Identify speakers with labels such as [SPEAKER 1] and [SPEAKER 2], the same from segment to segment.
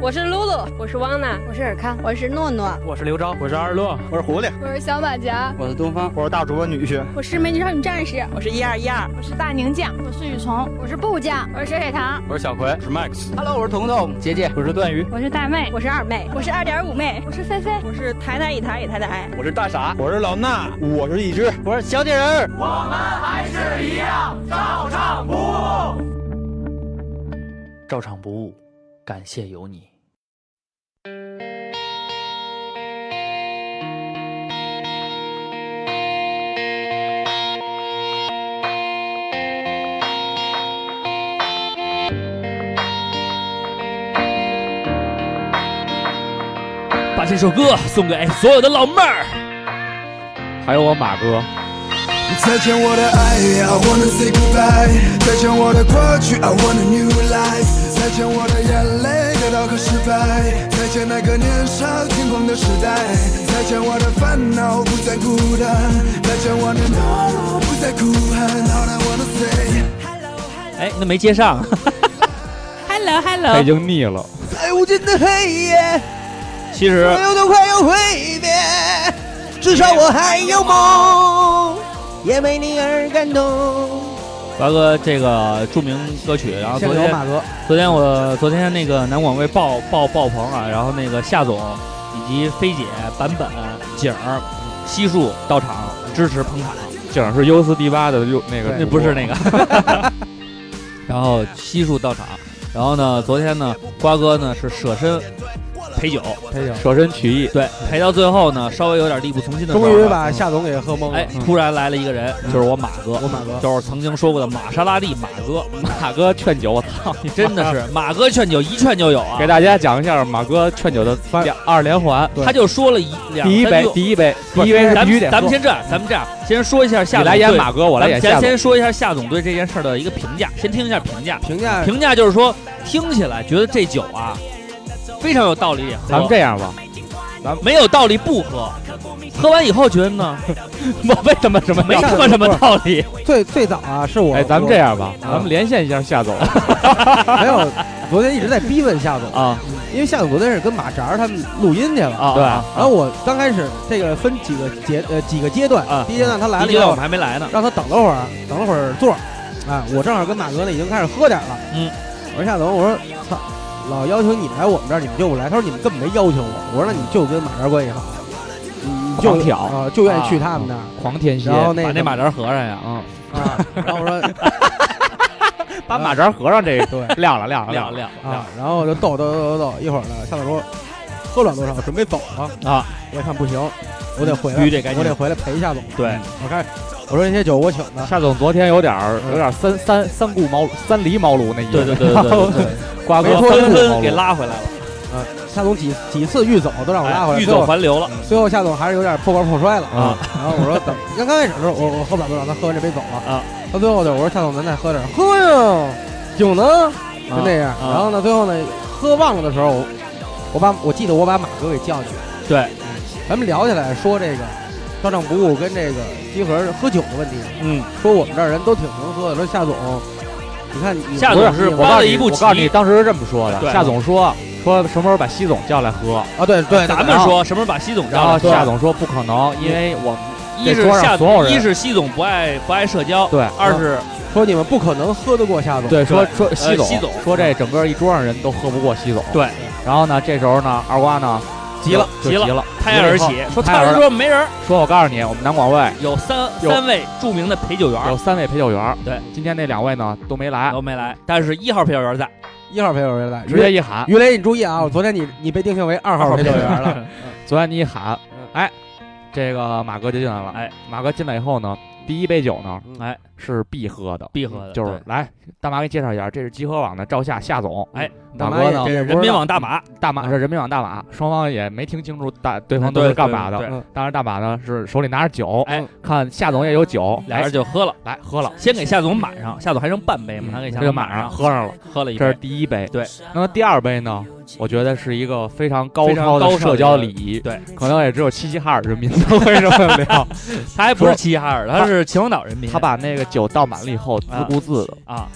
[SPEAKER 1] 我是露露，我是汪娜，
[SPEAKER 2] 我是尔康，我是诺诺，
[SPEAKER 3] 我是刘钊，
[SPEAKER 4] 我是二乐，
[SPEAKER 5] 我是狐狸，
[SPEAKER 6] 我是小马甲，
[SPEAKER 7] 我是东方，
[SPEAKER 8] 我是大主播女婿，
[SPEAKER 9] 我是美女少女战士，
[SPEAKER 10] 我是一二一二，
[SPEAKER 11] 我是大宁酱，
[SPEAKER 12] 我是雨虫，
[SPEAKER 13] 我是布酱，
[SPEAKER 14] 我是水水糖，
[SPEAKER 15] 我是小葵，
[SPEAKER 7] 我是 Max。
[SPEAKER 16] Hello，我是彤彤，
[SPEAKER 17] 杰杰，
[SPEAKER 18] 我是段鱼，
[SPEAKER 19] 我是大妹，
[SPEAKER 20] 我是二妹，
[SPEAKER 21] 我是二点五妹，
[SPEAKER 22] 我是菲菲，
[SPEAKER 23] 我是台台一台一台台，
[SPEAKER 24] 我是大傻，
[SPEAKER 25] 我是老衲，
[SPEAKER 26] 我是一只，
[SPEAKER 27] 我是小铁人，
[SPEAKER 28] 我们还是一样，照常不误，
[SPEAKER 29] 照常不误，感谢有你。
[SPEAKER 30] 把这首歌送给所有的老妹儿，
[SPEAKER 31] 还有我马哥。
[SPEAKER 32] 再见我的爱，I wanna say goodbye。再见我的过去，I want a new life。再见我的眼泪、跌倒和失败。再见那个年少轻狂的时代。再见我的烦恼，不再孤单。再见我的懦弱，不再哭喊。All I wanna say。
[SPEAKER 30] 哎，那没接上。
[SPEAKER 19] hello Hello。他
[SPEAKER 31] 已经腻了。
[SPEAKER 26] 在无尽的黑夜。
[SPEAKER 31] 其实，嗯
[SPEAKER 26] 所有都快要毁灭，至少我还有梦，也为你而感动。
[SPEAKER 30] 华哥，这个著名歌曲，然后昨天
[SPEAKER 26] 马哥，
[SPEAKER 30] 昨天我昨天那个南广卫爆爆爆棚啊，然后那个夏总以及菲姐、版本、景儿、悉数到场支持捧场，
[SPEAKER 31] 景儿是优思迪吧的优那个，
[SPEAKER 30] 那不是那个， 然后悉数到场，然后呢，昨天呢，瓜哥呢是舍身。陪酒，
[SPEAKER 31] 陪酒，舍身取义，
[SPEAKER 30] 对，陪到最后呢，稍微有点力不从心的时候，
[SPEAKER 25] 终
[SPEAKER 31] 嗯
[SPEAKER 25] 于把夏总给喝懵了。
[SPEAKER 30] 哎，突然来了一个人，就是我马哥，
[SPEAKER 31] 嗯
[SPEAKER 25] 我马哥，
[SPEAKER 30] 就是曾经说过的玛莎拉蒂马哥。
[SPEAKER 31] 马哥劝酒，我操，你
[SPEAKER 30] 真的是马哥劝酒，一劝就有啊！
[SPEAKER 31] 给大家讲一下马哥劝酒的两二连环，
[SPEAKER 30] 他就说了一两
[SPEAKER 31] 第一杯，第一杯，第一杯
[SPEAKER 30] 咱们咱们先这样，咱们这样，先说一下夏，
[SPEAKER 31] 你来演马哥，我来演夏
[SPEAKER 30] 总。先说一下夏总对这件事的一个评价，先听一下评价，
[SPEAKER 31] 嗯
[SPEAKER 25] 评价
[SPEAKER 30] 评价就是说，听起来觉得这酒啊。非常有道理，
[SPEAKER 31] 咱们这样吧，
[SPEAKER 30] 咱没有道理不喝，喝完以后觉得呢，
[SPEAKER 31] 我为什么什么
[SPEAKER 30] 没他妈什么道理？
[SPEAKER 25] 最最早啊，是我
[SPEAKER 31] 哎，咱们这样吧，咱们连线一下夏总。
[SPEAKER 25] 没有，昨天一直在逼问夏 总
[SPEAKER 30] 啊，
[SPEAKER 25] 因为夏总昨天是跟马扎他们录音去了啊。
[SPEAKER 30] 对，
[SPEAKER 25] 然后我刚开始这个分几个节呃几个阶段
[SPEAKER 30] 啊，
[SPEAKER 25] 第一阶段他来了，
[SPEAKER 30] 第一阶段我们还没来呢，
[SPEAKER 25] 让他等了会儿，等了会儿座，啊，我正好跟马哥呢已经开始喝点了，
[SPEAKER 30] 嗯，
[SPEAKER 25] 我说夏总，我说操。老要求你来我们这儿，你们就不来。他说你们根本没要求我。我说那你就跟马扎关系好，你就
[SPEAKER 31] 挑
[SPEAKER 25] 啊，就愿意去他们那儿，
[SPEAKER 31] 狂填
[SPEAKER 25] 鞋，然后那
[SPEAKER 30] 把那马扎合上呀，
[SPEAKER 25] 啊啊，然后我说
[SPEAKER 31] 嗯把马扎合上，这
[SPEAKER 25] 对
[SPEAKER 31] 亮了亮了
[SPEAKER 30] 亮亮
[SPEAKER 25] 啊，然后就逗逗逗逗，一会儿呢，夏总说喝不了多少，准备走了
[SPEAKER 30] 啊，
[SPEAKER 25] 我一看不行，我得回来，
[SPEAKER 30] 必须得赶紧，
[SPEAKER 25] 我得回来陪夏总。
[SPEAKER 30] 对，
[SPEAKER 25] 我看我说那些酒我请的。
[SPEAKER 31] 夏总昨天有点有点三三三顾茅三离茅庐那意思，
[SPEAKER 30] 对对对对对。
[SPEAKER 31] 瓜哥
[SPEAKER 30] 纷纷给拉回来了，
[SPEAKER 25] 啊，夏总几几次欲走都让我啊拉回来，
[SPEAKER 30] 哎欲走还留了。
[SPEAKER 25] 最后夏总还是有点破罐破摔了
[SPEAKER 30] 啊。
[SPEAKER 25] 然后我说等，刚开始的时候我我喝不了多少，咱喝完这杯走了啊。到最后的我说夏总咱再喝点，喝呀，酒呢
[SPEAKER 30] 啊
[SPEAKER 25] 就那样。然后呢，最后呢喝忘了的时候，我我把我记得我把马哥给叫去，
[SPEAKER 30] 对，
[SPEAKER 25] 咱们聊起来说这个。照账不误跟这个集合喝酒的问题，
[SPEAKER 30] 嗯，
[SPEAKER 25] 说我们这儿人都挺能喝的，说夏总。你看你，
[SPEAKER 30] 夏总是
[SPEAKER 31] 我告诉
[SPEAKER 30] 一
[SPEAKER 31] 你，
[SPEAKER 30] 步
[SPEAKER 31] 我告诉你，当时是这么说的。夏总说说什么时候把西总叫来喝
[SPEAKER 25] 啊？对对，
[SPEAKER 30] 咱们说什么时候把西总
[SPEAKER 31] 然
[SPEAKER 30] 叫
[SPEAKER 31] 后
[SPEAKER 30] 来喝？
[SPEAKER 31] 夏总说不可能，因为我们
[SPEAKER 30] 一是夏总，一是西总不爱不爱社交，
[SPEAKER 31] 对；
[SPEAKER 30] 二是
[SPEAKER 25] 说你们不可能喝得过夏总，
[SPEAKER 31] 对，说说
[SPEAKER 30] 呃西
[SPEAKER 31] 总，西
[SPEAKER 30] 总
[SPEAKER 31] 说这整个一桌上人都喝不过西总，
[SPEAKER 30] 对。
[SPEAKER 31] 然后呢，这时候呢，二瓜呢
[SPEAKER 30] 急了，
[SPEAKER 31] 急
[SPEAKER 30] 了，
[SPEAKER 31] 拍
[SPEAKER 30] 案而起，说他们说没人，
[SPEAKER 31] 说我告诉你，我们南广卫
[SPEAKER 30] 有三三位著名的陪酒员，
[SPEAKER 31] 有三位陪酒员，
[SPEAKER 30] 啊对，
[SPEAKER 31] 今天那两位呢都没来，
[SPEAKER 30] 都没来，但是一号陪酒员在，
[SPEAKER 25] 一号陪酒员在，
[SPEAKER 31] 直接一喊，
[SPEAKER 25] 于雷，你注意啊，我昨天你你被定性为二号陪酒员 了，
[SPEAKER 30] 嗯
[SPEAKER 31] 昨天你一喊，哎，这个马哥就进来了，
[SPEAKER 30] 哎，
[SPEAKER 31] 马哥进来以后呢。第一杯酒呢，
[SPEAKER 30] 哎，
[SPEAKER 31] 是必喝的，
[SPEAKER 30] 必喝的，
[SPEAKER 31] 嗯就是来大妈给介绍一下，这是集合网的赵夏夏总，
[SPEAKER 30] 哎，嗯
[SPEAKER 31] 马哥呢
[SPEAKER 30] 这是人民网大马，
[SPEAKER 31] 大马是人民网大马，双方也没听清楚大对
[SPEAKER 30] 嗯
[SPEAKER 31] 方都是干嘛的，当然大马呢是手里拿着酒，
[SPEAKER 30] 哎，
[SPEAKER 31] 看夏总也有酒，
[SPEAKER 30] 俩人就喝了，
[SPEAKER 31] 来喝了，
[SPEAKER 30] 先给夏总满上，夏总还剩半杯嘛，
[SPEAKER 31] 嗯
[SPEAKER 30] 他给夏总
[SPEAKER 31] 满
[SPEAKER 30] 哎上
[SPEAKER 31] 喝上了，
[SPEAKER 30] 喝了一，
[SPEAKER 31] 这是第一杯，
[SPEAKER 30] 对，
[SPEAKER 31] 那么第二杯呢？我觉得是一个非常高超的社交礼仪，
[SPEAKER 30] 对，
[SPEAKER 31] 可能也只有齐齐哈尔人民才会这 么聊。
[SPEAKER 30] 他还不是齐齐哈尔，他是秦皇岛人民。
[SPEAKER 31] 他把那个酒倒满了以后，
[SPEAKER 30] 啊
[SPEAKER 31] 自顾自的
[SPEAKER 30] 啊，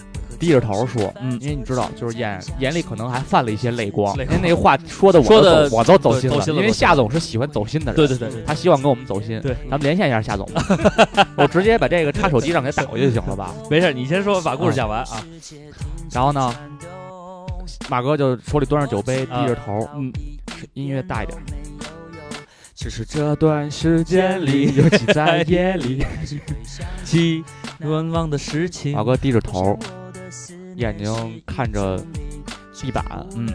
[SPEAKER 31] 低着头说，
[SPEAKER 30] 嗯
[SPEAKER 31] 因为你知道，就是眼眼里可能还泛了一些泪光，
[SPEAKER 30] 泪
[SPEAKER 31] 因
[SPEAKER 30] 光
[SPEAKER 31] 为那话说的我
[SPEAKER 30] 说
[SPEAKER 31] 都
[SPEAKER 30] 得
[SPEAKER 31] 走我都走心
[SPEAKER 30] 对
[SPEAKER 31] 了
[SPEAKER 30] 走，心了
[SPEAKER 31] 因为
[SPEAKER 30] 走心
[SPEAKER 31] 夏总是喜欢走心的人，
[SPEAKER 30] 对对对对
[SPEAKER 31] 他希望跟我们走心，
[SPEAKER 30] 对
[SPEAKER 31] 咱们连线一下夏总吧， 我直接把这个插手机上给打过去就行了吧？
[SPEAKER 30] 没事，你先说，把故事讲完啊。
[SPEAKER 31] 嗯然后呢，马哥就手里端着酒杯，低着头，
[SPEAKER 30] 嗯，
[SPEAKER 31] 音乐大一点。只是这段时间里， 尤其在夜里，
[SPEAKER 30] 记难忘的事情
[SPEAKER 31] 马哥低着头，眼睛看着地板，
[SPEAKER 30] 嗯，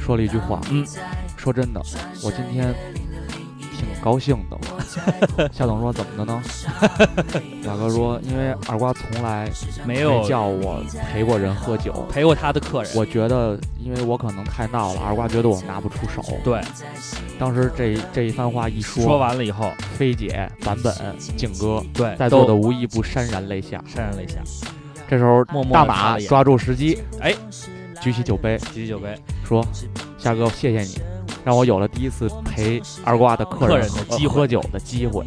[SPEAKER 31] 说了一句话，
[SPEAKER 30] 嗯，
[SPEAKER 31] 说真的，我今天挺高兴的。 夏总说怎么的呢？马哥说，因为二瓜从来
[SPEAKER 30] 没
[SPEAKER 31] 嗯没
[SPEAKER 30] 有
[SPEAKER 31] 叫我陪过人喝酒，
[SPEAKER 30] 陪过他的客人，
[SPEAKER 31] 我觉得，因为我可能太闹了，二瓜觉得我拿不出手。
[SPEAKER 30] 对，
[SPEAKER 31] 当时这这一番话一说，
[SPEAKER 30] 说，嗯完了以后，
[SPEAKER 31] 菲姐、版本、景哥，
[SPEAKER 30] 对，
[SPEAKER 31] 在座的无一不潸然泪下。
[SPEAKER 30] 潸然泪下，
[SPEAKER 31] 这时候，
[SPEAKER 30] 默默地
[SPEAKER 31] 大
[SPEAKER 30] 擦
[SPEAKER 31] 马
[SPEAKER 30] 了眼
[SPEAKER 31] 抓住时机，
[SPEAKER 30] 哎，
[SPEAKER 31] 举起酒杯
[SPEAKER 30] 举起酒杯，
[SPEAKER 31] 说：“夏哥，谢谢你，让我有了第一次陪二瓜的客
[SPEAKER 30] 客
[SPEAKER 31] 人
[SPEAKER 30] 人的
[SPEAKER 31] 喝
[SPEAKER 30] 机会
[SPEAKER 31] 喝酒的机会。”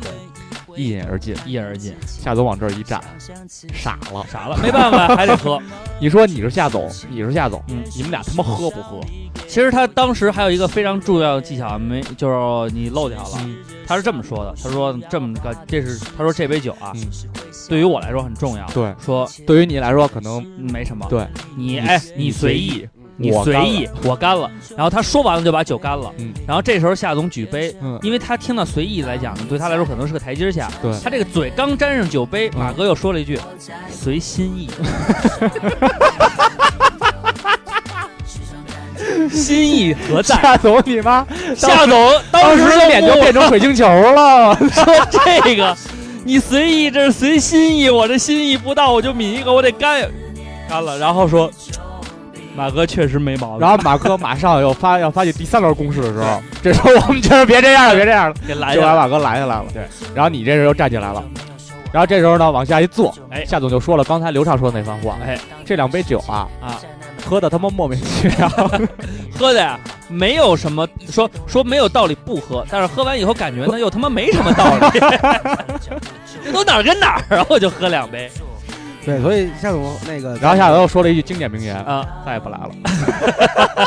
[SPEAKER 31] 一饮而尽，
[SPEAKER 30] 一饮而尽，
[SPEAKER 31] 夏总往这儿一站，傻了。
[SPEAKER 30] 傻 了，没办法，还得喝。
[SPEAKER 31] 你说你是夏总，你是夏总，
[SPEAKER 30] 嗯
[SPEAKER 31] 你们俩他妈喝不喝？
[SPEAKER 30] 其实他当时还有一个非常重要的技巧，没就是你漏掉了。
[SPEAKER 31] 嗯
[SPEAKER 30] 他是这么说的，他说这么个，这是他说这杯酒啊，
[SPEAKER 31] 嗯
[SPEAKER 30] 对于我来说很重要。
[SPEAKER 31] 对，
[SPEAKER 30] 说
[SPEAKER 31] 对于你来说可能
[SPEAKER 30] 嗯没什么，
[SPEAKER 31] 对
[SPEAKER 30] 你
[SPEAKER 31] 你
[SPEAKER 30] 哎，
[SPEAKER 31] 你
[SPEAKER 30] 你随
[SPEAKER 31] 随
[SPEAKER 30] 意，你
[SPEAKER 31] 我
[SPEAKER 30] 随
[SPEAKER 31] 干
[SPEAKER 30] 意，我干了。然后他说完了就把酒干了。
[SPEAKER 31] 嗯
[SPEAKER 30] 然后这时候夏总举杯，
[SPEAKER 31] 嗯
[SPEAKER 30] 因为他听到随意来讲，对他来说可能是个台阶下。
[SPEAKER 31] 对嗯
[SPEAKER 30] 他这个嘴刚沾上酒杯，马哥又说了一句：“随心 意。”心意何在？
[SPEAKER 31] 夏总你妈
[SPEAKER 30] 夏总当
[SPEAKER 31] 当时
[SPEAKER 30] 时
[SPEAKER 31] 的脸就变成水晶球了。
[SPEAKER 30] 说这个，你随意，这是随心意。我这心意不到，我就抿一个，我得干，干了。然后说，马哥确实没毛病。
[SPEAKER 31] 然后马哥马上要发要发起第三轮攻势的时候，这时候我们就是别这样了，别这样了，
[SPEAKER 30] 给拦
[SPEAKER 31] 就
[SPEAKER 30] 下
[SPEAKER 31] 把
[SPEAKER 30] 来，
[SPEAKER 31] 马哥拦下来了。对，然后你这时候站起来了，然后这时候呢往下一坐，
[SPEAKER 30] 哎
[SPEAKER 31] 夏总就说了刚才刘畅说的那番话，
[SPEAKER 30] 哎，
[SPEAKER 31] 这两杯酒啊
[SPEAKER 30] 啊，
[SPEAKER 31] 喝的他妈莫名其妙，
[SPEAKER 30] 喝的呀，没有什么说说没有道理不喝，但是喝完以后感觉呢又他妈没什么道理，这都哪儿跟哪儿啊？我就喝两杯
[SPEAKER 25] 对，所以夏总那个，
[SPEAKER 31] 然后夏总又说了一句经典名言，
[SPEAKER 30] 啊，
[SPEAKER 31] 再也不来了。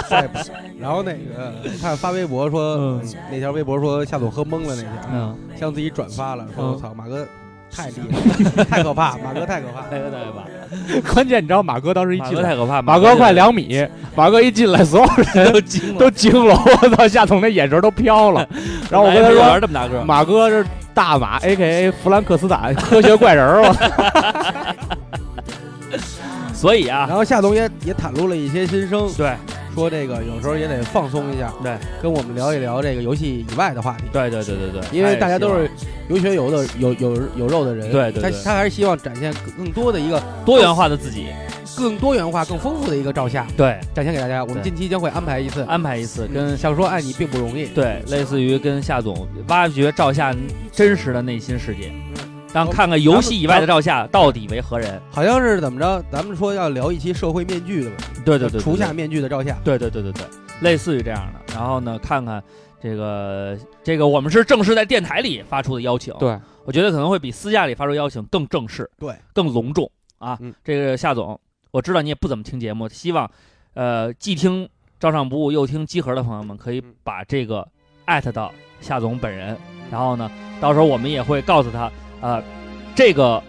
[SPEAKER 25] 再也不然后那个看发微博说，嗯那条微博说夏总喝懵了那条，
[SPEAKER 30] 嗯，
[SPEAKER 25] 向自己转发了，
[SPEAKER 30] 嗯
[SPEAKER 25] 说我操，马哥太厉害，太可怕，马哥太可怕。
[SPEAKER 30] 来个大哎杯吧，
[SPEAKER 31] 关键你知道马哥当时一
[SPEAKER 30] 马
[SPEAKER 31] 进
[SPEAKER 30] 哥
[SPEAKER 31] 来，
[SPEAKER 30] 太可怕，
[SPEAKER 31] 马哥快两米，马哥一进来，所有
[SPEAKER 30] 人都惊了，
[SPEAKER 31] 都惊 了，我操！夏总那眼神都飘 了。然后我跟他
[SPEAKER 30] 来一杯
[SPEAKER 31] 说
[SPEAKER 30] 哎玩这么大个：“，
[SPEAKER 31] 马哥是大马 A K A 弗兰克斯坦 科学怪人儿， 我操
[SPEAKER 30] 所以啊，
[SPEAKER 25] 然后夏总也也袒露了一些心声，
[SPEAKER 30] 对
[SPEAKER 25] 说这个有时候也得放松一下，
[SPEAKER 30] 对，
[SPEAKER 25] 跟我们聊一聊这个游戏以外的话题，
[SPEAKER 30] 对对对对对，
[SPEAKER 25] 因为大家都
[SPEAKER 30] 他也
[SPEAKER 25] 是有血有肉的有有有肉的人，
[SPEAKER 30] 哎对对对
[SPEAKER 25] 他他还是希望展现更多的一个
[SPEAKER 30] 希望多元化的自己，
[SPEAKER 25] 更多元化、更丰富的一个照下，
[SPEAKER 30] 对，
[SPEAKER 25] 展现给大家。我们
[SPEAKER 30] 对
[SPEAKER 25] 近期将会安排一次，
[SPEAKER 30] 安排一次跟。
[SPEAKER 25] 想说爱你并不容易，
[SPEAKER 30] 对，类似于跟夏总挖掘赵夏真实的内心世界，让看看游戏以外的赵夏到底为何人。
[SPEAKER 25] 好像是怎么着？咱们说要聊一期社会面具的问题，
[SPEAKER 30] 对对对，
[SPEAKER 25] 除
[SPEAKER 30] 对
[SPEAKER 25] 下面具的照下。
[SPEAKER 30] 对对对对对，类似于这样的。然后呢，看看这个这个，我们是正式在电台里发出的邀请。，！我觉得可能会比私下里发出邀请更正式，
[SPEAKER 25] 对，
[SPEAKER 30] 更隆重啊。
[SPEAKER 25] 嗯
[SPEAKER 30] 这个夏总，我知道你也不怎么听节目，希望呃既听照上不误又听集合的朋友们，可以把这个艾特到夏总本人，然后呢，到时候我们也会告诉他，呃，这个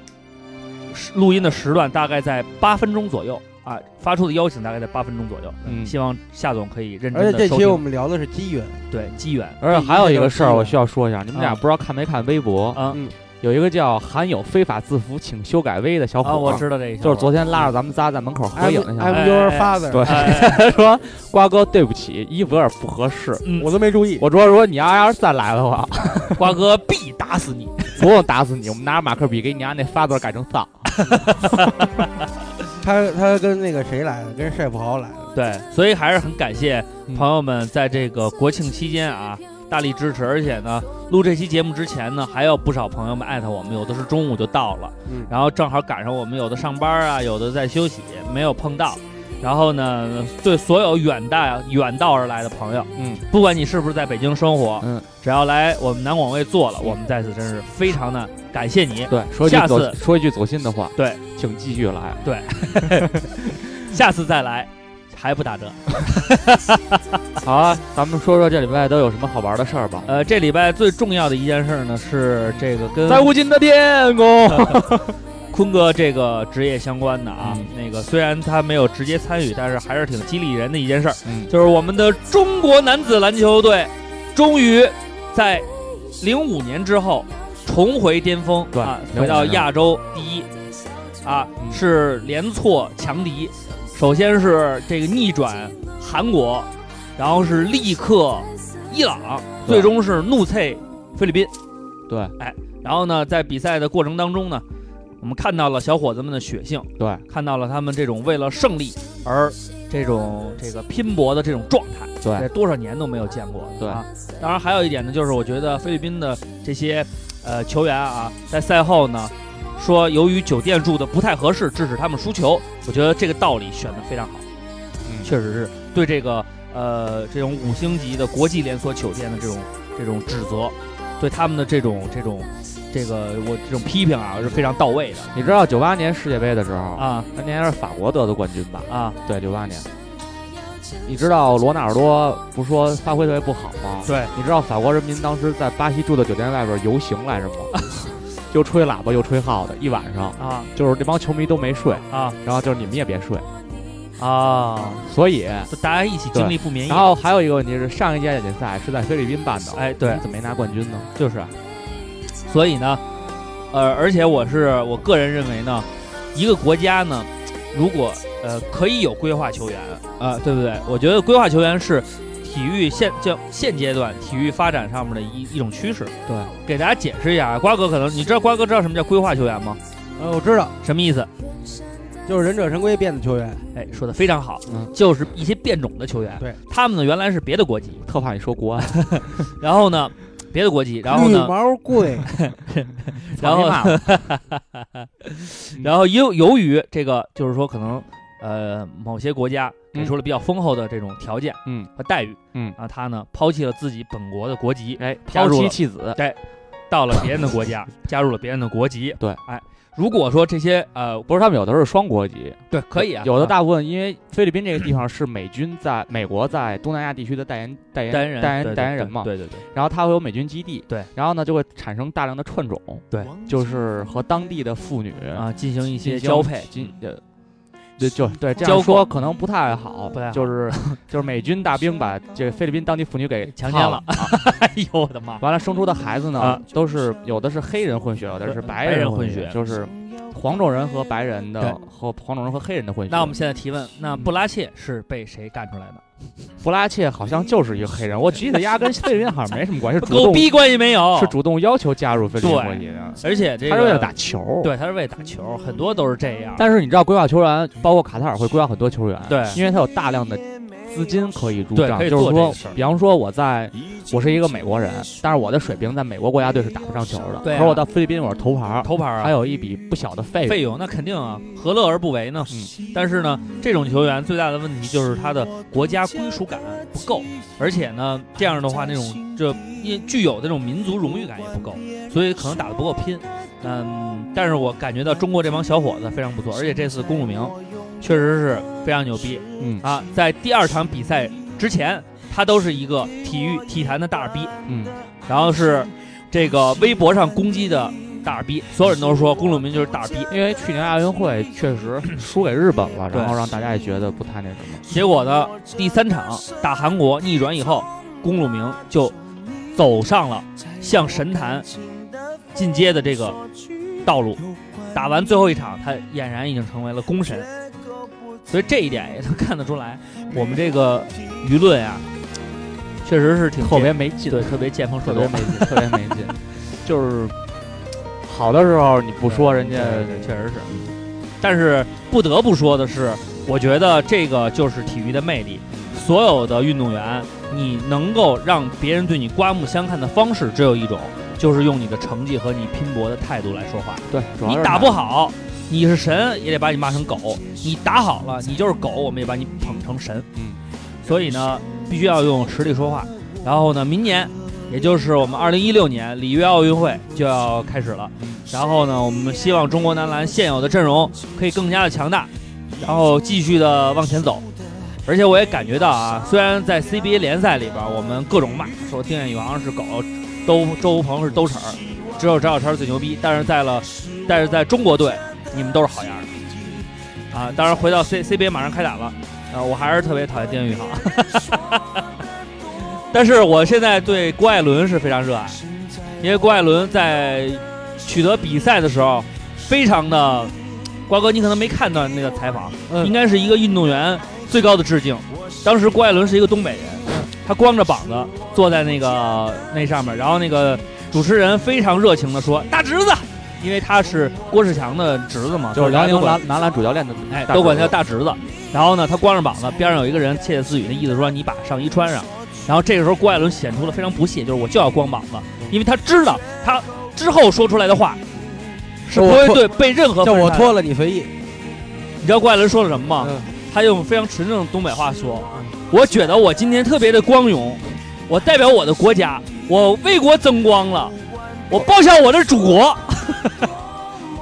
[SPEAKER 30] 时录音的时段大概在八分钟左右。啊，发出的邀请大概在八分钟左右，
[SPEAKER 31] 嗯
[SPEAKER 30] 希望夏总可以认
[SPEAKER 25] 而
[SPEAKER 30] 真的
[SPEAKER 25] 且
[SPEAKER 33] 这
[SPEAKER 30] 收
[SPEAKER 25] 期我
[SPEAKER 30] 听。
[SPEAKER 25] 们聊的是机缘，
[SPEAKER 30] 对机缘，
[SPEAKER 31] 而且还有一个事儿，我需要说一下，你们俩不知道看没看微博？
[SPEAKER 30] 啊
[SPEAKER 25] 嗯
[SPEAKER 31] 有一个叫“含有非法字符，请修改微”的小伙
[SPEAKER 30] 啊，我
[SPEAKER 31] 儿，
[SPEAKER 30] 知道这一条，
[SPEAKER 31] 哦就是昨天拉着咱们仨在门口合影的
[SPEAKER 25] I'm
[SPEAKER 31] 小伙儿。
[SPEAKER 30] 哎
[SPEAKER 25] I'm your
[SPEAKER 30] 哎
[SPEAKER 25] father，
[SPEAKER 31] 对，
[SPEAKER 30] 哎
[SPEAKER 31] 他说：“瓜哥，对不起，衣服有点不合适。
[SPEAKER 30] 嗯
[SPEAKER 25] 我都没注意。
[SPEAKER 31] 我说，如果你要要是再来的话，
[SPEAKER 30] 瓜哥必打死你。
[SPEAKER 31] 不用打死你，我们拿着马克笔给你家那发字改成丧。
[SPEAKER 25] 他他跟那个谁来的？跟帅富豪来的。
[SPEAKER 30] 对，所以还是很感谢
[SPEAKER 31] 嗯
[SPEAKER 30] 朋友们在这个国庆期间啊大力支持，而且呢，录这期节目之前呢，还有不少朋友们艾特我们，有的是中午就到了，
[SPEAKER 25] 嗯
[SPEAKER 30] 然后正好赶上我们有的上班啊，有的在休息，没有碰到。然后呢，对所有远大远道而来的朋友，
[SPEAKER 31] 嗯，
[SPEAKER 30] 不管你是不是在北京生活，
[SPEAKER 31] 嗯，
[SPEAKER 30] 只要来我们南广卫做了，我们在此真是非常的感谢你。
[SPEAKER 31] 对，说一
[SPEAKER 30] 下
[SPEAKER 31] 句
[SPEAKER 30] 次
[SPEAKER 31] 走说一句走心的话，
[SPEAKER 30] 对，
[SPEAKER 31] 请继续来。
[SPEAKER 30] 下次再来还不打折。
[SPEAKER 31] 好啊，咱们说说这礼拜都有什么好玩的事儿吧。
[SPEAKER 30] 呃，这礼拜最重要的一件事呢是这个跟
[SPEAKER 31] 在无尽的天空，
[SPEAKER 30] 坤哥这个职业相关的啊
[SPEAKER 31] 嗯，
[SPEAKER 30] 那个虽然他没有直接参与，但是还是挺激励人的一件事儿，
[SPEAKER 31] 嗯
[SPEAKER 30] 就是我们的中国男子篮球队终于在零五年之后重回巅峰，
[SPEAKER 31] 对
[SPEAKER 30] 啊，
[SPEAKER 31] 05
[SPEAKER 30] 回到亚洲第一，啊，
[SPEAKER 31] 嗯
[SPEAKER 30] 是连挫强敌，首先是这个逆转韩国，然后是力克伊朗，
[SPEAKER 31] 对
[SPEAKER 30] 最终是怒脆菲律宾。哎
[SPEAKER 31] 对
[SPEAKER 30] 然后呢，在比赛的过程当中呢，我们看到了小伙子们的血性，
[SPEAKER 31] 对，
[SPEAKER 30] 看到了他们这种为了胜利而这种这个拼搏的这种状态，
[SPEAKER 31] 对
[SPEAKER 30] 在多少年都没有见过了
[SPEAKER 31] 对
[SPEAKER 30] 啊。当然还有一点呢，就是我觉得菲律宾的这些呃球员啊，在赛后呢说由于酒店住的不太合适，致使他们输球。我觉得这个道理选的非常好，
[SPEAKER 31] 嗯
[SPEAKER 30] 确实是对这个呃这种五星级的国际连锁酒店的这种这种指责，对他们的这种这种这个我这种批评啊是非常到位的
[SPEAKER 31] 你知道九八年世界杯的时候，
[SPEAKER 30] 啊
[SPEAKER 31] 当年是法国得的冠军吧？
[SPEAKER 30] 啊，
[SPEAKER 31] 对，九八年。你知道罗纳尔多不说发挥特别不好吗？
[SPEAKER 30] 对，
[SPEAKER 31] 你知道法国人民当时在巴西住的酒店外边游行来着 吗？又吹喇叭又吹号的，一晚上
[SPEAKER 30] 啊
[SPEAKER 31] 就是这帮球迷都没睡，
[SPEAKER 30] 啊
[SPEAKER 31] 然后就是你们也别睡。
[SPEAKER 30] 啊，
[SPEAKER 31] 所以，
[SPEAKER 30] 大家一起经历不眠夜
[SPEAKER 31] 然，后还有一个问题是，上一届亚锦赛是在菲律宾办的，
[SPEAKER 30] 哎对
[SPEAKER 31] 你怎么没拿冠军呢？
[SPEAKER 30] 就是啊，所以呢，呃，而且我是我个人认为呢，一个国家呢，如果呃可以有规划球员啊、对不对？我觉得规划球员是体育现叫现阶段体育发展上面的一一种趋势。
[SPEAKER 31] 对，
[SPEAKER 30] 给大家解释一下啊，瓜哥可能你知道瓜哥知道什么叫规划球员吗？
[SPEAKER 25] 呃，我知道，
[SPEAKER 30] 什么意思？
[SPEAKER 25] 就是忍者神龟变的球员，
[SPEAKER 30] 哎，说的非常好，
[SPEAKER 31] 嗯
[SPEAKER 30] 就是一些变种的球员，
[SPEAKER 25] 对，
[SPEAKER 30] 他们呢原来是别的国籍，
[SPEAKER 31] 特怕你说国安，
[SPEAKER 30] 然后呢，别的国籍，然后
[SPEAKER 25] 绿
[SPEAKER 30] 呢，
[SPEAKER 25] 毛 贵，
[SPEAKER 30] 然后
[SPEAKER 31] 操你妈 嗯
[SPEAKER 30] 然后由由于这个，就是说可能呃某些国家给出了比较丰厚的这种条件
[SPEAKER 31] 嗯
[SPEAKER 30] 和待遇，
[SPEAKER 31] 嗯
[SPEAKER 30] 啊，他呢抛弃了自己本国的国籍，
[SPEAKER 31] 哎，
[SPEAKER 30] 加
[SPEAKER 31] 抛
[SPEAKER 30] 入了
[SPEAKER 31] 妻弃子，
[SPEAKER 30] 到了别人的国家， 加入了别人的国籍。
[SPEAKER 31] 对，
[SPEAKER 30] 哎，如果说这些呃
[SPEAKER 31] 不是他们有的是双国籍，
[SPEAKER 30] 对可以啊，
[SPEAKER 31] 有的
[SPEAKER 30] 啊嗯
[SPEAKER 31] 大部分因为菲律宾这个地方是美军在美国在东南亚地区的代言代言
[SPEAKER 30] 代言人对
[SPEAKER 31] 代
[SPEAKER 30] 对
[SPEAKER 31] 言代言
[SPEAKER 30] 对
[SPEAKER 31] 人嘛，
[SPEAKER 30] 对对对，
[SPEAKER 31] 然后它会有美军基地，
[SPEAKER 30] 对，
[SPEAKER 31] 然后呢就会产生大量的串种，
[SPEAKER 30] 对，
[SPEAKER 31] 就是和当地的妇女
[SPEAKER 30] 啊，进行一
[SPEAKER 31] 进
[SPEAKER 30] 些
[SPEAKER 31] 行
[SPEAKER 30] 交配，嗯
[SPEAKER 31] 进呃。对，就对这
[SPEAKER 30] 交
[SPEAKER 31] 样
[SPEAKER 30] 换
[SPEAKER 31] 说可能不太好，
[SPEAKER 30] 不太好
[SPEAKER 31] 就是就是美军大 兵把这菲律宾当地妇女给
[SPEAKER 30] 嗯强奸
[SPEAKER 31] 泡
[SPEAKER 34] 了
[SPEAKER 31] 了，
[SPEAKER 30] 哎呦我的 妈！
[SPEAKER 31] 完了生出的孩子呢
[SPEAKER 30] 啊，
[SPEAKER 31] 都是有的是黑人混血，有的是
[SPEAKER 30] 对
[SPEAKER 31] 白
[SPEAKER 30] 白人
[SPEAKER 31] 混
[SPEAKER 30] 混血
[SPEAKER 31] 就是黄种人和白人的
[SPEAKER 30] 对
[SPEAKER 31] 和黄种人和黑人的混血。
[SPEAKER 30] 那我们现在提问，那布拉切是被谁干出来的？
[SPEAKER 31] 弗拉切好像就是一个黑人，我记得压根菲律宾好像没什么关系， 是主
[SPEAKER 30] 狗
[SPEAKER 31] 动
[SPEAKER 30] 逼关系没有，
[SPEAKER 31] 是主动要嗯求加入菲律宾
[SPEAKER 30] 对
[SPEAKER 31] 国籍的，
[SPEAKER 30] 而且这个
[SPEAKER 31] 他是为了打球。，
[SPEAKER 30] 对，他是为了打球，很多都是这样。
[SPEAKER 31] 但是你知道规划球员，包括卡塔尔会规划很多球员，
[SPEAKER 30] 对
[SPEAKER 31] 因为他有大量的资金可以入
[SPEAKER 30] 对
[SPEAKER 31] 账，
[SPEAKER 30] 可以
[SPEAKER 31] 就
[SPEAKER 30] 做
[SPEAKER 31] 是
[SPEAKER 30] 这个
[SPEAKER 31] 说
[SPEAKER 30] 事儿，
[SPEAKER 31] 比方说我在。我是一个美国人，但是我的水平在美国国家队是打不上球的。
[SPEAKER 30] 对啊
[SPEAKER 31] 可是我到菲律宾我是头牌儿，
[SPEAKER 30] 头牌啊，
[SPEAKER 31] 还有一笔不小的费用。
[SPEAKER 30] 费用，那肯定啊，何乐而不为呢？
[SPEAKER 31] 嗯
[SPEAKER 30] 但是呢，这种球员最大的问题就是他的国家归属感不够，而且呢，这样的话，那种这也具有的这种民族荣誉感也不够，所以可能打得不够拼。嗯，但是我感觉到中国这帮小伙子非常不错，而且这次龚路明确实是非常牛逼
[SPEAKER 31] 嗯
[SPEAKER 30] 啊！在第二场比赛之前，他都是一个体育体坛的大耳逼，
[SPEAKER 31] 嗯，
[SPEAKER 30] 然后是这个微博上攻击的大耳逼，所有人都说龚路明就是大耳逼。
[SPEAKER 31] 因为去年亚运会确实输给日本了，
[SPEAKER 30] 对
[SPEAKER 31] 然后让大家也觉得不太那什么。
[SPEAKER 30] 结果呢，第三场打韩国逆转以后，龚路明就走上了向神坛进阶的这个道路。打完最后一场，他俨然已经成为了功神，所以这一点也能看得出来，我们这个舆论啊，确实是挺
[SPEAKER 31] 特别
[SPEAKER 30] 见
[SPEAKER 31] 没劲，
[SPEAKER 30] 对特别见风
[SPEAKER 31] 特
[SPEAKER 30] 使
[SPEAKER 31] 别
[SPEAKER 30] 舵
[SPEAKER 31] 没，劲，特别没劲。就是好的时候你不说，人家
[SPEAKER 30] 对对对确实是。但是不得不说的是，我觉得这个就是体育的魅力。所有的运动员，你能够让别人对你刮目相看的方式只有一种，就是用你的成绩和你拼搏的态度来说话。
[SPEAKER 31] 对，主要
[SPEAKER 30] 你
[SPEAKER 31] 是
[SPEAKER 30] 打不好，你是神也得把你骂成狗，你打好了你就是狗，我们也把你捧成神。
[SPEAKER 31] 嗯，
[SPEAKER 30] 所以呢，必须要用实力说话。然后呢，明年，也就是我们二零一六年里约奥运会就要开始了。
[SPEAKER 31] 嗯
[SPEAKER 30] 然后呢，我们希望中国男篮现有的阵容可以更加的强大，然后继续的往前走。而且我也感觉到啊，虽然在 CBA 联赛里边，我们各种骂说丁彦雨航是狗，周周鹏是兜齿儿，只有张小川最牛逼，但是在了，但是在中国队，你们都是好样的啊！当然，回到 C CBA 马上开打了啊，我还是特别讨厌丁彦雨航， 但是我现在对郭艾伦是非常热爱，因为郭艾伦在取得比赛的时候，非常的，瓜哥你可能没看到那个采访，
[SPEAKER 25] 嗯
[SPEAKER 30] 应该是一个运动员最高的致敬。当时郭艾伦是一个东北人，他光着膀子坐在那个那上面，然后那个主持人非常热情的说：“大侄子。”因为他是郭士强的侄子嘛，
[SPEAKER 31] 就是
[SPEAKER 30] 大家
[SPEAKER 31] 辽
[SPEAKER 30] 都
[SPEAKER 31] 宁
[SPEAKER 30] 管
[SPEAKER 31] 男男篮主教练的，
[SPEAKER 30] 哎，都管他叫大侄子。然后呢，他光着膀子，边上有一个人窃窃私语，那意思说你把上衣穿上。然后这个时候，郭艾伦显出了非常不屑，就是我就要光膀子，因为他知道他之后说出来的话是不会对被任何
[SPEAKER 25] 叫我
[SPEAKER 30] 分开的
[SPEAKER 25] 脱了你随意。
[SPEAKER 30] 你知道郭艾伦说了什么吗？
[SPEAKER 25] 嗯
[SPEAKER 30] 他用非常纯正的东北话说：“我觉得我今天特别的光荣，我代表我的国家，我为国争光了，我报效我的祖 国。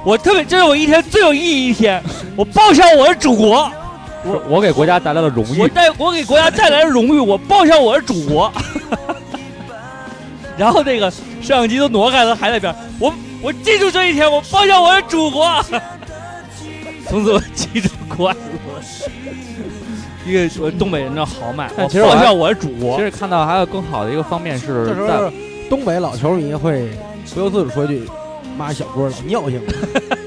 [SPEAKER 30] 我特别，这是我一天最有意义一天，我报效我的祖国，
[SPEAKER 31] 我我给国家带来了荣
[SPEAKER 30] 我
[SPEAKER 31] 誉，
[SPEAKER 30] 带我给国家带来了荣誉，我报效我的祖国。 然后那个摄像机都挪开了，还在边儿，我我记住这一天，我报效我的祖国。从此我记住国爱一个我东北人的豪迈，我
[SPEAKER 31] 但其实我
[SPEAKER 30] 报
[SPEAKER 31] 还
[SPEAKER 30] 效我的祖国
[SPEAKER 31] 其。实看到还有更好的一个方面是
[SPEAKER 25] 这时候
[SPEAKER 31] 在
[SPEAKER 25] 就是东北老球迷会不由自主说一句：“妈，小郭老尿性。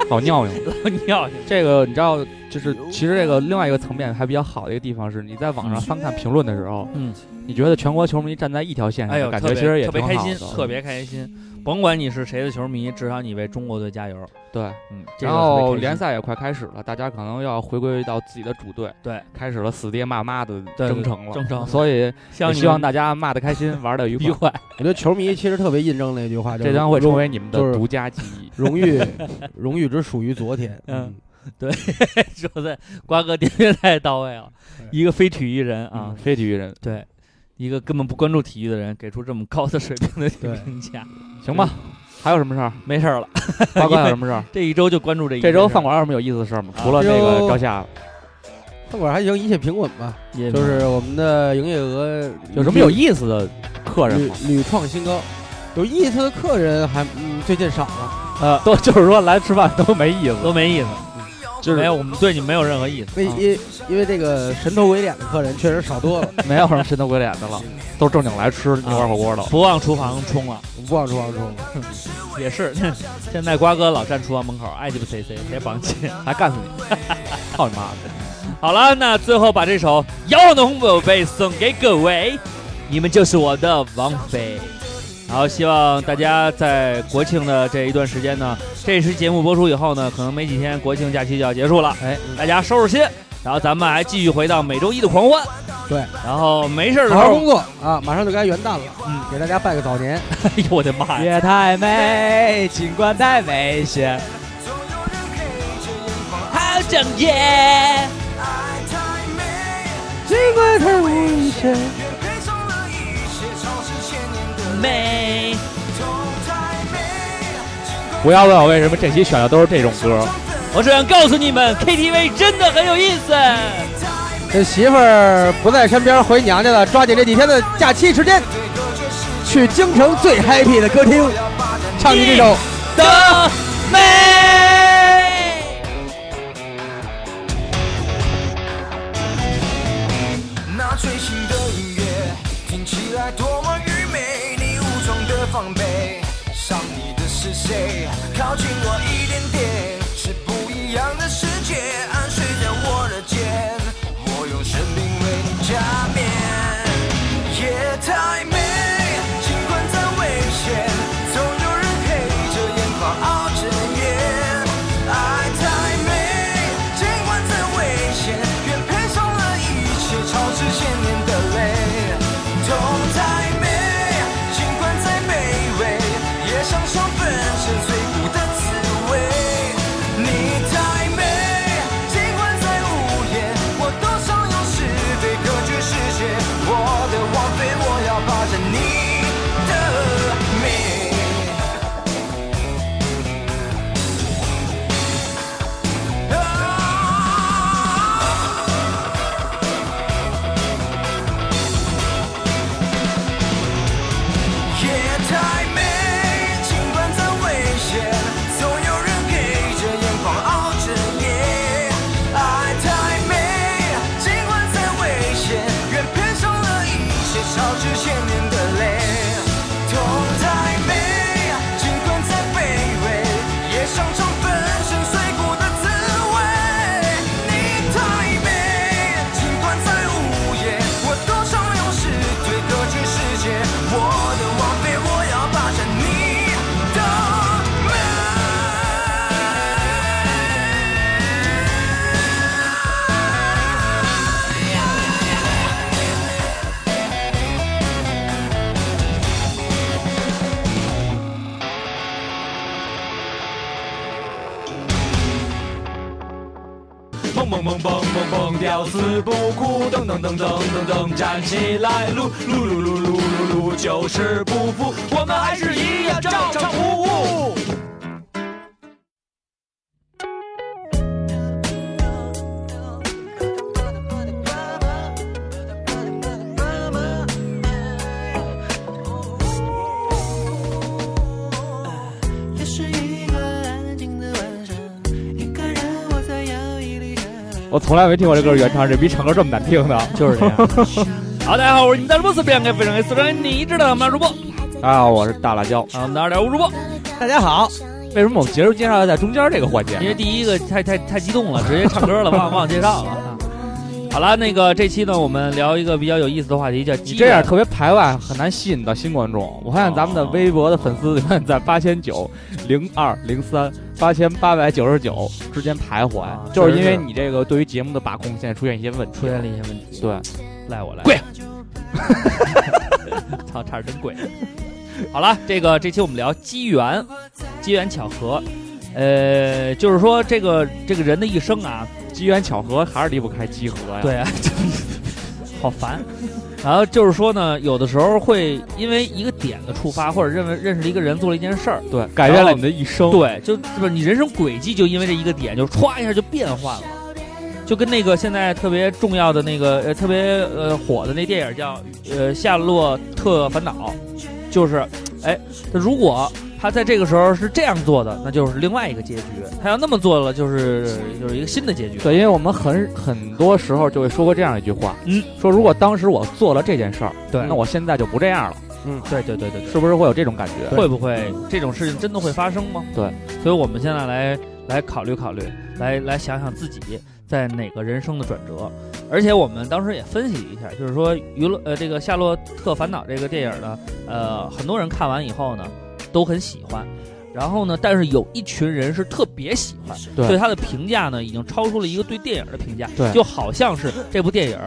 [SPEAKER 31] 老尿性。
[SPEAKER 30] 尿性，
[SPEAKER 31] 这个你知道，就是其实这个另外一个层面还比较好的一个地方是，你在网上翻看评论的时候，
[SPEAKER 30] 嗯，
[SPEAKER 31] 你觉得全国球迷站在一条线
[SPEAKER 30] 哎呦，
[SPEAKER 31] 上，感
[SPEAKER 30] 特
[SPEAKER 31] 觉
[SPEAKER 30] 别
[SPEAKER 31] 其实也
[SPEAKER 30] 特别
[SPEAKER 31] 挺
[SPEAKER 30] 开
[SPEAKER 31] 好
[SPEAKER 35] 心
[SPEAKER 31] 的，
[SPEAKER 35] 特别开心。甭管你是谁的球迷，至少你为中国队加油。
[SPEAKER 31] 对。
[SPEAKER 35] 嗯，这个特别
[SPEAKER 31] 然
[SPEAKER 35] 开
[SPEAKER 31] 后
[SPEAKER 35] 心
[SPEAKER 31] 联赛也快开始了，大家可能要回归到自己的主队，
[SPEAKER 35] 对，
[SPEAKER 31] 开始了死爹骂妈的
[SPEAKER 35] 对
[SPEAKER 31] 征程了，
[SPEAKER 35] 征程
[SPEAKER 31] 所以
[SPEAKER 35] 希
[SPEAKER 31] 也
[SPEAKER 35] 望
[SPEAKER 31] 希望
[SPEAKER 35] 大
[SPEAKER 31] 大家骂的开心，玩的愉
[SPEAKER 30] 愉
[SPEAKER 31] 快，
[SPEAKER 30] 快。”
[SPEAKER 25] 我觉得球迷其实特别印证那句话，就是
[SPEAKER 31] 这将会成
[SPEAKER 25] 荣
[SPEAKER 31] 为你们
[SPEAKER 25] 就是
[SPEAKER 31] 的独家记 忆。
[SPEAKER 25] 荣誉，荣誉只属于昨天。
[SPEAKER 30] 嗯，说的瓜哥点评太到位了，一个非体育人啊，
[SPEAKER 31] 啊，非体育人，
[SPEAKER 30] 对，一个根本不关注体育的人给出这么高的水平的
[SPEAKER 25] 对
[SPEAKER 35] 评价，
[SPEAKER 31] 行吧？还有什 么事儿？
[SPEAKER 30] 没事儿了，
[SPEAKER 31] 八卦有什么事儿？
[SPEAKER 30] 这一周就关注这一
[SPEAKER 31] 这周
[SPEAKER 35] 放
[SPEAKER 31] 饭馆有什么有意思的事儿吗？除
[SPEAKER 30] 啊
[SPEAKER 31] 了那
[SPEAKER 25] 这周
[SPEAKER 31] 个照相，
[SPEAKER 25] 饭嗯馆还行，一切平稳吧。
[SPEAKER 30] 也
[SPEAKER 25] 就是我们的营业额
[SPEAKER 31] 嗯有什么有意思的客人
[SPEAKER 25] 屡
[SPEAKER 31] 吗？
[SPEAKER 25] 屡创新高，有意思的客人还嗯最近少了。
[SPEAKER 31] 呃，都就是说来吃饭都没意思，
[SPEAKER 30] 都没意思，
[SPEAKER 31] 就
[SPEAKER 30] 没
[SPEAKER 31] 是
[SPEAKER 30] 有，我们对你没有任何意思。
[SPEAKER 31] 啊
[SPEAKER 30] 啊
[SPEAKER 25] 因因因为这个神头鬼脸的客人确实少 多了，
[SPEAKER 31] 没有什么神头鬼脸的了，啊都正经来吃牛肉火锅的了。
[SPEAKER 30] 不往厨房冲了，
[SPEAKER 25] 我不往出往出。
[SPEAKER 30] 也是。 现在瓜哥老站厨房门口，爱鸡巴谁谁谁帮亲， 还干死你！
[SPEAKER 31] 操你妈的！
[SPEAKER 30] 好了，那最后把这首《摇晃的红宝贝》送给各位，你们就是我的王妃。然后希望大家在国庆的这一段时间呢，这期节目播出以后呢，可能没几天国庆假期就要结束了，
[SPEAKER 31] 哎，
[SPEAKER 30] 大家收拾心，然后咱们还继续回到每周一的狂欢。
[SPEAKER 25] 对，
[SPEAKER 30] 然后没事儿的时
[SPEAKER 25] 好好
[SPEAKER 30] 候
[SPEAKER 25] 工，作啊，马上就该元旦了，
[SPEAKER 30] 嗯，
[SPEAKER 25] 给大家拜个早年。
[SPEAKER 30] 哎呦我的妈呀！
[SPEAKER 31] 夜太美，景观太危险。
[SPEAKER 30] 好整洁，
[SPEAKER 25] 尽管太危险，
[SPEAKER 30] 美。
[SPEAKER 31] 不要问我为什么这期选的都是这种歌，
[SPEAKER 30] 我只想告诉你们，KTV 真的很有意思。
[SPEAKER 25] 这媳妇儿不在身边，回娘家了，抓紧这几天的假期时间，去京城最 happy 的歌厅，唱起这首。
[SPEAKER 30] 的美。
[SPEAKER 32] 那最新的音乐听起来多么愚昧，你武装的防备，伤你的是谁？靠近我一点点，是不一样的世界，安睡在我的肩，我用生命为你加冕。夜太美，尽管再危险，总有人陪着眼眶熬着夜。爱太美，尽管再危险，愿配送了一切超支千年的泪。痛太美，尽管再卑微，也享受粉身碎骨的滋味。你太。的王妃，我要霸占你的美。啊！夜太美，尽管再危险，总有人陪着眼眶熬着夜。爱太美，尽管再危险，愿赔上了一切，潮至千年的泪。痛太美，尽管再卑微，也尝尝粉身碎骨的滋味。你太美，尽管再无言，我多想用诗对歌曲世界。我的王妃，我要霸占你的美。
[SPEAKER 36] 蹦蹦蹦蹦蹦蹦，吊死不哭，噔噔噔噔噔噔，站起来，撸撸撸撸撸撸撸，就是不服，我们还是一样照常服务。
[SPEAKER 37] 又是一个安静的晚上，一个人我在摇椅里看。
[SPEAKER 31] 我从来没听过这歌原唱，这逼唱歌这么难听的，
[SPEAKER 30] 就是这样。 好，大家好，我是你们的主播四变给非常 S 人，你知道我们主播
[SPEAKER 31] 大家好，我是大辣椒。
[SPEAKER 30] 啊，我们的二点五主播。
[SPEAKER 31] 大家好，为什么我们节目介绍要在中间这个环节
[SPEAKER 30] 因？为第一个太太太激动了，直接唱歌了，忘忘介绍了。 啊好了，那个这期呢，我们聊一个比较有意思的话题，叫
[SPEAKER 31] 你这样特别排外，很难吸引到新观众。哦我发现咱们的微博的粉丝永远在八千九、零二、零三、八千八百九十九之间徘徊，就是因为你这个对于节目的把控现在啊出现一些问题，
[SPEAKER 30] 出现了一些问题，
[SPEAKER 31] 对，
[SPEAKER 30] 赖我赖我
[SPEAKER 31] 跪，
[SPEAKER 30] 操，差点真跪。好了，这个这期我们聊机缘，机缘巧合，呃，就是说这个这个人的一生啊，
[SPEAKER 31] 机缘巧合还是离不开集哎合呀。
[SPEAKER 30] 对啊， 好烦。然后就是说呢，有的时候会因为一个点的触发，或者认为认识了一个人做了一件事儿，
[SPEAKER 31] 对，改变了你的一生。
[SPEAKER 30] 对，就就是你人生轨迹就因为这一个点，就歘一下就变换了。就跟那个现在特别重要的那个呃特别呃火的那电影叫呃《夏洛特烦恼》，就是哎，如果他在这个时候是这样做的，那就是另外一个结局；他要那么做了，就是就是一个新的结局。
[SPEAKER 31] 对，因为我们很很多时候就会说过这样一句话，
[SPEAKER 30] 嗯，
[SPEAKER 31] 说如果当时我做了这件事儿，
[SPEAKER 30] 对
[SPEAKER 31] 那我现在就不这样了，
[SPEAKER 30] 嗯，对对对对对，
[SPEAKER 31] 是不是会有这种感觉？
[SPEAKER 30] 会不会这种事情真的会发生吗？
[SPEAKER 31] 对，
[SPEAKER 30] 所以我们现在来来考虑考虑，来来想想自己在哪个人生的转折。而且我们当时也分析一下，就是说娱乐呃这个《夏洛特烦恼》这个电影呢，呃很多人看完以后呢都很喜欢，然后呢，但是有一群人是特别喜欢，
[SPEAKER 31] 对
[SPEAKER 30] 对他的评价呢已经超出了一个对电影的评价，
[SPEAKER 31] 对
[SPEAKER 30] 就好像是这部电影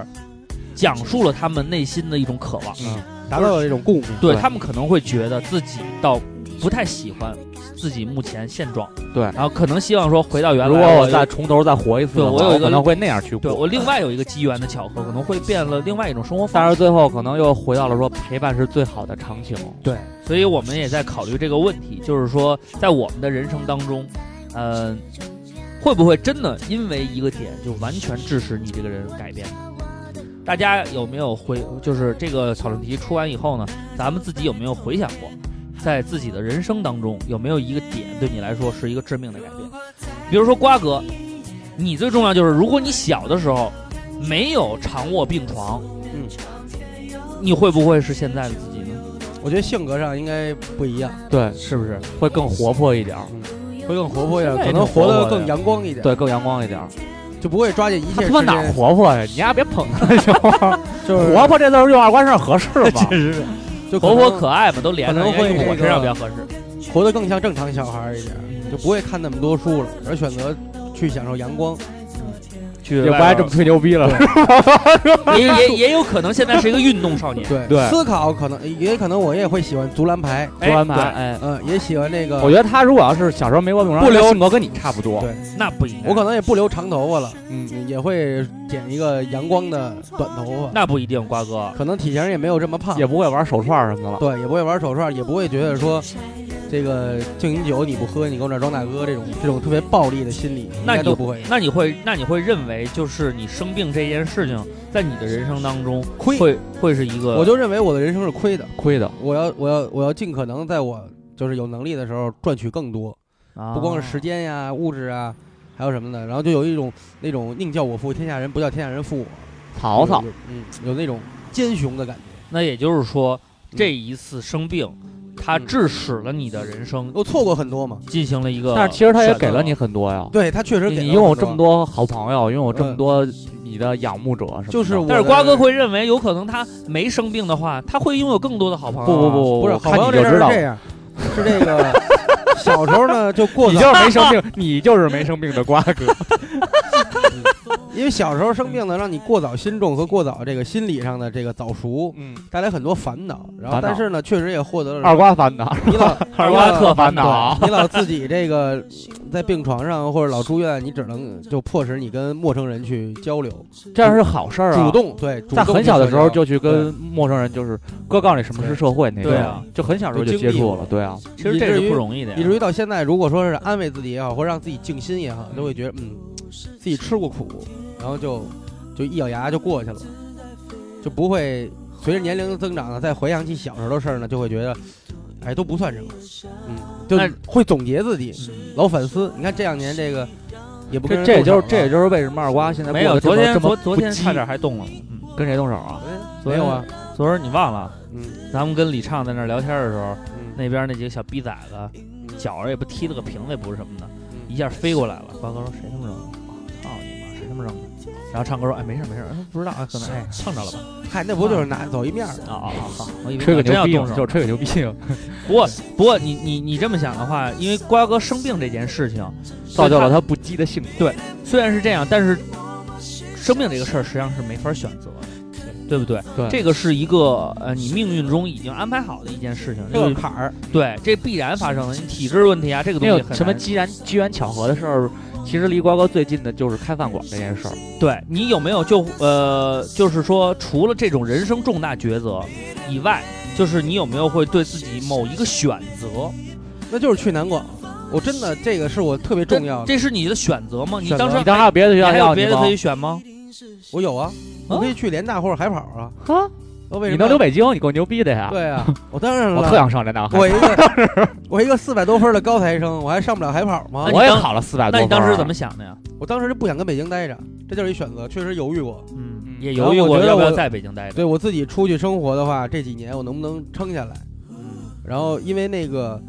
[SPEAKER 30] 讲述了他们内心的一种渴望。
[SPEAKER 31] 嗯
[SPEAKER 25] 达到了这种共鸣。
[SPEAKER 30] 对他们可能会觉得自己倒不太喜欢自己目前现状，
[SPEAKER 31] 对
[SPEAKER 30] 然后可能希望说回到原来。
[SPEAKER 31] 如果我
[SPEAKER 30] 有
[SPEAKER 31] 再从头再活一次
[SPEAKER 30] 对
[SPEAKER 31] 的话，
[SPEAKER 30] 我有一个
[SPEAKER 31] 可能会那样去
[SPEAKER 30] 对
[SPEAKER 31] 过。
[SPEAKER 30] 我另外有一个机缘的巧合，可能会变了另外一种生活
[SPEAKER 31] 但
[SPEAKER 30] 方
[SPEAKER 31] 是
[SPEAKER 30] 式。
[SPEAKER 31] 最后可能又回到了说陪伴是最好的长情。
[SPEAKER 30] 对，所以我们也在考虑这个问题，就是说在我们的人生当中，嗯、会不会真的因为一个点就完全致使你这个人改变？大家有没有回？就是这个讨论题出完以后呢，咱们自己有没有回想过，在自己的人生当中有没有一个点对你来说是一个致命的改变？比如说瓜哥，你最重要就是，如果你小的时候没有常卧病床，
[SPEAKER 25] 嗯，
[SPEAKER 30] 你会不会是现在的自己呢？
[SPEAKER 25] 我觉得性格上应该不一样，
[SPEAKER 31] 对，
[SPEAKER 30] 是不是
[SPEAKER 31] 会更活泼一点儿，
[SPEAKER 25] 会更活泼一点，
[SPEAKER 31] 嗯现在
[SPEAKER 25] 可
[SPEAKER 31] 也
[SPEAKER 25] 能
[SPEAKER 31] 挺活
[SPEAKER 25] 活得
[SPEAKER 31] 泼的
[SPEAKER 25] 更阳光一点，
[SPEAKER 31] 对，更阳光一点儿。
[SPEAKER 25] 就不会抓紧一
[SPEAKER 31] 他他
[SPEAKER 25] 切时
[SPEAKER 31] 妈哪儿
[SPEAKER 25] 间，
[SPEAKER 31] 活泼呀？你丫别捧他行吗？
[SPEAKER 25] 就是
[SPEAKER 31] 活泼这字儿用二瓜身上合适 吗？
[SPEAKER 30] 是
[SPEAKER 25] 就
[SPEAKER 30] 活泼可
[SPEAKER 25] 可
[SPEAKER 30] 爱嘛，都连着，
[SPEAKER 25] 可能会
[SPEAKER 30] 应该用我
[SPEAKER 25] 这
[SPEAKER 30] 身
[SPEAKER 25] 个
[SPEAKER 30] 上比较合适。
[SPEAKER 25] 能活得更像正常小孩儿一点，就不会看那么多书了，而选择去享受阳光。
[SPEAKER 30] 去
[SPEAKER 31] 也不爱这么吹牛逼了，
[SPEAKER 30] 也也也有可能现在是一个运动少 年，
[SPEAKER 31] 对对，
[SPEAKER 25] 思考可能也可能我也会喜欢足篮排，
[SPEAKER 31] 足篮排，哎，
[SPEAKER 25] 嗯，也喜欢那个。
[SPEAKER 31] 我觉得他如果要是小时候没过动，
[SPEAKER 30] 不留
[SPEAKER 31] 性格跟你差不多，
[SPEAKER 25] 对，
[SPEAKER 30] 那不一定。
[SPEAKER 25] 我可能也不留长头发了，
[SPEAKER 31] 嗯，
[SPEAKER 25] 也会剪一个阳光的短头发，
[SPEAKER 30] 那不一定，瓜哥，
[SPEAKER 25] 可能体型也没有这么胖，
[SPEAKER 31] 也不会玩手串什么的了，
[SPEAKER 25] 对，也不会玩手串，也不会觉得说。这个敬你酒你不喝，你跟我这装大哥，这种这种特别暴力的心理，
[SPEAKER 30] 那
[SPEAKER 25] 你都不会。
[SPEAKER 30] 那你会，那你会认为，就是你生病这件事情，在你的人生当中
[SPEAKER 25] 亏
[SPEAKER 30] 会会是一个，
[SPEAKER 25] 我就认为我的人生是亏的，
[SPEAKER 31] 亏的。
[SPEAKER 25] 我要我要我要尽可能在我就是有能力的时候赚取更多，
[SPEAKER 30] 啊、
[SPEAKER 25] 不光是时间呀、物质啊，还有什么的。然后就有一种那种宁叫我负天下人，不叫天下人负我。
[SPEAKER 31] 曹操，
[SPEAKER 25] 嗯，有那种奸雄的感觉。
[SPEAKER 30] 那也就是说，这一次生病。嗯它致使了你的人生，
[SPEAKER 25] 我错过很多嘛，
[SPEAKER 30] 进行了一个，
[SPEAKER 31] 但是其实他也给了你很多呀。
[SPEAKER 25] 对他确实给
[SPEAKER 31] 你拥有这么多好朋友，拥有这么多你的仰慕者什么的。
[SPEAKER 25] 就是，
[SPEAKER 30] 但是瓜哥会认为，有可能他没生病的话，他会拥有更多的好朋友。啊
[SPEAKER 31] 不不不，
[SPEAKER 25] 不是，
[SPEAKER 31] 看你就知道
[SPEAKER 25] 这样，是这个 小时候呢就过，
[SPEAKER 31] 你就是没生 病，你就是没生病的瓜哥。
[SPEAKER 25] 因为小时候生病呢，让你过早心重和过早这个心理上的这个早熟，嗯，带来很多烦恼。然后，但是呢，确实也获得了
[SPEAKER 31] 嗯二瓜烦恼，
[SPEAKER 25] 你老
[SPEAKER 31] 二瓜特烦恼，
[SPEAKER 25] 你老自己这个在病床上或者老住院，你只能就迫使你跟陌生人去交流，
[SPEAKER 31] 这样是好事儿
[SPEAKER 25] 啊。主动对，
[SPEAKER 31] 在很小的时候就去跟陌生人，就是哥告诉你什么是社会那个，
[SPEAKER 30] 对啊，
[SPEAKER 31] 就很小时候就接触了，对啊。
[SPEAKER 30] 其实这是不容易的，
[SPEAKER 25] 以至于到现在，如果说是安慰自己也好，或者让自己静心也好，就会觉得嗯，自己吃过苦。然后就就一咬牙就过去了，就不会随着年龄的增长呢，再回想起小时候的事儿呢，就会觉得，哎，都不算什么，嗯，就会总结自己，
[SPEAKER 30] 嗯
[SPEAKER 25] 老反思。你看这两年这个也不
[SPEAKER 31] 这这也就是这也就是为什么二瓜现在
[SPEAKER 30] 没有昨天昨
[SPEAKER 31] 昨
[SPEAKER 30] 天差点还动了，嗯，
[SPEAKER 31] 跟谁动手啊？
[SPEAKER 25] 没有啊，
[SPEAKER 30] 昨儿你忘了？
[SPEAKER 25] 嗯，
[SPEAKER 30] 咱们跟李畅在那聊天的时候，那边那几个小逼崽子脚上也不踢了个瓶子也不是什么的，
[SPEAKER 31] 嗯
[SPEAKER 30] 一下飞过来了。瓜哥说谁他妈扔的？操你妈，谁他妈扔的？然后唱歌说：“哎，没事没事，不知道啊，可能哎蹭着了吧。”
[SPEAKER 25] 嗯嗨，那不就是拿走一面
[SPEAKER 31] 嗯
[SPEAKER 30] 的啊啊啊！我以为
[SPEAKER 31] 吹个
[SPEAKER 30] 真
[SPEAKER 31] 牛
[SPEAKER 30] 要
[SPEAKER 31] 逼，
[SPEAKER 30] 动手，
[SPEAKER 31] 就是吹个牛 逼。
[SPEAKER 30] 不过不过，你你你这么想的话，因为瓜哥生病这件事情
[SPEAKER 31] 造就了他不羁的性格。
[SPEAKER 30] 对，虽然是这样，但是生病这个事儿实际上是没法选择，对不对？
[SPEAKER 31] 对，
[SPEAKER 30] 这个是一个呃，你命运中已经安排好的一件事情，
[SPEAKER 25] 这个坎儿。
[SPEAKER 30] 对，这必然发生的，你体质问题啊，这个东西
[SPEAKER 31] 什么机缘机缘巧合的事儿。其实离瓜哥最近的就是开饭馆这件事儿。
[SPEAKER 30] 对你有没有就呃，就是说，除了这种人生重大抉择以外，就是你有没有会对自己某一个选择？
[SPEAKER 25] 那就是去南广。我真的这个是我特别重要的。
[SPEAKER 30] 这是你的选择吗？你当时
[SPEAKER 31] 你当时还有别的学校
[SPEAKER 30] 还有
[SPEAKER 31] 要
[SPEAKER 30] 别的可以选吗？嗯
[SPEAKER 25] 我有啊，我
[SPEAKER 30] 哦
[SPEAKER 25] 可以去联大或者海跑啊。
[SPEAKER 31] 啊
[SPEAKER 25] 我为什么
[SPEAKER 31] 你能留北京，你够牛逼的呀！
[SPEAKER 25] 对啊，我当然了，
[SPEAKER 31] 我特想上联大。
[SPEAKER 25] 我一个我一个四百多分的高材生，我还上不了海跑吗？
[SPEAKER 31] 我也考了四百
[SPEAKER 30] 那
[SPEAKER 31] 多分、啊。
[SPEAKER 30] 你当时怎么想的呀？
[SPEAKER 25] 我当时就不想跟北京待着，这就是一选择，确实犹豫过，
[SPEAKER 30] 嗯，也犹豫过要不要在北京待着。
[SPEAKER 25] 对我自己出去生活的话，这几年我能不能撑下来？嗯，然后因为那个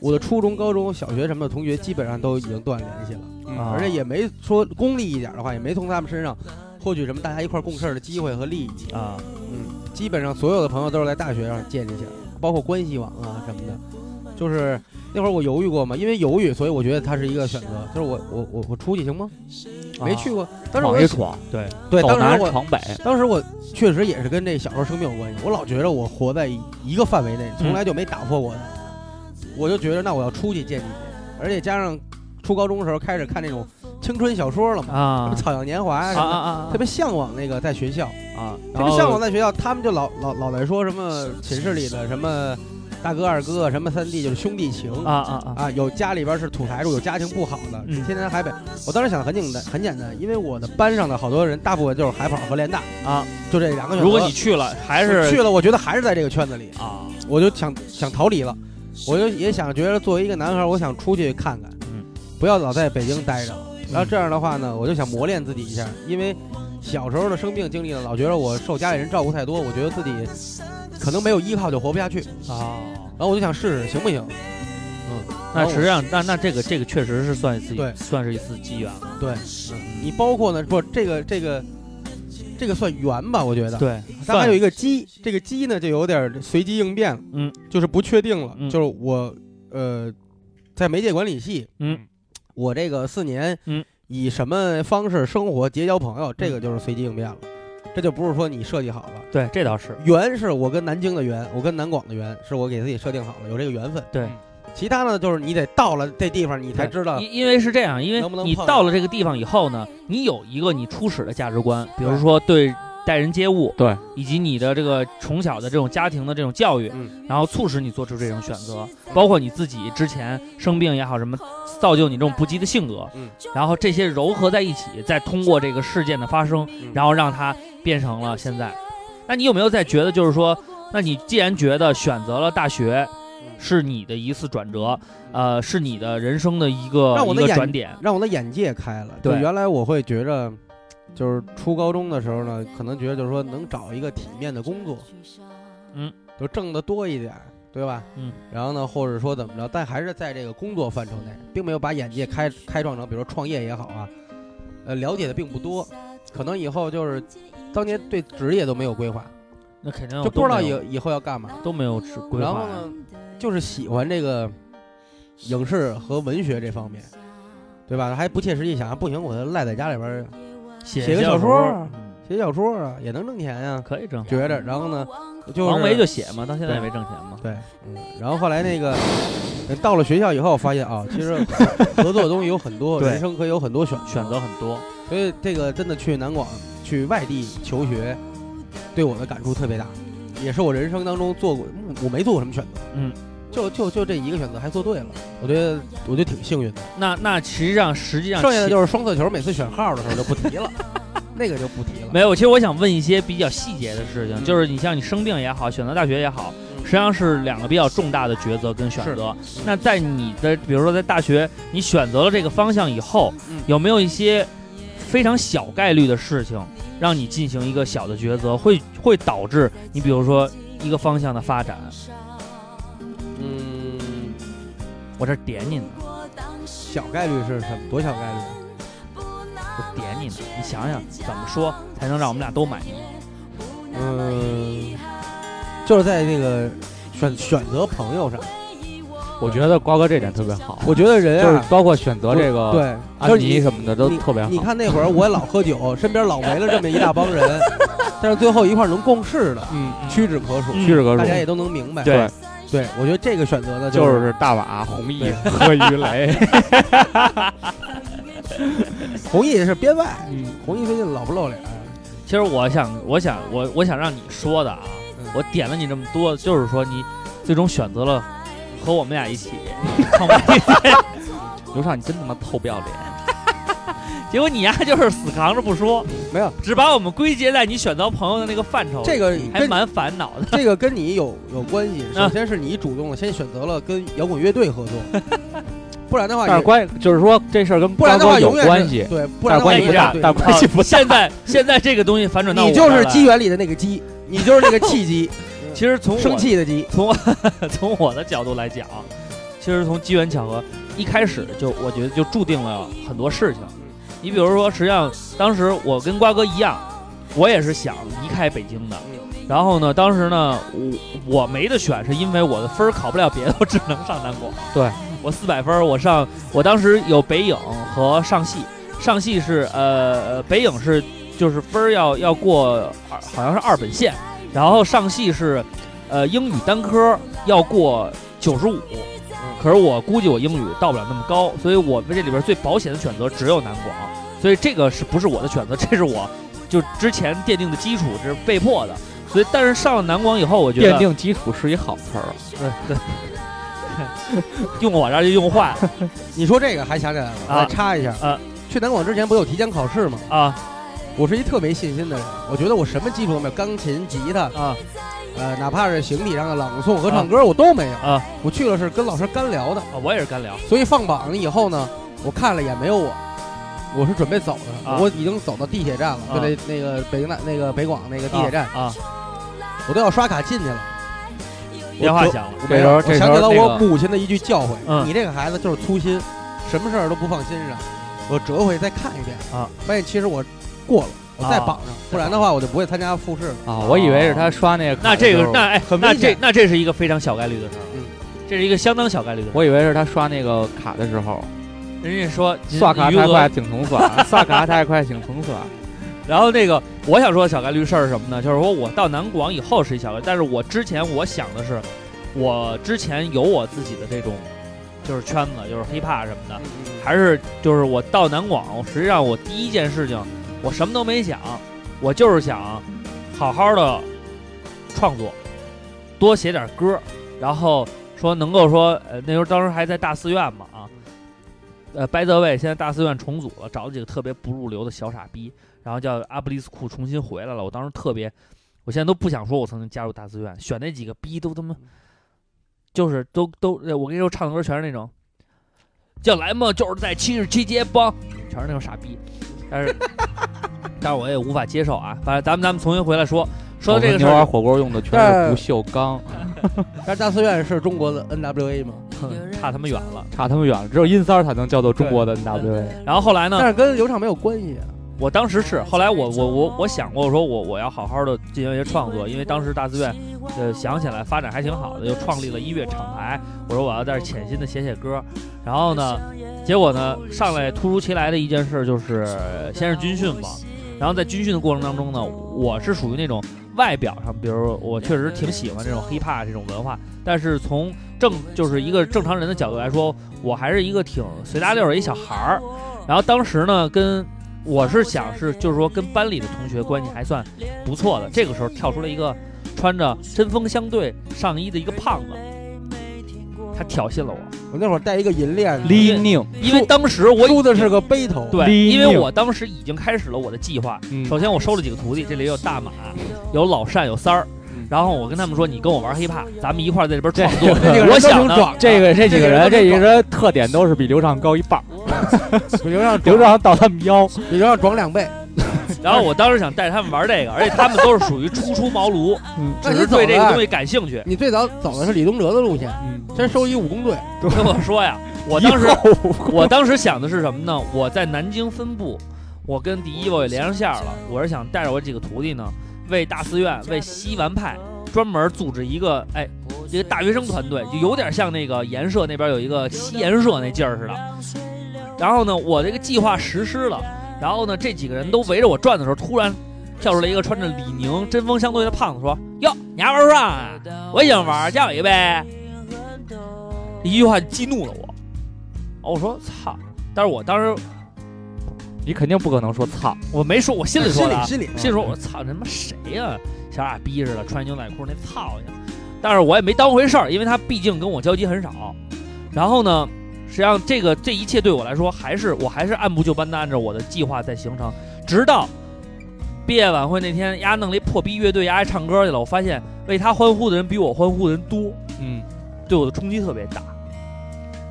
[SPEAKER 25] 我的初中、高中小学什么的同学基本上都已经断联系了，嗯、
[SPEAKER 31] 哦
[SPEAKER 30] 啊
[SPEAKER 25] 而且也没说功利一点的话，也没从他们身上获取什么大家一块共事的机会和利益
[SPEAKER 30] 啊，
[SPEAKER 25] 嗯。基本上所有的朋友都是在大学上建立起来，包括关系网啊什么的。就是那会儿我犹豫过嘛，因为犹豫，所以我觉得它是一个选择。就是我我我我出去行吗？
[SPEAKER 30] 啊
[SPEAKER 25] 没
[SPEAKER 31] 啊
[SPEAKER 25] 去过，当时我
[SPEAKER 31] 一闯，
[SPEAKER 30] 对
[SPEAKER 25] 对，当时
[SPEAKER 31] 我闯北，
[SPEAKER 25] 当时我确实也是跟这小时候生病有关系。我老觉得我活在一个范围内，
[SPEAKER 30] 嗯
[SPEAKER 25] 从来就没打破过的。嗯、我就觉得那我要出去见见，而且加上初高中的时候开始看那种。青春小说了嘛
[SPEAKER 30] 啊，
[SPEAKER 25] 什么《草样年华》
[SPEAKER 30] 啊
[SPEAKER 25] 什么，
[SPEAKER 30] 啊啊
[SPEAKER 25] 特别向往那个在学校
[SPEAKER 30] 啊，
[SPEAKER 25] 特别向往在学校。他们就老老老在说什么寝室里的什么大哥二哥啊什么三弟，就是兄弟情
[SPEAKER 30] 啊啊
[SPEAKER 25] 啊！有家里边是土财主，有家庭不好的，
[SPEAKER 30] 嗯、
[SPEAKER 25] 天天海北。我当时想的很简单，很简单，因为我的班上的好多人，大部分就是海跑和联大
[SPEAKER 30] 啊，
[SPEAKER 25] 就这两个。
[SPEAKER 30] 如果你去了，还是
[SPEAKER 25] 去了，我觉得还是在这个圈子里
[SPEAKER 30] 啊，
[SPEAKER 25] 我就想想逃离了，我就也想觉得作为一个男孩，我想出去看看，
[SPEAKER 30] 嗯、
[SPEAKER 25] 不要老在北京待着。然后这样的话呢，我就想磨练自己一下，因为小时候的生病经历呢，老觉得我受家里人照顾太多，我觉得自己可能没有依靠就活不下去
[SPEAKER 30] 啊。
[SPEAKER 25] 然后我就想试试行不行？嗯，
[SPEAKER 30] 那实际上，那那这个这个确实是算一次
[SPEAKER 25] 对，
[SPEAKER 30] 算是一次机缘了。
[SPEAKER 25] 对，你包括呢，不这个这个这个算缘吧，我觉得。
[SPEAKER 30] 对，
[SPEAKER 25] 但还有一个机，这个机呢就有点随机应变了，
[SPEAKER 30] 嗯，
[SPEAKER 25] 就是不确定了，
[SPEAKER 30] 嗯、
[SPEAKER 25] 就是我呃在媒介管理系，
[SPEAKER 30] 嗯。
[SPEAKER 25] 我这个四年，
[SPEAKER 30] 嗯，
[SPEAKER 25] 以什么方式生活、结交朋友，这个就是随机应变了，这就不是说你设计好了。
[SPEAKER 30] 对，这倒是。
[SPEAKER 25] 缘是我跟南京的缘，我跟南广的缘，是我给自己设定好了，有这个缘分。
[SPEAKER 30] 对。
[SPEAKER 25] 其他呢，就是你得到了这地方，你才知道。
[SPEAKER 30] 因为是这样，因为你到了这个地方以后呢，你有一个你初始的价值观，比如说对待人接物，
[SPEAKER 31] 对，
[SPEAKER 30] 以及你的这个从小的这种家庭的这种教育，
[SPEAKER 25] 嗯、
[SPEAKER 30] 然后促使你做出这种选择，包括你自己之前生病也好，什么造就你这种不羁的性格，
[SPEAKER 25] 嗯，
[SPEAKER 30] 然后这些糅合在一起，再通过这个事件的发生，
[SPEAKER 25] 嗯
[SPEAKER 30] 然后让它变成了现在。那你有没有在觉得，就是说，那你既然觉得选择了大学？是你的一次转折，呃，是你的人生的一个
[SPEAKER 25] 让我
[SPEAKER 30] 一
[SPEAKER 25] 的
[SPEAKER 30] 个转点，
[SPEAKER 25] 让我的眼界开了。
[SPEAKER 30] 对，
[SPEAKER 25] 原来我会觉着，就是初高中的时候呢，可能觉得就是说能找一个体面的工作，
[SPEAKER 30] 嗯，
[SPEAKER 25] 就挣得多一点，对吧？
[SPEAKER 30] 嗯，
[SPEAKER 25] 然后呢，或者说怎么着，但还是在这个工作范畴内，并没有把眼界开开创成，比如说创业也好啊，呃，了解的并不多，可能以后就是当年对职业都没有规划，
[SPEAKER 30] 那肯定
[SPEAKER 25] 就不知道以以后要干嘛，
[SPEAKER 30] 都没有规划。
[SPEAKER 25] 然后呢？就是喜欢这个影视和文学这方面，对吧？还不切实际想，不行我就赖在家里边儿
[SPEAKER 30] 写
[SPEAKER 25] 个
[SPEAKER 30] 小
[SPEAKER 25] 说
[SPEAKER 30] 啊，
[SPEAKER 25] 写小说啊，也能挣钱呀，
[SPEAKER 30] 可以挣。
[SPEAKER 25] 觉着，然后呢，就是
[SPEAKER 30] 王维就写嘛，到现在也没挣钱嘛。
[SPEAKER 25] 对，嗯。然后后来那个到了学校以后，发现啊，其实合作的东西有很多，
[SPEAKER 30] 对
[SPEAKER 25] 人生可以有很多选
[SPEAKER 30] 选择很多。
[SPEAKER 25] 所以这个真的去南广、去外地求学，对我的感触特别大，也是我人生当中做过，我没做过什么选择。
[SPEAKER 30] 嗯。
[SPEAKER 25] 就就就这一个选择还做对了，我觉得我就挺幸运的。
[SPEAKER 30] 那那实际上实际上
[SPEAKER 25] 剩下的就是双色球，每次选号的时候就不 提了，那个就不提了。
[SPEAKER 30] 没有。其实我想问一些比较细节的事
[SPEAKER 25] 嗯
[SPEAKER 30] 情，就是你像你生病也好，选择大学也好，实际上是两个比较重大的抉择跟选择。那在你的比如说在大学，你选择了这个方向以后，
[SPEAKER 25] 嗯
[SPEAKER 30] 有没有一些非常小概率的事情，让你进行一个小的抉择，会会导致你比如说一个方向的发展？
[SPEAKER 25] 嗯，
[SPEAKER 30] 我这点你呢，
[SPEAKER 25] 小概率是什么？多小概率？啊
[SPEAKER 30] 我点你呢，你想想怎么说才能让我们俩都满意？
[SPEAKER 25] 嗯，就是在这个选选择朋友上，
[SPEAKER 31] 我觉得瓜哥这点特别好，
[SPEAKER 25] 我觉得人
[SPEAKER 31] 就是
[SPEAKER 25] 啊，
[SPEAKER 31] 包括选择这个
[SPEAKER 25] 对，就
[SPEAKER 31] 安
[SPEAKER 25] 是
[SPEAKER 31] 妮
[SPEAKER 25] 你
[SPEAKER 31] 呃什么的都
[SPEAKER 25] 你
[SPEAKER 31] 特别好。
[SPEAKER 25] 你看那会儿我老喝酒，身边老没了这么一大帮人，但是最后一块儿能共事的
[SPEAKER 31] 嗯，
[SPEAKER 25] 屈指可数，
[SPEAKER 31] 屈指可数
[SPEAKER 25] 大家也都能明白。
[SPEAKER 31] 对，
[SPEAKER 25] 对，我觉得这个选择呢，
[SPEAKER 31] 就是是大瓦、弘毅和于 雷。
[SPEAKER 25] 弘毅是编外，
[SPEAKER 31] 嗯
[SPEAKER 25] 弘毅最近老不露脸，
[SPEAKER 30] 其实我想，我想，我我想让你说的啊，
[SPEAKER 25] 嗯
[SPEAKER 30] 我点了你这么多，就是说你最终选择了和我们俩一 起创办这些。
[SPEAKER 31] 刘畅，你真他妈臭不要脸！
[SPEAKER 30] 结果你呀、就是死扛着不说，
[SPEAKER 25] 没有，
[SPEAKER 30] 只把我们归结在你选择朋友的那个范畴，
[SPEAKER 25] 这个
[SPEAKER 30] 还
[SPEAKER 25] 跟
[SPEAKER 30] 蛮烦恼 的。
[SPEAKER 25] 这个跟你有有关系。
[SPEAKER 30] 啊
[SPEAKER 25] 首先是你主动的先选择了跟摇滚乐队 合作，不然的话
[SPEAKER 31] 但是
[SPEAKER 25] 也，
[SPEAKER 31] 关就是说这事儿跟
[SPEAKER 25] 不
[SPEAKER 31] 瓜
[SPEAKER 25] 然的
[SPEAKER 31] 哥
[SPEAKER 25] 话
[SPEAKER 31] 有
[SPEAKER 25] 永远是
[SPEAKER 31] 关系，
[SPEAKER 25] 对，不然
[SPEAKER 31] 但
[SPEAKER 25] 的话
[SPEAKER 31] 关
[SPEAKER 25] 永
[SPEAKER 31] 系
[SPEAKER 25] 远
[SPEAKER 31] 不大，但
[SPEAKER 25] 是对立的
[SPEAKER 31] 关系不大。
[SPEAKER 30] 现在现在这个东西反转到
[SPEAKER 25] 你
[SPEAKER 30] 我
[SPEAKER 25] 就
[SPEAKER 30] 这儿
[SPEAKER 25] 是
[SPEAKER 30] 来
[SPEAKER 25] 机。缘里的那个鸡，你就是那个契机，
[SPEAKER 30] 其实从我
[SPEAKER 25] 生气的鸡。
[SPEAKER 30] 从我从我的角度来讲，其实从机缘巧合一开始就，我觉得就注定了很多事情。你比如说，实际上当时我跟瓜哥一样，我也是想离开北京的。然后呢，当时呢，我我没得选，是因为我的分儿考不了别的，我只能上南广。
[SPEAKER 31] 对
[SPEAKER 30] 我四百分儿，我上我当时有北影和上戏，上戏是呃呃北影是就是分儿要要过二好像是二本线，然后上戏是呃英语单科要过九十五，可是我估计我英语到不了那么高，所以我们这里边最保险的选择只有南广，所以这个是不是我的选择？ 这是我就之前奠定的基础，这是被迫的。所以，但是上了南广以后，我觉得
[SPEAKER 31] 奠定基础是一好词
[SPEAKER 25] 啊
[SPEAKER 31] 儿，
[SPEAKER 30] 对对，用我这儿就用坏了
[SPEAKER 25] 你说这个还想起来了，我
[SPEAKER 30] 啊
[SPEAKER 25] 再插一下
[SPEAKER 30] 啊。
[SPEAKER 25] 去南广之前不有体检考试吗？
[SPEAKER 30] 啊
[SPEAKER 25] 我是一特没信心的人，我觉得我什么基础都没有，钢琴、吉他，
[SPEAKER 30] 啊
[SPEAKER 25] 呃，哪怕是形体上的朗诵和唱歌我都没有。
[SPEAKER 30] 啊！
[SPEAKER 25] 我去了是跟老师干聊的，
[SPEAKER 30] 啊，我也是干聊，
[SPEAKER 25] 所以放榜了以后呢，我看了也没有我，我是准备走的，
[SPEAKER 30] 啊
[SPEAKER 25] 我已经走到地铁站了，
[SPEAKER 30] 啊
[SPEAKER 25] 就那那个北京大那个北广那个地铁站，
[SPEAKER 30] 啊，
[SPEAKER 25] 我都要刷卡进去了。
[SPEAKER 30] 电话响了
[SPEAKER 25] 我
[SPEAKER 31] 这
[SPEAKER 25] 没
[SPEAKER 31] 时
[SPEAKER 25] 有，
[SPEAKER 31] 候
[SPEAKER 25] 我
[SPEAKER 31] 这
[SPEAKER 25] 想
[SPEAKER 31] 时
[SPEAKER 25] 起
[SPEAKER 31] 候
[SPEAKER 25] 了
[SPEAKER 31] 那个
[SPEAKER 25] 我母亲的一句教诲：
[SPEAKER 30] 嗯
[SPEAKER 25] 你这个孩子就是粗心，什么事儿都不放心上。我折回再看一遍
[SPEAKER 30] 啊，
[SPEAKER 25] 发现其实我过了，我在
[SPEAKER 30] 啊
[SPEAKER 25] 榜上，不然的话我就不会参加复试了。
[SPEAKER 31] 啊，我以为是他刷那个卡
[SPEAKER 30] 那
[SPEAKER 31] 的时
[SPEAKER 30] 这
[SPEAKER 31] 候，
[SPEAKER 30] 个那哎，
[SPEAKER 25] 很
[SPEAKER 30] 那
[SPEAKER 25] 危
[SPEAKER 30] 这
[SPEAKER 25] 险
[SPEAKER 30] 那这是一个非常小概率的事儿，啊
[SPEAKER 25] 嗯
[SPEAKER 30] 这是一个相当小概率的事儿。
[SPEAKER 31] 我以为是他刷那个卡的时候，
[SPEAKER 30] 人家说
[SPEAKER 31] 刷卡太快，请重刷；刷卡太快，请重刷。
[SPEAKER 30] 然后那个我想说的小概率事儿是什么呢？就是说我到南广以后是一小概率，但是我之前我想的是，我之前有我自己的这种就是圈子，就是 hiphop 什么的，还是就是我到南广，实际上我第一件事情我什么都没想，我就是想好好的创作，多写点歌，然后说能够说呃那时候当时还在大寺院嘛啊。呃，白泽卫现在大寺院重组了，找了几个特别不入流的小傻逼，然后叫阿布利斯库重新回来了。我当时特别，我现在都不想说我曾经加入大寺院，选那几个逼都他妈，就是都都，我跟你说唱的歌全是那种，叫来嘛，就是在七十七街帮，全是那种傻逼，但是但是我也无法接受啊。反正咱们咱们重新回来说说这个事
[SPEAKER 31] 儿，牛丸火锅用的全是不锈钢。
[SPEAKER 25] 但是大寺院是中国的 NWA 吗？
[SPEAKER 30] 嗯差他妈远了，
[SPEAKER 31] 差他妈远了，只有阴三儿才能叫做中国的 NWA。
[SPEAKER 30] 然后后来呢？
[SPEAKER 25] 但是跟流畅没有关系啊。
[SPEAKER 30] 我当时是，后来我我我我想过，我说我我要好好的进行一些创作，因为当时大自院，呃，想起来发展还挺好的，又创立了音乐厂牌。我说我要在这潜心的写写歌，然后呢，结果呢，上来突如其来的一件事就是先是军训嘛，然后在军训的过程当中呢，我是属于那种。外表上，比如我确实挺喜欢这种 hiphop 这种文化，但是从正就是一个正常人的角度来说，我还是一个挺随大溜的一小孩儿。然后当时呢，跟我是想是就是说跟班里的同学关系还算不错的。这个时候跳出来一个穿着针锋相对上衣的一个胖子，他挑衅了我。
[SPEAKER 25] 我那会儿戴一个银链
[SPEAKER 31] 李宁，
[SPEAKER 30] 因为当时我
[SPEAKER 25] 梳的是个背头，
[SPEAKER 30] 对，因为我当时已经开始了我的计划。
[SPEAKER 31] 嗯
[SPEAKER 30] 首先我收了几个徒弟，这里有大马。有老善有三儿，然后我跟他们说，你跟我玩 hiphop，咱们一块在这边创作。我想呢，啊
[SPEAKER 31] 这啊个这几个人，这几个人特点都是比刘畅高一半，
[SPEAKER 25] 比刘畅
[SPEAKER 31] 刘畅到他们腰，
[SPEAKER 25] 比刘畅壮两倍。
[SPEAKER 30] 然后我当时想带他们玩这个，而且他们都是属于初出茅庐，
[SPEAKER 31] 嗯
[SPEAKER 30] 只是对这个东西感兴趣。
[SPEAKER 25] 你最早走的是李东哲的路线，
[SPEAKER 31] 嗯
[SPEAKER 25] 先收一武工队。
[SPEAKER 30] 跟我说呀，我当时 我当时想的是什么呢？我在南京分部，我跟第一我也连上线了，我是想带着我几个徒弟呢。为大寺院、为西丸派专门组织一个，哎，一个大学生团队，就有点像那个研社那边有一个西研社那劲儿似的。然后呢，我这个计划实施了，然后呢，这几个人都围着我转的时候，突然跳出来一个穿着李宁针锋相对的胖子，说：“哟，你还玩不上啊？我也想玩，加我一个呗。”一句话激怒了我。哦，我说操！但是我当时。 啊
[SPEAKER 31] 你肯定不可能说操，
[SPEAKER 30] 我没说，我心里说的、啊，
[SPEAKER 25] 心里
[SPEAKER 30] 心里说，我操，他妈谁呀、啊，小傻逼似的，穿牛仔裤那操去！但是我也没当回事儿，因为他毕竟跟我交集很少。然后呢，实际上这个这一切对我来说，还是我还是按部就班的按照我的计划在形成。直到毕业晚会那天，丫弄了一破逼乐队，丫还唱歌去了，我发现为他欢呼的人比我欢呼的人多，
[SPEAKER 31] 嗯，
[SPEAKER 30] 对我的冲击特别大。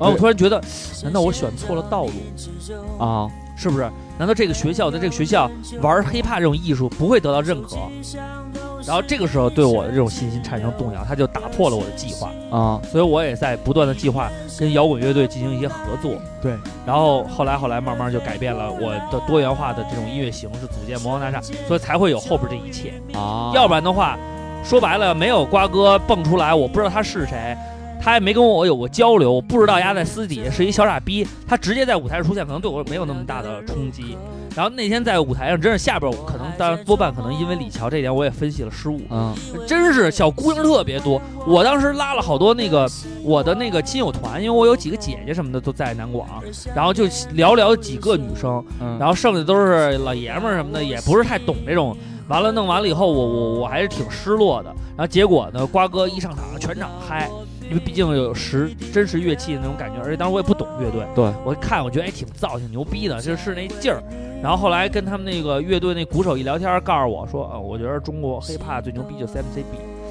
[SPEAKER 30] 然后我突然觉得，难道我选错了道路
[SPEAKER 31] 啊？
[SPEAKER 30] 是不是？难道这个学校在这个学校玩 hiphop 这种艺术不会得到认可？然后这个时候对我的这种信心产生动摇，他就打破了我的计划
[SPEAKER 31] 啊、
[SPEAKER 30] 嗯！所以我也在不断的计划跟摇滚乐队进行一些合作。
[SPEAKER 31] 对，
[SPEAKER 30] 然后后来后来慢慢就改变了我的多元化的这种音乐形式，组建魔方大厦，所以才会有后边这一切
[SPEAKER 31] 啊！
[SPEAKER 30] 要不然的话，说白了没有瓜哥蹦出来，我不知道他是谁。他也没跟我有过交流，我不知道丫在私底下是一小傻逼。他直接在舞台上出现，可能对我没有那么大的冲击。然后那天在舞台上，真是下边可能，当然多半可能因为李乔这一点，我也分析了失误。
[SPEAKER 31] 嗯，
[SPEAKER 30] 呃真是小姑娘特别多。我当时拉了好多那个我的那个亲友团，因为我有几个姐姐什么的都在南广，然后就聊聊几个女生，
[SPEAKER 31] 嗯
[SPEAKER 30] 然后剩下都是老爷们儿什么的，也不是太懂这种。完了弄完了以后，我我我还是挺失落的。然后结果呢，瓜哥一上场，全场嗨。因为毕竟有实真实乐器的那种感觉，而且当时我也不懂乐队，
[SPEAKER 31] 对
[SPEAKER 30] 我看我觉得哎挺造挺牛逼的，就是那劲儿。然后后来跟他们那个乐队那鼓手一聊天，告诉我说，啊、呃，我觉得中国 hiphop 最牛逼就是 MCB，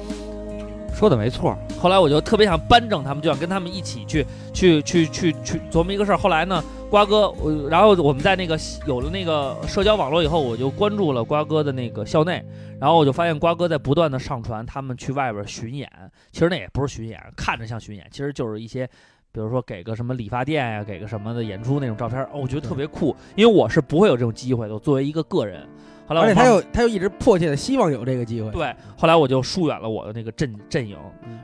[SPEAKER 31] 说的没错。
[SPEAKER 30] 后来我就特别想扳正他们，就想跟他们一起去去去去去琢磨一个事儿。后来呢，瓜哥，我然后我们在那个有了那个社交网络以后，我就关注了瓜哥的那个校内。然后我就发现瓜哥在不断的上传他们去外边巡演，其实那也不是巡演，看着像巡演，其实就是一些，比如说给个什么理发店呀、啊，给个什么的演出那种照片，哦，我觉得特别酷，因为我是不会有这种机会的，我作为一个个人。后来
[SPEAKER 25] 而且他又他又一直迫切的希望有这个机会。
[SPEAKER 30] 对，后来我就疏远了我的那个阵阵营，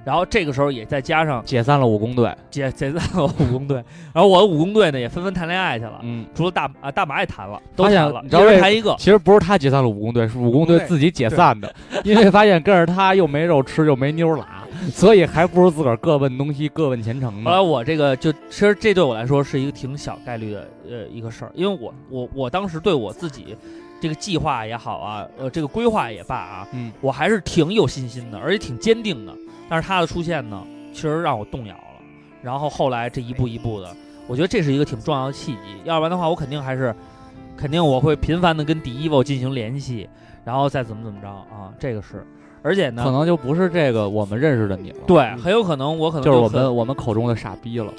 [SPEAKER 30] 然后这个时候也再加上
[SPEAKER 31] 解散了武工队，
[SPEAKER 30] 解解散了武工队，然后我的武工队呢也纷纷谈恋爱去了，
[SPEAKER 31] 嗯，
[SPEAKER 30] 除了大啊大麻也谈了，都谈了，
[SPEAKER 31] 你知道为
[SPEAKER 30] 谈一个，
[SPEAKER 31] 其实不是他解散了武工队，是武工队自己解散的，因为发现跟着他又没肉吃又没妞拉，所以还不如自个儿各奔东西各奔前程呢。
[SPEAKER 30] 后来我这个就其实这对我来说是一个挺小概率的呃一个事儿，因为我我我当时对我自己。这个计划也好啊，呃，这个规划也罢啊，
[SPEAKER 31] 嗯，
[SPEAKER 30] 我还是挺有信心的，而且挺坚定的。但是他的出现呢，其实让我动摇了。然后后来这一步一步的，我觉得这是一个挺重要的契机。要不然的话，我肯定还是，肯定我会频繁的跟 Divo 进行联系，然后再怎么怎么着啊，这个是。而且呢，
[SPEAKER 31] 可能就不是这个我们认识的你了。
[SPEAKER 30] 对，很有可能我可能
[SPEAKER 31] 就是我们我们口中的傻逼了。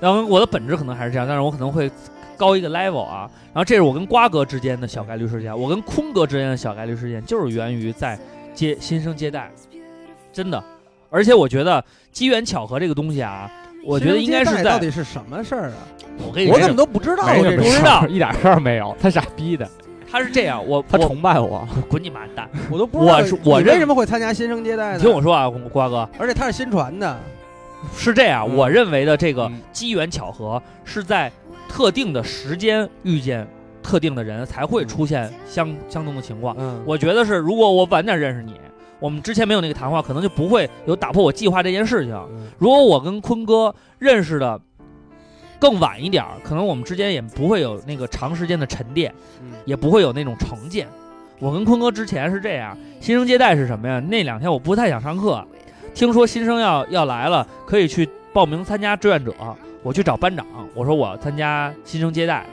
[SPEAKER 30] 然后我的本质可能还是这样，但是我可能会。高一个 level 啊，然后这是我跟瓜哥之间的小概率事件，我跟空哥之间的小概率事件就是源于在接新生接待，真的，而且我觉得机缘巧合这个东西啊，我觉得应该是在
[SPEAKER 25] 到底是什么事儿啊？
[SPEAKER 30] 我跟你
[SPEAKER 25] 我怎么都不知道，
[SPEAKER 31] 没
[SPEAKER 30] 不知道
[SPEAKER 31] 一点事儿没有，他傻逼的，
[SPEAKER 30] 他是这样，我
[SPEAKER 31] 他崇拜我，
[SPEAKER 30] 滚你妈蛋，
[SPEAKER 25] 我都不
[SPEAKER 30] 我我
[SPEAKER 25] 为什么会参加新生接待呢？
[SPEAKER 30] 你听我说啊，瓜哥，
[SPEAKER 25] 而且他是新传的，
[SPEAKER 30] 是这样，
[SPEAKER 31] 嗯、
[SPEAKER 30] 我认为的这个机缘巧合是在。特定的时间遇见特定的人才会出现相、嗯、相同的情况。
[SPEAKER 31] 嗯，
[SPEAKER 30] 我觉得是，如果我晚点认识你，我们之前没有那个谈话，可能就不会有打破我计划这件事情。
[SPEAKER 31] 嗯、
[SPEAKER 30] 如果我跟坤哥认识的更晚一点，可能我们之间也不会有那个长时间的沉淀，
[SPEAKER 31] 嗯、
[SPEAKER 30] 也不会有那种成见。我跟坤哥之前是这样，新生接待是什么呀？那两天我不太想上课，听说新生要要来了，可以去报名参加志愿者。我去找班长，我说我参加新生接待，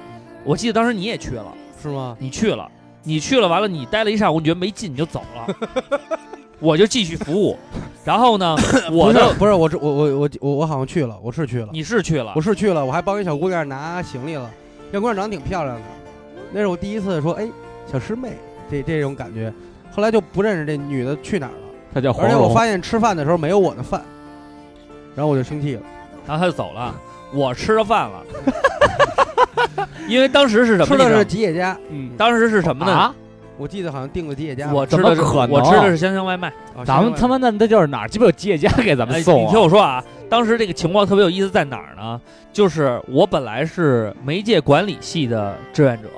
[SPEAKER 30] 我记得当时你也去了，
[SPEAKER 31] 是吗？
[SPEAKER 30] 你去了，你去了，完了你待了一上午，你觉得没劲，你就走 了，我就继续服务。然后呢，我
[SPEAKER 25] 的不是我我我我我我好像去了，我是去了，
[SPEAKER 30] 你是去了，
[SPEAKER 25] 我是去了，我还帮一小姑娘拿行李了，那姑娘长得挺漂亮的，那是我第一次说哎小师妹这这种感觉，后来就不认识这女的去哪儿了，
[SPEAKER 31] 她叫黄
[SPEAKER 25] 而且我发现吃饭的时候没有我的饭，然后我就生气了，
[SPEAKER 30] 然后她就走了。我吃了饭 了，因为当时是什么？
[SPEAKER 25] 吃的是吉野家，
[SPEAKER 31] 嗯，
[SPEAKER 30] 当时是什么呢？
[SPEAKER 31] 啊，
[SPEAKER 25] 我记得好像订了吉野家。
[SPEAKER 30] 我吃的是，
[SPEAKER 31] 可能
[SPEAKER 30] 我吃的是香香外卖。
[SPEAKER 25] 哦、
[SPEAKER 31] 咱们他妈那那就是哪儿鸡巴有吉野家给咱们送、啊
[SPEAKER 30] 哎？你听我说啊，当时这个情况特别有意思，在哪儿呢？就是我本来是媒介管理系的志愿者，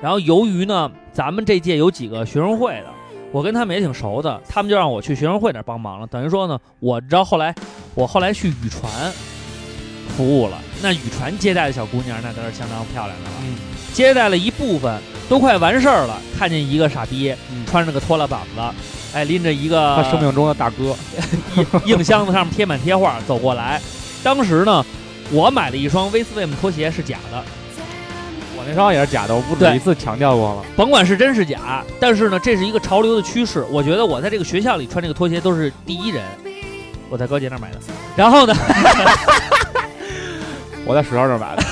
[SPEAKER 30] 然后由于呢，咱们这届有几个学生会的，我跟他们也挺熟的，他们就让我去学生会那儿帮忙了。等于说呢，我知道后来，我后来去语传。服务了，那宇传接待的小姑娘，那都是相当漂亮的了。
[SPEAKER 31] 嗯、
[SPEAKER 30] 接待了一部分，都快完事儿了，看见一个傻逼，
[SPEAKER 31] 嗯、
[SPEAKER 30] 穿着个拖拉板子，哎，拎着一个
[SPEAKER 31] 他生命中的大哥
[SPEAKER 30] 硬箱子，上面贴满贴画，走过来。当时呢，我买了一双威斯威姆拖鞋，是假的。呃
[SPEAKER 31] 我那双也是假的，我不止一次强调过了。
[SPEAKER 30] 甭管是真是假，但是呢，这是一个潮流的趋势。我觉得我在这个学校里穿这个拖鞋都是第一人。我在高姐那儿买的，然后呢？
[SPEAKER 31] 我在石头这买的。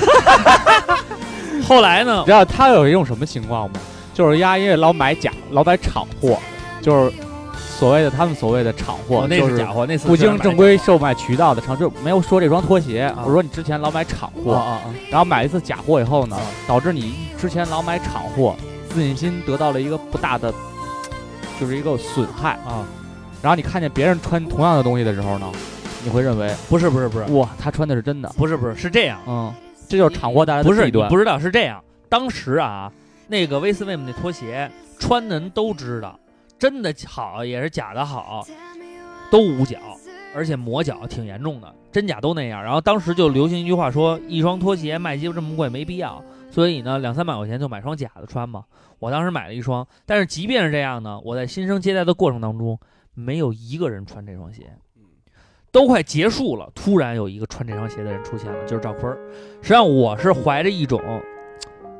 [SPEAKER 30] 后来呢？
[SPEAKER 31] 你知道他有一种什么情况吗？就是丫因为老买假，老买厂货，就是所谓的他们所谓的厂货，
[SPEAKER 30] 哦、那是假货，那是
[SPEAKER 31] 不经正规售卖渠道的厂，就没有说这双拖鞋。啊、我说你之前老买厂货，
[SPEAKER 30] 啊啊、
[SPEAKER 31] 然后买一次假货以后呢，导致你之前老买厂货，自信心得到了一个不大的，就是一个损害
[SPEAKER 30] 啊。
[SPEAKER 31] 然后你看见别人穿同样的东西的时候呢？你会认为
[SPEAKER 30] 不是不是不是
[SPEAKER 31] 哇，他穿的是真的，
[SPEAKER 30] 不是不是是这样，
[SPEAKER 31] 嗯，这就是厂货带来的啊
[SPEAKER 30] 不是不知道是这样。当时啊，那个威斯威姆那拖鞋穿的人都知道，真的好也是假的好，都捂脚，而且磨脚挺严重的，真假都那样。然后当时就流行一句话说，一双拖鞋卖鸡巴这么贵没必要，所以呢两三百块钱就买双假的穿吧。我当时买了一双，但是即便是这样呢，我在新生接待的过程当中，没有一个人穿这双鞋。都快结束了，突然有一个穿这双鞋的人出现了，就是赵坤儿。实际上我是怀着一种，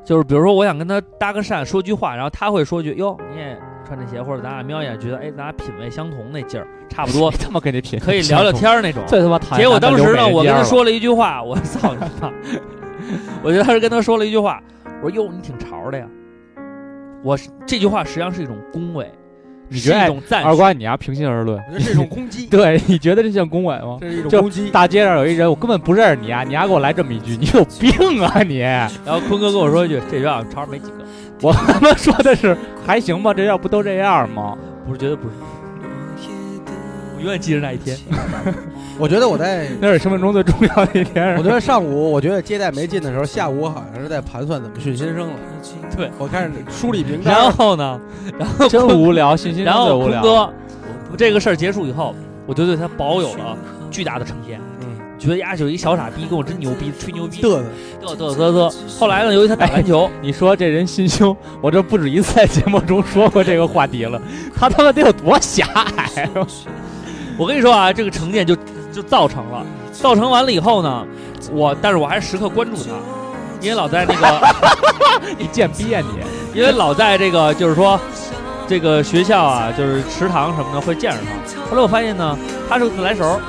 [SPEAKER 30] 就是比如说我想跟他搭个讪，说句话，然后他会说句“哟，你也穿这鞋”，或者咱俩瞄一眼，觉得哎，咱俩品味相同那劲儿差不 多，
[SPEAKER 31] 他妈跟你品
[SPEAKER 30] 可以 聊聊天儿那种。
[SPEAKER 31] 最他妈讨厌。
[SPEAKER 30] 结果当时呢，我跟他说了一句话， 我操你妈！我觉得他是跟他说了一句话，我说：“哟，你挺潮的呀。我”我这句话实际上是一种恭维，
[SPEAKER 31] 你觉得哎
[SPEAKER 30] 一种赞
[SPEAKER 31] 二瓜你丫啊平心而论，
[SPEAKER 25] 我觉得是一种攻 击。
[SPEAKER 31] 对，你觉得这像恭维吗？
[SPEAKER 25] 这是一种攻击。
[SPEAKER 31] 大街上有一人，我根本不认识你啊，你丫给我来这么一句，你有病啊你！然
[SPEAKER 30] 后坤哥跟我说一句：“这学校潮没几个。”
[SPEAKER 31] 我他妈说的是还行吧，这要不都这样吗？
[SPEAKER 30] 不是，绝对不是。我永远记着那一 天。
[SPEAKER 25] 我觉得我在
[SPEAKER 31] 那是生命中最重要的一天。
[SPEAKER 25] 我觉得上午，我觉得接待没劲的时候，下午我好像是在盘算怎么训新生了。
[SPEAKER 30] 对，
[SPEAKER 25] 我开始梳理名单。
[SPEAKER 30] 然后 呢？然后
[SPEAKER 31] 真无聊，信心
[SPEAKER 30] 然后
[SPEAKER 31] 无聊。
[SPEAKER 30] 哥，这个事儿结束以后，我就对他保有了巨大的成见。
[SPEAKER 25] 嗯，
[SPEAKER 30] 觉得丫就一小傻逼，跟我真牛逼，吹牛逼，
[SPEAKER 25] 嘚瑟
[SPEAKER 30] 嘚嘚嘚嘚。后来呢，由于他打篮球，哎、
[SPEAKER 31] 你说这人心胸，我这不止一次在节目中说过这个话题了。他他妈得有多狭隘？
[SPEAKER 30] 我跟你说啊，这个成见就。就造成了，造成完了以后呢，我但是我还是时刻关注他，因为老在那
[SPEAKER 31] 个你贱逼啊
[SPEAKER 30] 你，因为老在这个就是说这个学校啊，就是食堂什么的会见着他。后来我发现呢，他是个自来熟，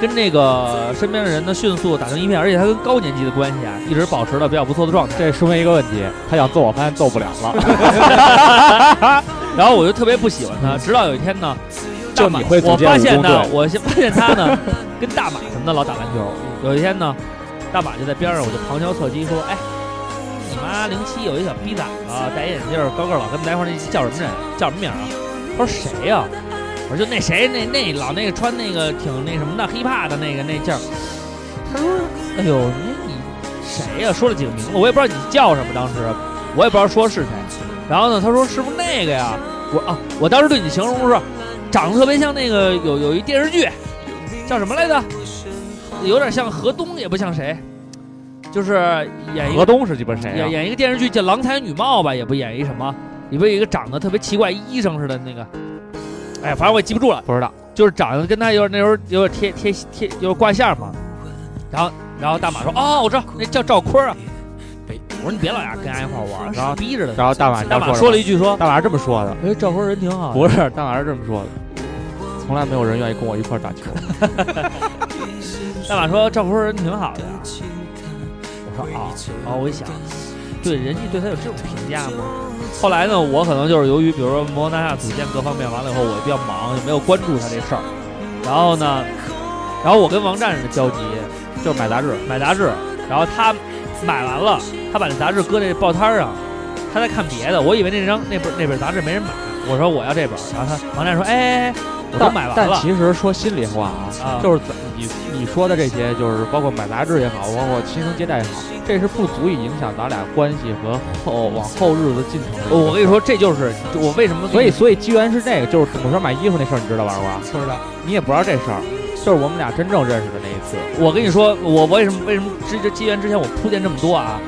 [SPEAKER 30] 跟那个身边的人呢迅速打成一片，而且他跟高年级的关系啊一直保持了比较不错的状态。
[SPEAKER 31] 这说明一个问题，他想揍我，发现揍不了了。
[SPEAKER 30] 然后我就特别不喜欢他，直到有一天呢。
[SPEAKER 31] 就你会
[SPEAKER 30] 我发现呢，我先发现他呢，跟大马什么的老打篮球。有一天呢，大马就在边上，我就旁敲侧击说：“哎，你妈零七有一小逼崽子，啊戴眼镜，高个老跟咱一块儿，那叫什么人？叫什么名啊？”他说：“谁呀、啊？”我说：“就那谁，那那老那个穿那个挺那什么的 hiphop 的那个那劲儿。”他说：“哎呦，那你谁呀、啊？”说了几个名字，我也不知道你叫什么，当时我也不知道说是谁。然后呢，他说：“是不是那个呀？”我啊，我当时对你形容是。长得特别像那个有有一电视剧，叫什么来着？有点像河东，也不像谁，就是演一
[SPEAKER 31] 河东是鸡巴谁、啊？
[SPEAKER 30] 演演一个电视剧叫《郎才女貌》吧，也不演一什么，里边有一个长得特别奇怪医生似的那个，哎，反正我也记不住了，
[SPEAKER 31] 不知道，
[SPEAKER 30] 就是长得跟他有点那时候有点贴贴贴，有点挂相嘛。然后然后大马说：“哦，我知道，那叫赵坤啊。”我说你别老丫跟人一块玩，
[SPEAKER 31] 然后
[SPEAKER 30] 逼着的。
[SPEAKER 31] 然后大马
[SPEAKER 30] 大马
[SPEAKER 31] 说
[SPEAKER 30] 了一句说：“
[SPEAKER 31] 大马是这么说的，
[SPEAKER 30] 哎，赵坤人挺好。”
[SPEAKER 31] 不是，大马是这么说的，从来没有人愿意跟我一块打球。
[SPEAKER 30] 大马说赵坤人挺好的呀。我说啊啊，我一想，对，人家对他有这种评价吗？后来呢，我可能就是由于比如说摩纳下组建各方面完了以后，我比较忙，就没有关注他这事儿。然后呢，然后我跟王战士的交集
[SPEAKER 31] 就是买杂志，
[SPEAKER 30] 买杂志，然后他。买完了，他把那杂志搁那报摊上，他在看别的。我以为那张那本那本杂志没人买，我说我要这本。然后他王战说：“哎，我 都买完了。
[SPEAKER 31] 但”但其实说心里话啊，
[SPEAKER 30] 啊
[SPEAKER 31] 就是你你说的这些，就是包括买杂志也好，包括亲生接待也好，这是不足以影响咱俩关系和后往后日子进程的。
[SPEAKER 30] 哦我跟你说，这就是我为什么
[SPEAKER 31] 所以所以机缘是这个，就是董事买衣服那事儿，你知道吧，瓜？
[SPEAKER 25] 知道。
[SPEAKER 31] 你也不知道这事儿。就是我们俩真正认识的那一次。
[SPEAKER 30] 我跟你说，我为什么为什么这这机缘之前我铺垫这么多啊？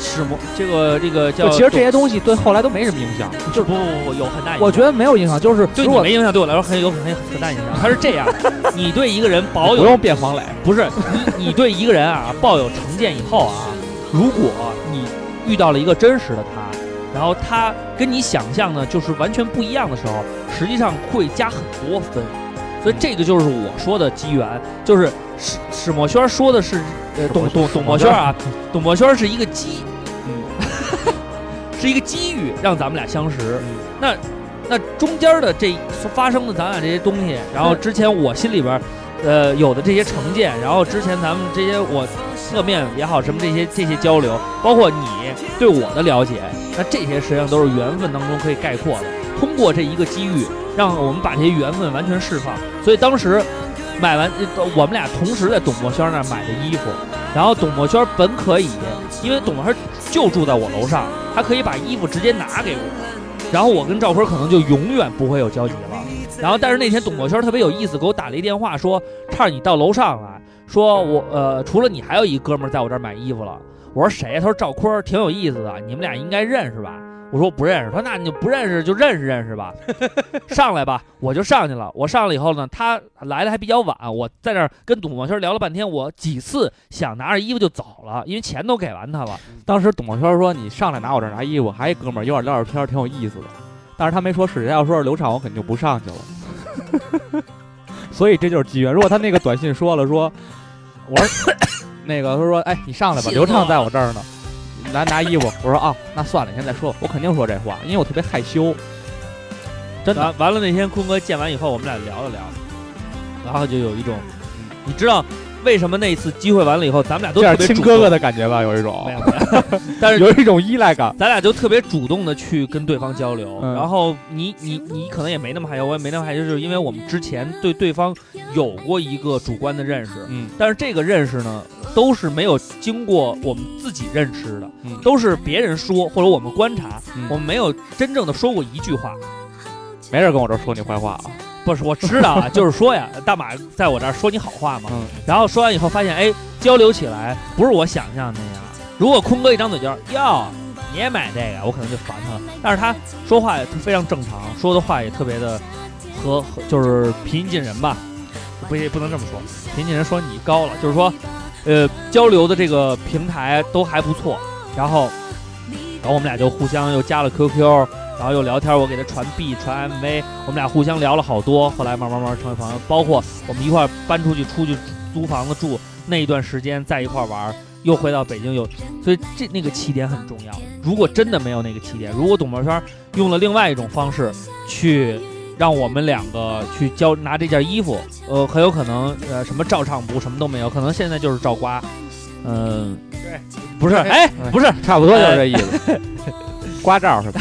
[SPEAKER 30] 是吗？这个这个叫……
[SPEAKER 31] 其实这些东西对后来都没什么影响。
[SPEAKER 30] 就不不不有很大影响。
[SPEAKER 31] 我觉得没有影响，就是
[SPEAKER 30] 对你没影响，对我来说很有很很大影响。它是这样，你对一个人保有
[SPEAKER 31] 不用变黄磊，
[SPEAKER 30] 不是你你对一个人啊抱有成见以后啊，如果你遇到了一个真实的他，然后他跟你想象呢就是完全不一样的时候，实际上会加很多分。所以这个就是我说的机缘，就是史史墨轩说的是，呃，董董董墨轩啊，董墨轩是一个机，嗯， 是一个机遇让咱们俩相识。
[SPEAKER 31] 嗯、
[SPEAKER 30] 那那中间的这发生的咱俩这些东西，然后之前我心里边，呃，有的这些成见，然后之前咱们这些我侧面也好，什么这些这些交流，包括你对我的了解，那这些实际上都是缘分当中可以概括的。通过这一个机遇，让我们把这些缘分完全释放。所以当时买完，呃我们俩同时在董墨轩那儿买的衣服。然后董墨轩本可以，因为董墨轩就住在我楼上，他可以把衣服直接拿给我。然后我跟赵坤可能就永远不会有交集了。然后但是那天董墨轩特别有意思，给我打了一电话说：“差你到楼上来，说我呃，除了你还有一哥们在我这儿买衣服了。”我说谁？他说赵坤，挺有意思的，你们俩应该认识吧？我说不认识，他说那你就不认识就认识认识吧，上来吧，我就上去了。我上了以后呢，他来的还比较晚，我在那儿跟董茂轩聊了半天，我几次想拿着衣服就走了，因为钱都给完他 了。
[SPEAKER 31] 当时董茂轩说：“你上来拿我这拿衣服。”还一哥们儿有点聊着天，挺有意思的，但是他没说是谁。要说是刘畅，我肯定就不上去 了。所以这就是机缘。如果他那个短信说了说，我说那个他说：“哎，你上来吧，刘畅在我这儿呢。”来拿衣服，我说啊，那算了，你先再说。我肯定说这话，因为我特别害羞。
[SPEAKER 30] 真的。完了那天坤哥见完以后，我们俩聊了聊，然后就有一种，嗯你知道为什么那一次机会完了以后，咱们俩都
[SPEAKER 31] 有点亲哥哥的感觉吧，有一种，
[SPEAKER 30] 没有没有 但是
[SPEAKER 31] 有一种依赖感。
[SPEAKER 30] 咱俩就特别主动的去跟对方交流，嗯、然后你你你可能也没那么害羞，我也没那么害羞，就是因为我们之前对对方有过一个主观的认识，
[SPEAKER 31] 嗯，
[SPEAKER 30] 但是这个认识呢，都是没有经过我们自己认知的，
[SPEAKER 31] 嗯、
[SPEAKER 30] 都是别人说或者我们观察，
[SPEAKER 31] 嗯、
[SPEAKER 30] 我们没有真正的说过一句话。
[SPEAKER 31] 没人跟我这说你坏话啊！
[SPEAKER 30] 不是，我知道啊，就是说呀，大马在我这儿说你好话嘛，
[SPEAKER 31] 嗯、
[SPEAKER 30] 然后说完以后发现，哎，交流起来不是我想象那样。如果坤哥一张嘴就是哟，你也买这个，我可能就烦他了。但是他说话也非常正常，说的话也特别的和就是平易近人吧，不也不能这么说，平易近人说你高了，就是说，呃，交流的这个平台都还不错。然后，然后我们俩就互相又加了 QQ。然后又聊天，我给他传 B 传 MV，我们俩互相聊了好多。后来慢慢慢成为朋友，包括我们一块搬出去，出去租房子住那一段时间，在一块玩，又回到北京又，所以这那个起点很重要。如果真的没有那个起点，如果董博轩用了另外一种方式去让我们两个去交拿这件衣服，呃，很有可能呃什么照唱不什么都没有，可能现在就是照瓜，嗯、呃，对，不 是，哎，不是，呃
[SPEAKER 31] 差不多就是这意 思。哎刮照 是吧？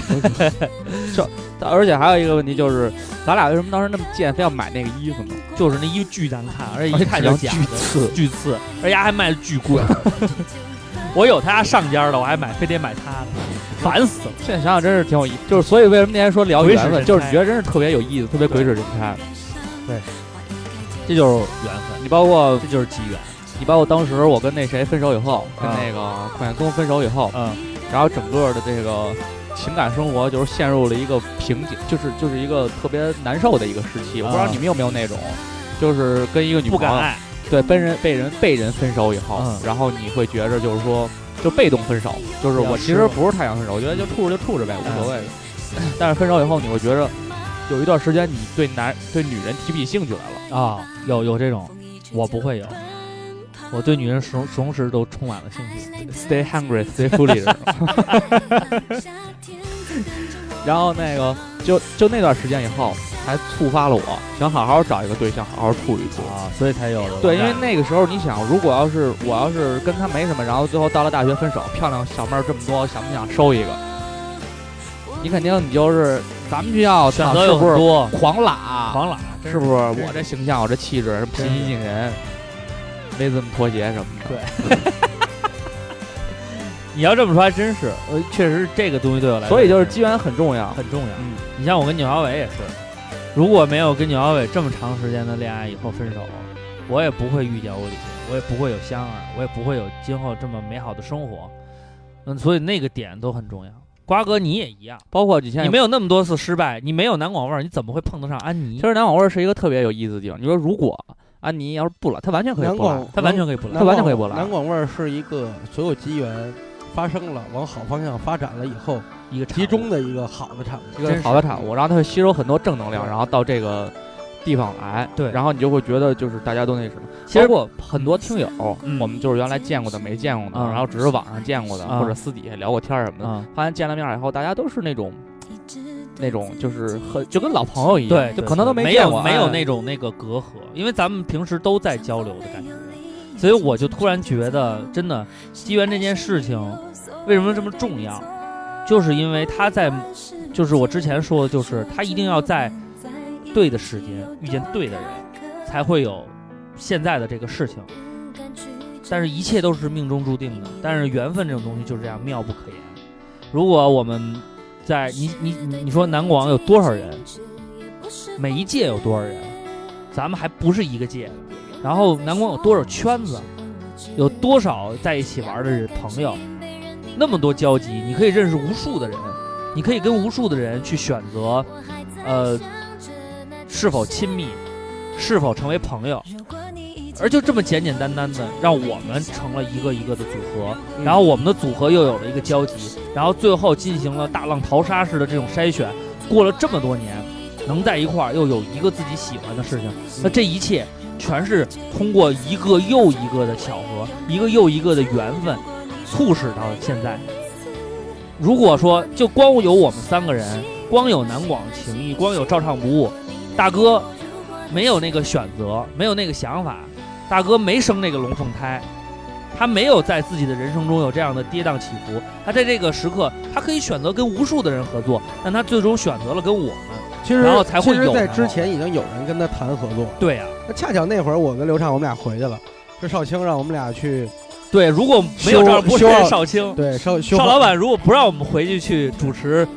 [SPEAKER 31] 就而且还有一个问题就是，咱俩为什么当时那么贱，非要买那个衣服呢？
[SPEAKER 30] 就是那衣服巨难看，而且哎一看就假的，
[SPEAKER 31] 刺
[SPEAKER 30] 巨刺，而且还卖的巨贵。我有他家上家的，我还买，非得买他的，烦死了。
[SPEAKER 31] 现在想想真是挺有意思，就是所以为什么那天说聊缘分，就是觉得真是特别有意思，特别鬼使神差。
[SPEAKER 30] 对，这就是缘分。
[SPEAKER 31] 你包括
[SPEAKER 30] 这就是机啊缘。
[SPEAKER 31] 你包括当时我跟那谁分手以后，跟那个孔建功分手以后，
[SPEAKER 30] 嗯。
[SPEAKER 31] 然后整个的这个情感生活就是陷入了一个瓶颈，就是就是一个特别难受的一个时期。我不知道你们有没有那种，就是跟一个女
[SPEAKER 30] 啊不
[SPEAKER 31] 朋
[SPEAKER 30] 敢
[SPEAKER 31] 友
[SPEAKER 30] 爱，
[SPEAKER 31] 对，被人被人被人分手以后，
[SPEAKER 30] 嗯、
[SPEAKER 31] 然后你会觉着就是说就被动分手，就是我其实不是太想分手，我觉得就处着就处着呗，无所谓。嗯、但是分手以后，你会觉着有一段时间你对男对女人提不起兴趣来
[SPEAKER 30] 了啊，有有这种，我不会有。我对女人从从时都充满了兴趣。
[SPEAKER 31] Stay hungry, stay foolish。然后那个就就那段时间以后，还触发了我想好好找一个对象，好好处一处
[SPEAKER 30] 啊，所以才有了。
[SPEAKER 31] 对，因为那个时候你想，如果要是我要是跟他没什么，然后最后到了大学分手，漂亮小妹儿这么多，想不想收一个？你肯定你就是咱们学校
[SPEAKER 30] 选择有
[SPEAKER 31] 很
[SPEAKER 30] 多，啊
[SPEAKER 31] 狂拉
[SPEAKER 30] 狂拉，
[SPEAKER 31] 是不是？我这形象，我这气质，平易近人。没怎么脱节什么
[SPEAKER 30] 的，对。你要这么说还真是，呃，确实这个东西对我来说，
[SPEAKER 31] 所以就是机缘很重要，
[SPEAKER 30] 很重要。
[SPEAKER 31] 嗯，
[SPEAKER 30] 你像我跟钮小伟也是，如果没有跟钮小伟这么长时间的恋爱以后分手，我也不会遇见欧里，我也不会有香儿，我也不会有今后这么美好的生活。嗯，所以那个点都很重要。瓜哥，你也一样，
[SPEAKER 31] 包括以前
[SPEAKER 30] 你没有那么多次失败，你没有南广味儿，你怎么会碰得上安妮？
[SPEAKER 31] 其实南广味儿是一个特别有意思的地方。你说如果。安妮要是不来，她完全可以不来，
[SPEAKER 30] 她完全可以不来，
[SPEAKER 31] 她完全可以不来。
[SPEAKER 25] 南广味儿是一个所有机缘发生了，往好方向发展了以后，
[SPEAKER 30] 一个
[SPEAKER 25] 集中的一个好的产物，
[SPEAKER 31] 一个好的产物，然后它会吸收很多正能量，然后到这个地方来，
[SPEAKER 30] 对，
[SPEAKER 31] 然后你就会觉得就是大家都那什么。
[SPEAKER 30] 其实
[SPEAKER 31] 我很多听友，
[SPEAKER 30] 嗯、
[SPEAKER 31] 我们就是原来见过的、没见过的，
[SPEAKER 30] 嗯、
[SPEAKER 31] 然后只是网上见过的、
[SPEAKER 30] 嗯、
[SPEAKER 31] 或者私底下聊过天儿什么
[SPEAKER 30] 啊
[SPEAKER 31] 的，发现见了面以后，大家都是那种。那种就是很就跟老朋友一样，
[SPEAKER 30] 对，
[SPEAKER 31] 就可能都
[SPEAKER 30] 没
[SPEAKER 31] 见过，嗯
[SPEAKER 30] 没有那种那个隔阂，因为咱们平时都在交流的感觉，所以我就突然觉得，真的机缘这件事情为什么这么重要，就是因为他在，就是我之前说的，就是他一定要在对的时间遇见对的人，才会有现在的这个事情。但是，一切都是命中注定的，但是缘分这种东西就是这样妙不可言。如果我们。在哎你你你说南广有多少人？每一届有多少人？咱们还不是一个届。然后南广有多少圈子？有多少在一起玩的人朋友？那么多交集，你可以认识无数的人，你可以跟无数的人去选择，呃，是否亲密，是否成为朋友。而就这么简简单单的，让我们成了一个一个的组合，然后我们的组合又有了一个交集，然后最后进行了大浪淘沙式的这种筛选。过了这么多年，能在一块儿又有一个自己喜欢的事情，那这一切全是通过一个又一个的巧合，一个又一个的缘分，促使到现在。如果说就光有我们三个人。光有南广情谊，光有照唱不误，大哥没有那个选择，没有那个想法，大哥没生那个龙凤胎，他没有在自己的人生中有这样的跌宕起伏。他在这个时刻，他可以选择跟无数的人合作，但他最终选择了跟我们。
[SPEAKER 25] 其实，
[SPEAKER 30] 然后才会有。
[SPEAKER 25] 在之前已经有人跟他谈合作。
[SPEAKER 30] 对呀、
[SPEAKER 25] 那恰巧那会儿我跟刘畅我们俩回去了，是邵青让我们俩去。
[SPEAKER 30] 对，如果没有赵不是
[SPEAKER 25] 修
[SPEAKER 30] 哦少卿，
[SPEAKER 25] 对邵
[SPEAKER 30] 邵
[SPEAKER 25] 邵
[SPEAKER 30] 老板如果不让我们回去去主持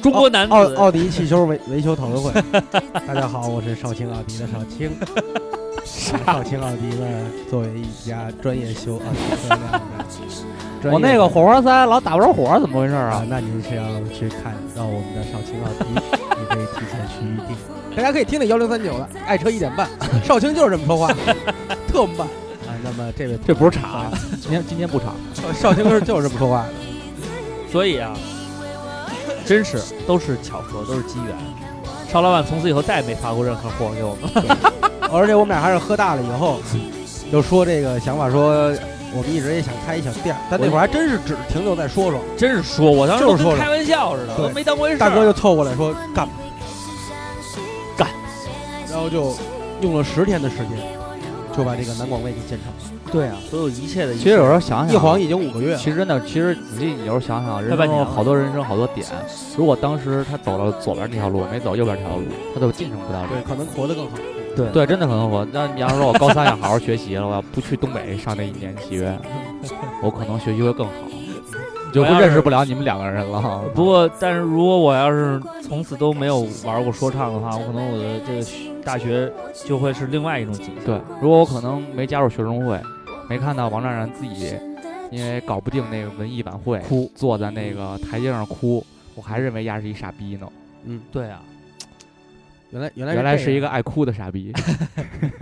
[SPEAKER 30] 中国男子
[SPEAKER 25] 奥奥迪汽修维维修讨论会。大家好，我是邵青奥迪的邵 青。邵青奥迪呢，作为一家专业修奥迪车辆的专业
[SPEAKER 31] 我那个火花塞老打不着火，怎么回事啊
[SPEAKER 25] 啊？，那您是要去看到我们的少卿奥迪， 你可以提前去预定。大家可以听听幺零三九的爱车一点 半，少卿就是这么说 话，特慢啊。那么这位
[SPEAKER 31] 这不是茶，啊今天今天不茶。
[SPEAKER 25] 呃少卿是就是这么说话的。
[SPEAKER 30] 所以啊，真是都是巧合，都是机缘。邵老板从此以后再也没发过任何货给我们了。
[SPEAKER 25] 而且我们俩还是喝大了以后，就说这个想法，说我们一直也想开一小店儿，但那会儿还真是只停留在说说。
[SPEAKER 30] 真是说，我当时
[SPEAKER 25] 就
[SPEAKER 30] 都
[SPEAKER 25] 是
[SPEAKER 30] 跟
[SPEAKER 25] 说
[SPEAKER 30] 开玩笑似的，
[SPEAKER 25] 对
[SPEAKER 30] 我都没当回事儿。
[SPEAKER 31] 啊
[SPEAKER 25] 大哥就凑过来说干吧，
[SPEAKER 30] 干，
[SPEAKER 25] 然后就用了十天的时间，就把这个南广卫给建成了。
[SPEAKER 30] 对啊，所有一切的一切，
[SPEAKER 31] 其实有时候想想，
[SPEAKER 25] 一晃已经五个月了。
[SPEAKER 31] 其实真的，其实你有时候想想，
[SPEAKER 30] 快
[SPEAKER 31] 人生
[SPEAKER 30] 半年
[SPEAKER 31] 中
[SPEAKER 30] 了
[SPEAKER 31] 好多人生好多点。如果当时他走了左边那条路，没走右边这条路，他就晋升不到这
[SPEAKER 25] 对，可能活得更好。
[SPEAKER 30] 对
[SPEAKER 31] 对，真的很后悔。那你要是说我高三要好好学习了，我要不去东北上那一年学，我可能学习会更好，你就
[SPEAKER 30] 我要
[SPEAKER 31] 会
[SPEAKER 30] 是
[SPEAKER 31] 认识不了你们两个人了。
[SPEAKER 30] 不过，但是如果我要是从此都没有玩过说唱的话，我可能我的这个学大学就会是另外一种景象。
[SPEAKER 31] 对，如果我可能没加入学生会，没看到王湛然自己因为搞不定那个文艺 晚会，
[SPEAKER 30] 哭
[SPEAKER 31] 坐在那个台阶上哭，我还认为丫是一傻逼呢。
[SPEAKER 25] 嗯，
[SPEAKER 30] 对啊，
[SPEAKER 25] 原来原来
[SPEAKER 31] 原来是一个
[SPEAKER 25] 个
[SPEAKER 31] 爱哭的傻逼。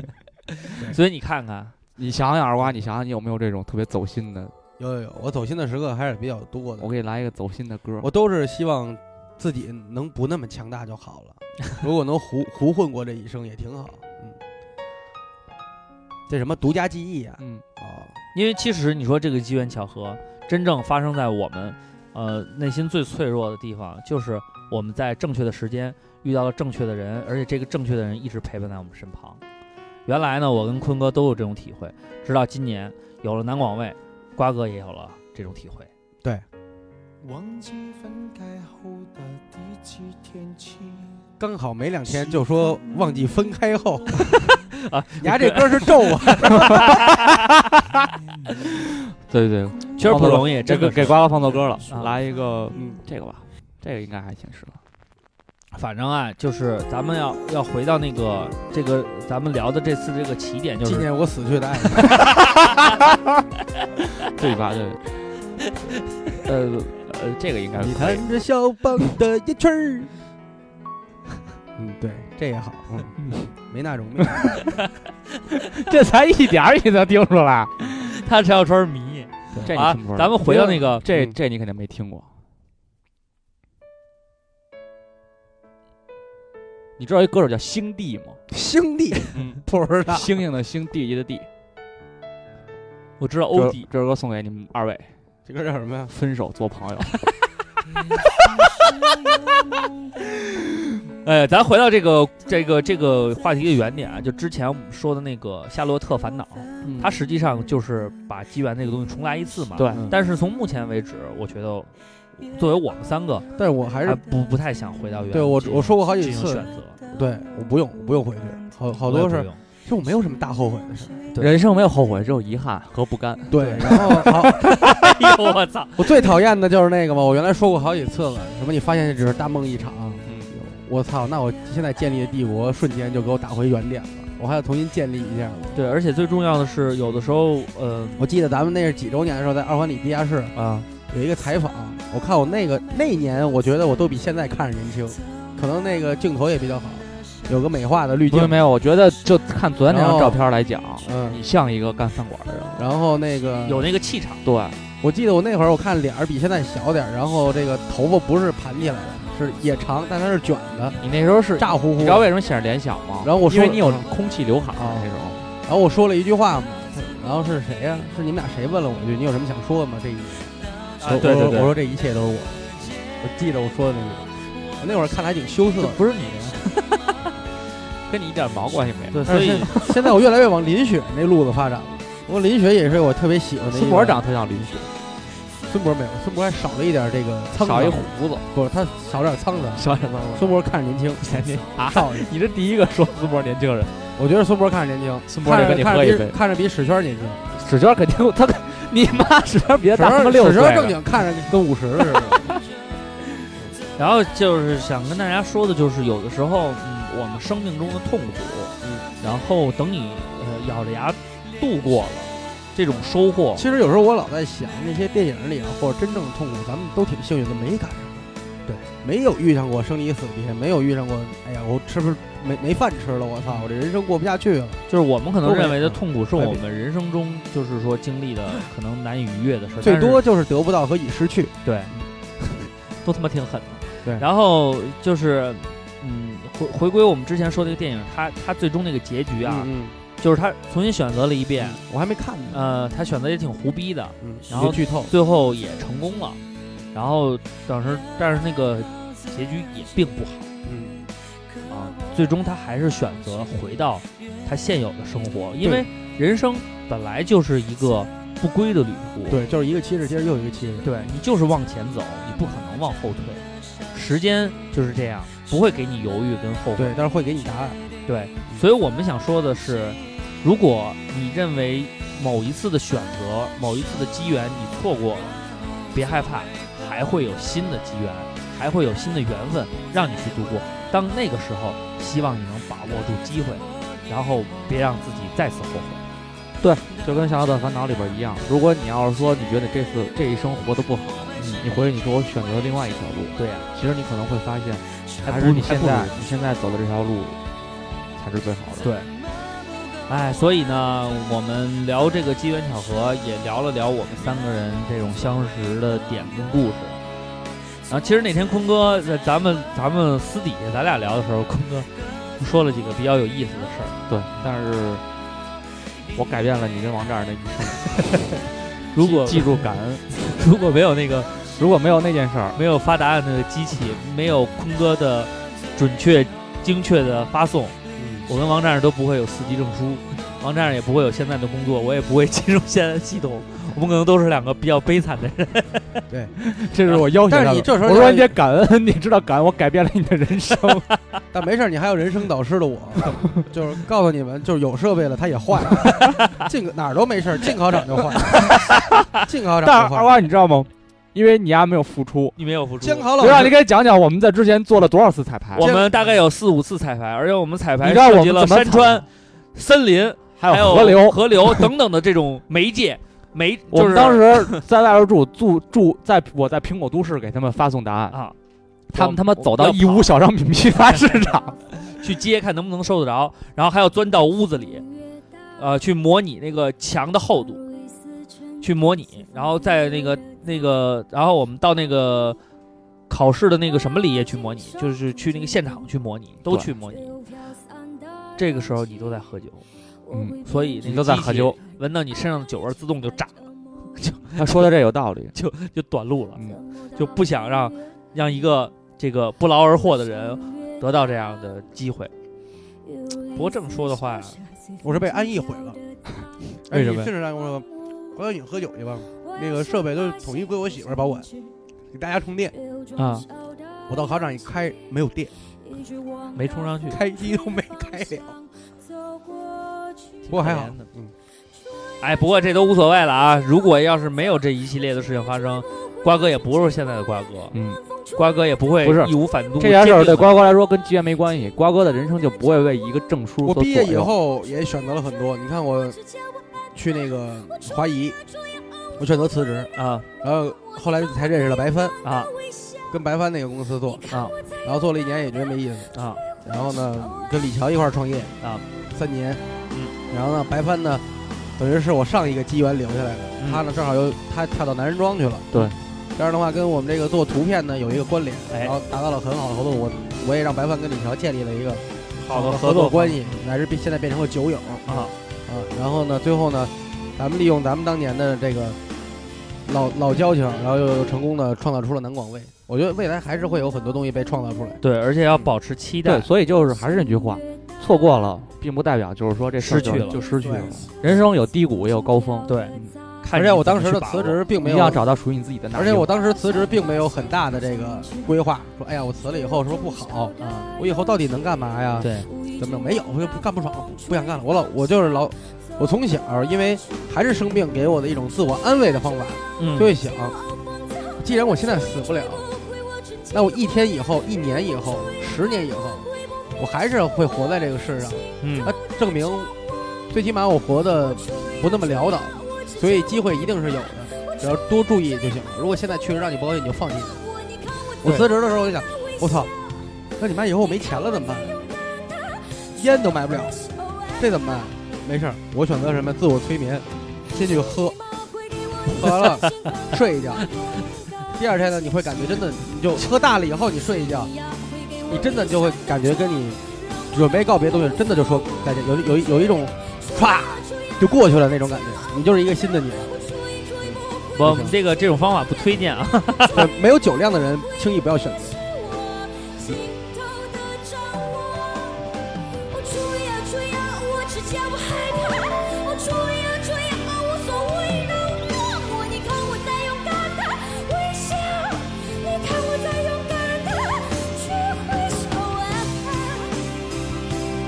[SPEAKER 30] 所以你看看，
[SPEAKER 31] 你想想，二瓜，你想想你有没有这种特别走心的？
[SPEAKER 25] 有有有，我走心的时刻还是比较多的
[SPEAKER 31] 我。给你来一个走心的歌。
[SPEAKER 25] 我都是希望自己能不那么强大就好了。 如果能胡胡混过这一生也挺好。嗯，这什么独家记忆啊？
[SPEAKER 31] 嗯，
[SPEAKER 25] 哦，
[SPEAKER 30] 因为其实你说这个机缘巧合，真正发生在我们呃内心最脆弱的地方，就是我们在正确的时间遇到了正确的人，而且这个正确的人一直陪伴在我们身旁。原来呢，我跟坤哥都有这种体会，直到今年有了南广卫，瓜哥也有了这种体会。
[SPEAKER 2] 忘记分开后的第几天起，
[SPEAKER 25] 刚好没两天就说忘记分 开后，
[SPEAKER 30] 啊，
[SPEAKER 25] 牙这歌是咒啊！
[SPEAKER 31] 对对，
[SPEAKER 30] 其实不容易，
[SPEAKER 31] 哎这
[SPEAKER 30] 真的
[SPEAKER 31] 个
[SPEAKER 30] 是
[SPEAKER 31] 给瓜哥放错歌了
[SPEAKER 30] 啊，
[SPEAKER 31] 来一个
[SPEAKER 25] 嗯，
[SPEAKER 31] 这个吧，这个应该还挺 适合。
[SPEAKER 30] 反正啊，就是咱们要要回到那个这个咱们聊的这次这个起点，就
[SPEAKER 25] 纪
[SPEAKER 30] 是
[SPEAKER 25] 念我死去的爱人。
[SPEAKER 31] 对吧？对，呃呃，这个应该
[SPEAKER 25] 你
[SPEAKER 31] 可以。
[SPEAKER 25] 弹着肖邦的烟圈 儿。嗯，对，这也好，嗯，没那种味儿。
[SPEAKER 31] 这才一点儿，你能听出来？
[SPEAKER 30] 他陈小春迷
[SPEAKER 31] 这你
[SPEAKER 25] 哎
[SPEAKER 30] 啊
[SPEAKER 31] 听不出。来
[SPEAKER 30] 咱们回到那个
[SPEAKER 31] 这
[SPEAKER 25] 嗯
[SPEAKER 31] 这你肯定没听过。你知道一歌手叫星帝吗？
[SPEAKER 25] 兄弟，
[SPEAKER 31] 嗯，
[SPEAKER 25] 不知道
[SPEAKER 31] 星星的星，地级的地。
[SPEAKER 30] 我知道欧
[SPEAKER 31] 这
[SPEAKER 30] 弟，
[SPEAKER 31] 这首歌送给你们二位，
[SPEAKER 25] 这歌叫什么呀？
[SPEAKER 31] 分手做朋友。
[SPEAKER 30] 哎，咱回到这个这个这个话题的原点啊，就之前我们说的那个《夏洛特烦恼》，
[SPEAKER 31] 嗯
[SPEAKER 30] 它实际上就是把机缘这个东西重来一次嘛。。
[SPEAKER 31] 对，
[SPEAKER 30] 但是从目前为止，我觉得作为我们三个，
[SPEAKER 25] 但是我还
[SPEAKER 30] 还
[SPEAKER 31] 啊
[SPEAKER 25] 是
[SPEAKER 30] 不不太想回到原
[SPEAKER 25] 对我我说过好几
[SPEAKER 30] 进行
[SPEAKER 25] 次
[SPEAKER 30] 选，择，
[SPEAKER 25] 对，我不用，我不用回去，好好多事
[SPEAKER 30] 是
[SPEAKER 25] 儿，其实我没有什么大后悔的事儿。
[SPEAKER 30] 对
[SPEAKER 31] 人生没有后悔，只有遗憾和不甘。
[SPEAKER 25] 对，然后好，
[SPEAKER 30] 哎呦 我操！
[SPEAKER 25] 我最讨厌的就是那个嘛，我原来说过好几次了，什么你发现只是大梦一场，
[SPEAKER 31] 嗯
[SPEAKER 25] 我操，那我现在建立的帝国瞬间就给我打回原点了，我还要重新建立一下。
[SPEAKER 30] 对，而且最重要的是，有的时候，呃
[SPEAKER 25] 我记得咱们那是几周年的时候，在二环里地下室
[SPEAKER 30] 啊，
[SPEAKER 25] 有一个采访，我看我那个那一年，我觉得我都比现在看着年轻，可能那个镜头也比较好，有个美化的滤
[SPEAKER 31] 没有
[SPEAKER 25] 镜
[SPEAKER 31] 没，有，我觉得就看昨天那张照片来讲，
[SPEAKER 25] 嗯，
[SPEAKER 31] 你像一个干饭馆的人。
[SPEAKER 25] 然后那个
[SPEAKER 30] 有那个气场。
[SPEAKER 31] 对，
[SPEAKER 25] 我记得我那会儿我看脸儿比现在小点儿，然后这个头发不是盘起来的，是也长，但它是卷的，
[SPEAKER 31] 你那时候是，
[SPEAKER 25] 炸乎
[SPEAKER 31] 你
[SPEAKER 25] 乎
[SPEAKER 32] 你
[SPEAKER 31] 知。道为什么显着脸小吗？
[SPEAKER 25] 然后我
[SPEAKER 31] 因
[SPEAKER 25] 说
[SPEAKER 31] 为你有
[SPEAKER 25] 嗯
[SPEAKER 31] 空气刘海儿
[SPEAKER 25] 哦
[SPEAKER 31] 那种。
[SPEAKER 25] 然后我说了一句话嘛，然后是谁呀、是你们俩谁问了我一句？你有什么想说的吗？这一，
[SPEAKER 30] 啊
[SPEAKER 25] 我
[SPEAKER 30] 对对
[SPEAKER 25] 我说
[SPEAKER 30] 对
[SPEAKER 25] 我说这一切都是我，我记得我说的那句。那会儿看来挺羞涩，
[SPEAKER 30] 不是你，
[SPEAKER 31] 跟你一点毛关系没有。
[SPEAKER 30] 对，所以
[SPEAKER 25] 现在我越来越往林雪那路子发展了。不过林雪也是我特别喜欢的。
[SPEAKER 31] 孙博长得特像林雪，
[SPEAKER 25] 孙博没有，孙博还少了一点这个沧桑，
[SPEAKER 31] 少一胡子，
[SPEAKER 25] 不，他少点沧桑，
[SPEAKER 31] 少点沧桑。
[SPEAKER 25] 孙博看着年轻，
[SPEAKER 31] 年轻啊
[SPEAKER 25] 少！
[SPEAKER 31] 你这第一个说孙博年轻人，
[SPEAKER 25] 我觉得孙博看着年轻，
[SPEAKER 31] 孙博得跟你喝一杯，
[SPEAKER 25] 看着比史圈年轻。
[SPEAKER 31] 史圈肯定他，你妈史圈别大他妈六
[SPEAKER 25] 岁，史哦圈正经看着跟五十 似的。
[SPEAKER 30] 然后就是想跟大家说的，就是有的时候，嗯，我们生命中的痛苦，嗯，然后等你呃咬着牙度过了，这种收获。
[SPEAKER 25] 其实有时候我老在想，那些电影里啊，或者真正的痛苦，咱们都挺幸运的，没赶上过，对，没有遇上过生离死别，没有遇上过，哎呀，我吃不没没饭吃了，我操，我这人生过不下去了。
[SPEAKER 30] 就是我们可能认为的痛苦，是我们人生中就是说经历的可能难以逾越的事，
[SPEAKER 25] 最多就是得不到和已失去。
[SPEAKER 30] 对，都他妈挺狠的。
[SPEAKER 25] 对
[SPEAKER 30] 然后就是，嗯，回回归我们之前说那个电影，他他最终那个结局啊，
[SPEAKER 25] 嗯嗯、嗯
[SPEAKER 30] 就是他重新选择了一遍，
[SPEAKER 25] 我还没看呢。
[SPEAKER 30] 呃，他选择也挺胡逼的，
[SPEAKER 25] 嗯、
[SPEAKER 30] 然后
[SPEAKER 25] 剧透，
[SPEAKER 30] 最后也成功了。然后当时，但是那个结局也并不好，
[SPEAKER 25] 嗯，
[SPEAKER 30] 啊，最终他还是选择回到他现有的生活，因为人生本来就是一个不归的旅途，
[SPEAKER 25] 对，就是一个七十接着又一个七十，
[SPEAKER 30] 对你就是往前走，你不可能往后退。时间就是这样，不会给你犹豫跟后悔，
[SPEAKER 25] 对，但是会给你答案。
[SPEAKER 30] 对，所以我们想说的是，如果你认为某一次的选择、某一次的机缘你错过了，别害怕，还会有新的机缘，还会有新的缘分让你去度过。当那个时候，希望你能把握住机会，然后别让自己再次后悔。
[SPEAKER 31] 对，就跟《小小的烦恼》里边一样，如果你要是说你觉得这次这一生活得不好，嗯，你回去你说我选择了另外一条路，
[SPEAKER 30] 对呀、
[SPEAKER 31] 啊，其实你可能会发现，还
[SPEAKER 30] 是
[SPEAKER 31] 你现在你现在走的这条路才是最好的。
[SPEAKER 30] 对，哎，所以呢，我们聊这个机缘巧合，也聊了聊我们三个人这种相识的点跟故事。然、啊、后其实那天坤哥，呃咱们咱们私底下咱俩聊的时候，坤哥说了几个比较有意思的事儿。
[SPEAKER 31] 对，但是。我改变了你跟王战的一生。
[SPEAKER 30] 如果
[SPEAKER 31] 记住感恩，
[SPEAKER 30] 如果没有那个，
[SPEAKER 31] 如果没有那件事儿，
[SPEAKER 30] 没有发答案的机器，没有坤哥的准确、精确的发送，
[SPEAKER 25] 嗯、
[SPEAKER 30] 我跟王战都不会有四级证书，王战也不会有现在的工作，我也不会 进入现在的系统。我们可能都是两个比较悲惨的人。
[SPEAKER 25] 对，
[SPEAKER 31] 这是我要求。
[SPEAKER 25] 但是你这时候
[SPEAKER 31] 我说你得感恩，你知道感恩我改变了你的人 生。
[SPEAKER 25] 但没事，你还有人生导师 的我，就是告诉你们，就是有设备了它也坏 了，进哪儿都没事，进考场就坏了，进考场就坏了。
[SPEAKER 31] 但是二娃你知道吗？因为你丫没有付出，
[SPEAKER 30] 你没有付出。
[SPEAKER 25] 监考 老
[SPEAKER 31] 师，让你给讲讲我们在之前做了多少次彩排？
[SPEAKER 30] 我们大概有四五次彩排，而且我们彩排
[SPEAKER 31] 涉
[SPEAKER 30] 及了山川、森林，还
[SPEAKER 31] 有
[SPEAKER 30] 河
[SPEAKER 31] 流、
[SPEAKER 30] 河流 等等的这种媒介。没，就是、
[SPEAKER 31] 我们当时在外边住，住住在我在苹果都市给他们发送答案
[SPEAKER 30] 啊，
[SPEAKER 31] 他们他妈走到义乌小商品批发市 场
[SPEAKER 30] 去接看能不能收得着，然后还要钻到屋子里，呃，去模拟那个墙的厚度，去模拟，然后在那个那个，然后我们到那个考试的那个什么里也去模拟，就是去那个现场去模拟，都去模拟。这个时候你都在喝酒。
[SPEAKER 31] 嗯，
[SPEAKER 30] 所以
[SPEAKER 31] 你都在喝酒，
[SPEAKER 30] 闻到你身上的酒味，自动就炸了。就
[SPEAKER 31] 他说的这有道理，
[SPEAKER 30] 就就短路了，
[SPEAKER 31] 嗯、
[SPEAKER 30] 就不想让让一个这个不劳而获的人得到这样的机会。不过这么说的话，
[SPEAKER 25] 我是被安逸毁了。
[SPEAKER 30] 为什么？
[SPEAKER 25] 甚至让我说，我要你喝酒去吧，那个设备都统一归我媳妇儿保管，给大家充电
[SPEAKER 30] 啊。
[SPEAKER 25] 我到考场一开，没有电，
[SPEAKER 30] 没充 上去，
[SPEAKER 25] 开机都没开了。不过还好，嗯，
[SPEAKER 30] 哎，不过这都无所谓了啊。如果要是没有这一系列的事情发生，瓜哥也不是现在的瓜哥，
[SPEAKER 31] 嗯，
[SPEAKER 30] 瓜哥也不会
[SPEAKER 31] 不是
[SPEAKER 30] 义无反顾。
[SPEAKER 31] 这件事儿对瓜哥来说跟机缘没关系，瓜哥的人生就不会为一个证书。
[SPEAKER 25] 我毕业以后也选择了很多，你看我去那个华谊，我选择辞职
[SPEAKER 30] 啊，
[SPEAKER 25] 然后后来才认识了白帆
[SPEAKER 30] 啊，
[SPEAKER 25] 跟白帆那个公司做
[SPEAKER 30] 啊，
[SPEAKER 25] 然后做了一年也觉得没意思
[SPEAKER 30] 啊，
[SPEAKER 25] 然后呢跟李乔一块儿创业
[SPEAKER 30] 啊，嗯
[SPEAKER 25] 三年。然后呢，白帆呢，等于是我上一个机缘留下来的。
[SPEAKER 30] 嗯、
[SPEAKER 25] 他呢，正好又他跳到男人装去了。
[SPEAKER 31] 对，
[SPEAKER 25] 这样的话跟我们这个做图片呢有一个关联，
[SPEAKER 30] 哎、
[SPEAKER 25] 然后达到了很好的合作。我我也让白帆跟李乔建立了一个
[SPEAKER 30] 好的
[SPEAKER 25] 合
[SPEAKER 30] 作
[SPEAKER 25] 关系，乃至变现在变成了酒友
[SPEAKER 30] 啊
[SPEAKER 25] 啊。然后呢，最后呢，咱们利用咱们当年的这个老老交情，然后又成功的创造出了南广味。我觉得未来还是会有很多东西被创造出来。
[SPEAKER 30] 对，而且要保持期待。
[SPEAKER 31] 对，所以就是还是那句话，错过了并不代表就是说这
[SPEAKER 30] 失去
[SPEAKER 31] 了就失去
[SPEAKER 30] 了。
[SPEAKER 31] 人生有低谷也有高峰。嗯
[SPEAKER 30] 对，
[SPEAKER 25] 而且我当时的辞职并没有
[SPEAKER 31] 要找到属于你自己的。
[SPEAKER 25] 而且我当时辞职并没有很大的这个规划，说哎呀我辞了以后是不是不好啊、嗯？我以后到底能干嘛呀？
[SPEAKER 30] 对，
[SPEAKER 25] 怎么哎着没有我就不干不爽了，不想干了。我老我就是老。我从小因为还是生病给我的一种自我安慰的方法，
[SPEAKER 30] 嗯、
[SPEAKER 25] 就会想，既然我现在死不了，那我一天以后、一年以后、十年以后，我还是会活在这个世上。
[SPEAKER 30] 嗯，
[SPEAKER 25] 那证明最起码我活的不那么潦倒，所以机会一定是有的，只要多注意就行了。如果现在确实让你不高兴，你就放弃。我辞职的时候我就想，我操，那你妈以后我没钱了怎么办？烟都买不了，这怎么办？ 没事儿，我选择什么？自我催眠，先去喝，喝完 了睡一觉。第二天呢，你会感觉真的，你就喝大了以后，你睡一觉，你真的就会感觉跟你准备告别东西，真的就说再见，有有有一种唰就过去了那种感觉，你就是一个新 的你。
[SPEAKER 30] 我们这个这种方法不推荐啊
[SPEAKER 25] 没有酒量的人轻易不要选择。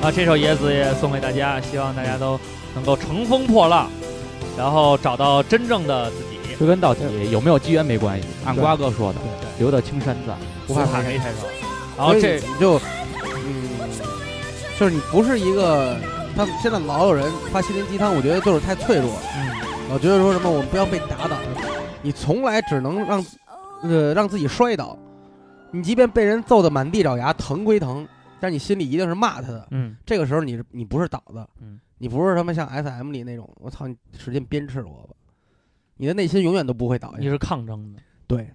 [SPEAKER 30] 啊，这首《野子》也送给大家，希望大家都能够乘风破浪，然后找到真正的自己。
[SPEAKER 31] 归根到底，有没有机缘没关系，按瓜哥说的，留得青山在，
[SPEAKER 30] 不怕没柴烧。然后
[SPEAKER 25] 所以
[SPEAKER 30] 这
[SPEAKER 25] 你就，嗯，就是你不是一个，他现在老有人发心灵鸡汤，我觉得就是太脆弱了。
[SPEAKER 30] 嗯
[SPEAKER 25] 老觉得说什么我们不要被打倒，你从来只能让，呃，让自己摔倒。你即便被人揍得满地找牙，疼归疼。但你心里一定是骂他的，
[SPEAKER 30] 嗯，
[SPEAKER 25] 这个时候你是你不是倒的，
[SPEAKER 30] 嗯，
[SPEAKER 25] 你不是他妈像 S M 里那种，我操，你使劲鞭笞萝卜，你的内心永远都不会倒下，
[SPEAKER 30] 你是抗争的，
[SPEAKER 25] 对。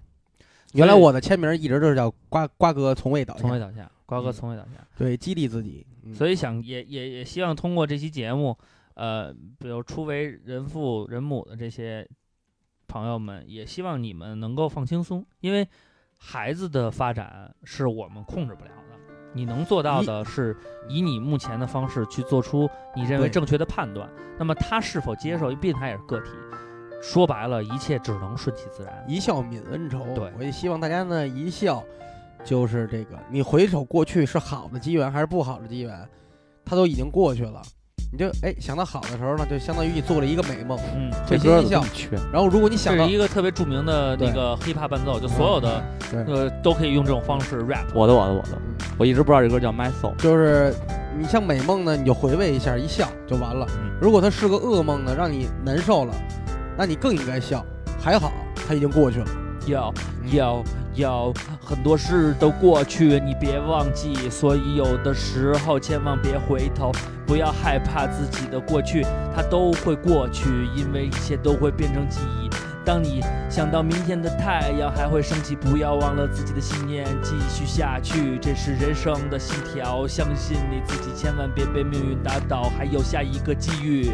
[SPEAKER 25] 原来我的签名一直就是叫瓜瓜哥从未倒下，
[SPEAKER 30] 从未倒下，瓜哥从未倒下，嗯、
[SPEAKER 25] 对，激励自己。嗯、
[SPEAKER 30] 所以想也也也希望通过这期节目，呃，比如初为人父人母的这些朋友们，也希望你们能够放轻松，因为孩子的发展是我们控制不了。你能做到的是以你目前的方式去做出你认为正确的判断。那么他是否接受，毕竟他也是个体。说白了，一切只能顺其自然。
[SPEAKER 25] 一笑泯恩仇。
[SPEAKER 30] 对，
[SPEAKER 25] 我也希望大家呢一笑，就是这个。你回首过去是好的机缘还是不好的机缘，它都已经过去了。你就哎想到好的时候呢，就相当于你做了一个美梦。
[SPEAKER 30] 嗯，
[SPEAKER 25] 会心一笑。然后如果你想到
[SPEAKER 30] 一个特别著名的那个 hiphop 伴奏，就所有的
[SPEAKER 25] 嗯
[SPEAKER 30] 呃都可以用这种方式 rap。
[SPEAKER 31] 我的我的我的，我一直不知道这歌叫 My Soul。
[SPEAKER 25] 就是你像美梦呢，你就回味一下，一笑就完了。
[SPEAKER 30] 嗯
[SPEAKER 25] 如果它是个噩梦呢，让你难受了，那你更应该笑。还好它已经过去了。
[SPEAKER 30] 要要要，很多事都过去，你别忘记。所以有的时候千万别回头，不要害怕自己的过去，它都会过去，因为一切都会变成记忆。当你想到明天的太阳还会升起，不要忘了自己的信念，继续下去，这是人生的信条。相信你自己，千万别被命运打倒，还有下一个机遇。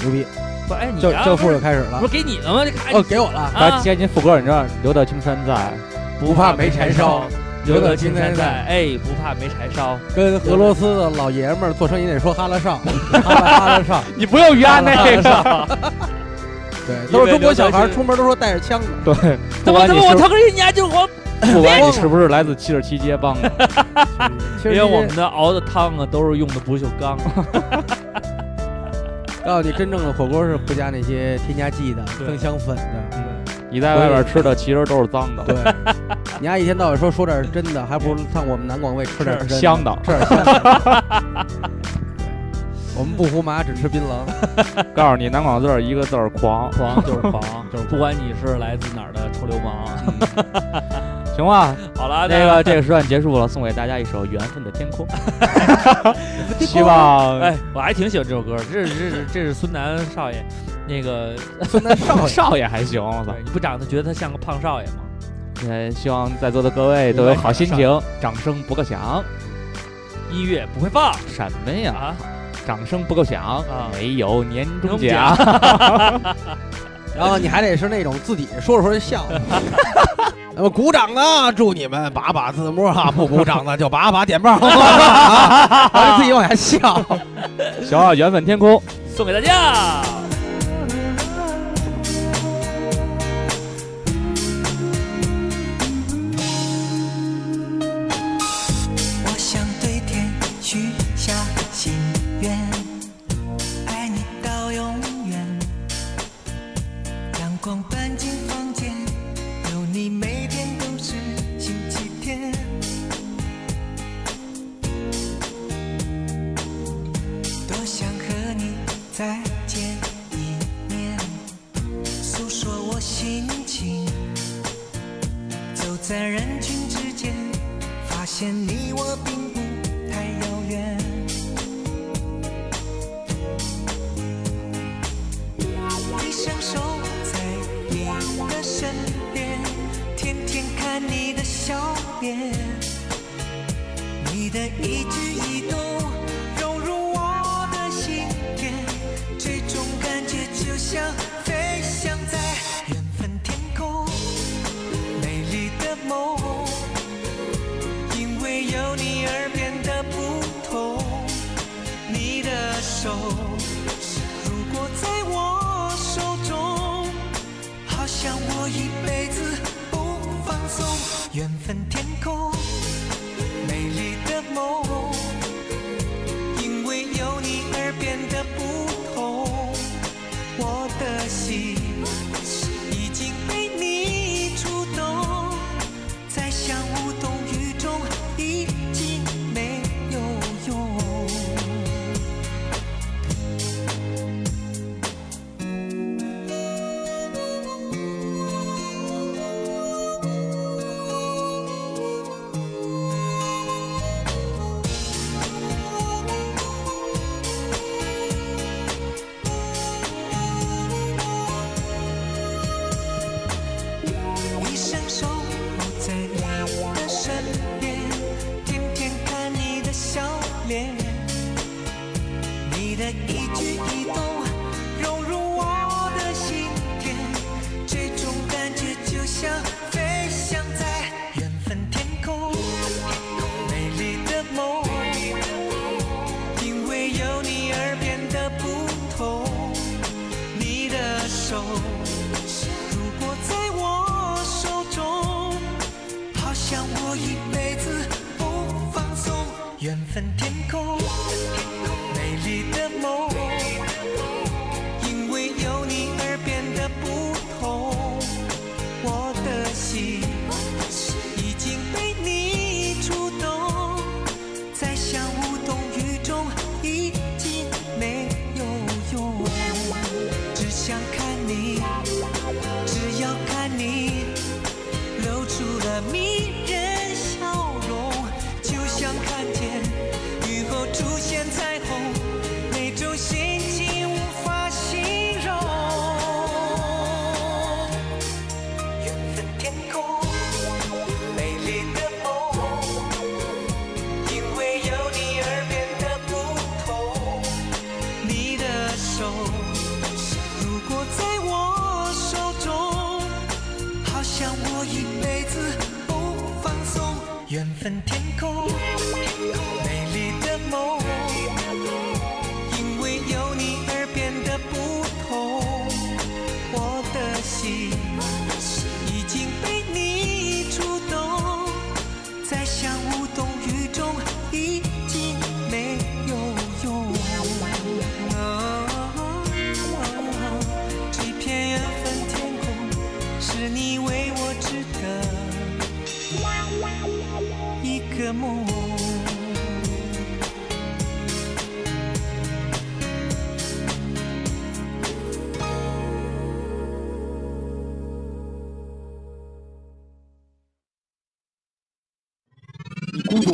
[SPEAKER 25] 牛逼！
[SPEAKER 30] 不，哎，你
[SPEAKER 25] 教
[SPEAKER 30] 呀
[SPEAKER 25] 教父就开始了，
[SPEAKER 30] 不是给你了吗？这看
[SPEAKER 25] 哦，给我了。
[SPEAKER 30] 啊，
[SPEAKER 31] 天津副歌，你知道留得青山在，
[SPEAKER 25] 不怕没柴烧；
[SPEAKER 30] 留得青山在，哎，不怕没柴烧。
[SPEAKER 25] 跟俄罗斯的老爷们儿做生意得说哈拉上，哈拉哈拉上，
[SPEAKER 31] 你不 用压那个。
[SPEAKER 25] 对，都是中国小孩出门都说带着枪的。
[SPEAKER 31] 对，
[SPEAKER 30] 怎么怎么我他哥人家就是我。
[SPEAKER 31] 不管你是不是来自七十七街帮 的，
[SPEAKER 30] 因为我们的熬的汤啊都是用的不锈钢。
[SPEAKER 25] 告哦诉你，真正的火锅是不加那些添加剂的、增香粉的。
[SPEAKER 31] 你在外边吃的其实都是脏的。
[SPEAKER 25] 对，你丫一天到晚说说点真的，还不如上我们南广味吃点
[SPEAKER 31] 香的，
[SPEAKER 25] 吃点香的。 我们不胡麻，只吃槟榔。
[SPEAKER 31] 告诉你，南广字一个字儿狂，
[SPEAKER 30] 狂就是狂，就是不管你是来自哪儿的臭流 氓。
[SPEAKER 31] 行吧，
[SPEAKER 30] 好了，
[SPEAKER 31] 那个这个时段结束了，送给大家一首《缘分的天空》， 希望
[SPEAKER 30] 哎，我还挺喜欢这首歌，这是这是这是孙楠少爷，那个
[SPEAKER 25] 孙楠少爷
[SPEAKER 31] 哎少爷还行，我操，
[SPEAKER 30] 你不长得觉得他像个胖少爷吗？
[SPEAKER 31] 也希望在座的各位都有好心情，掌声不够响，
[SPEAKER 30] 音乐不会放
[SPEAKER 31] 什么呀？掌声不够响
[SPEAKER 30] 啊，
[SPEAKER 31] 没有年终奖，
[SPEAKER 25] 然后你还得是那种自己说着说着笑。那么鼓掌的，祝你们把把自摸哈；啊不鼓掌的就把把点 爆，啊自己往下笑。
[SPEAKER 32] 行啊，缘分天空，
[SPEAKER 31] 送给大家。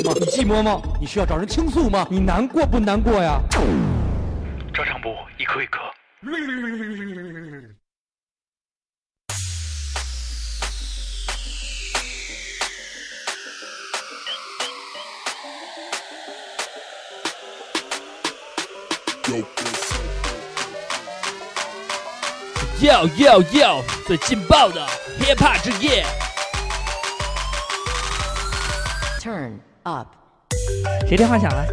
[SPEAKER 32] 哦你寂寞吗？你需要找人倾诉吗？你难过不难过呀？
[SPEAKER 38] 照常补，一颗一颗。
[SPEAKER 30] Yo yo yo，最劲爆的 hiphop 之夜。
[SPEAKER 32] Turn up。
[SPEAKER 30] 谁电话响 了？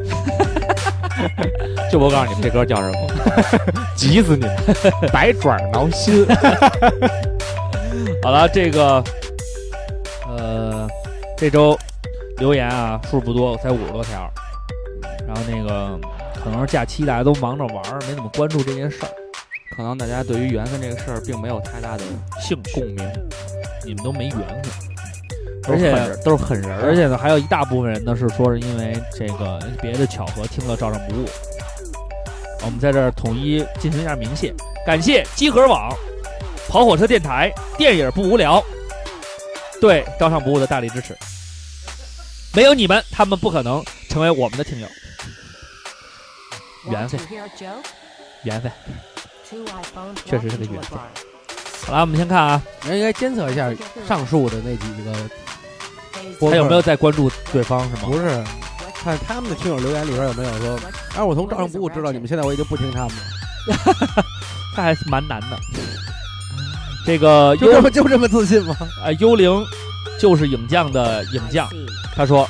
[SPEAKER 31] 就我告诉你们，这歌叫什么？急死你们！百爪挠心。
[SPEAKER 30] 好了，这个，呃，这周留言啊数不多，才五十多条。然后那个可能是假期大家都忙着玩，没怎么关注这件事儿。
[SPEAKER 31] 可能大家对于缘分这个事儿并没有太大的
[SPEAKER 30] 性
[SPEAKER 31] 共鸣，
[SPEAKER 30] 你们都没缘分，
[SPEAKER 31] 而
[SPEAKER 30] 且
[SPEAKER 31] 都是狠人，
[SPEAKER 30] 而且呢，还有一大部分人呢是说是因为这个别的巧合听了照常不误。我们在这儿统一进行一下鸣谢，感谢集合网、跑火车电台、电影不无聊对照常不误的大力支持。没有你们，他们不可能成为我们的听友。缘分，缘分。 确实是个缘分。好了，我们先看啊，
[SPEAKER 25] 应该监测一下上述的那几个，
[SPEAKER 30] 他有没有在关注对方是吗？
[SPEAKER 25] 不是，看他们的听友留言里边有没有说，哎，我从照上不误知道你们，现在我已经不听他们了，
[SPEAKER 30] 那还蛮难的。这个
[SPEAKER 25] 就这么就这么自信吗？
[SPEAKER 30] 啊、呃，幽灵就是影将的影将，他说，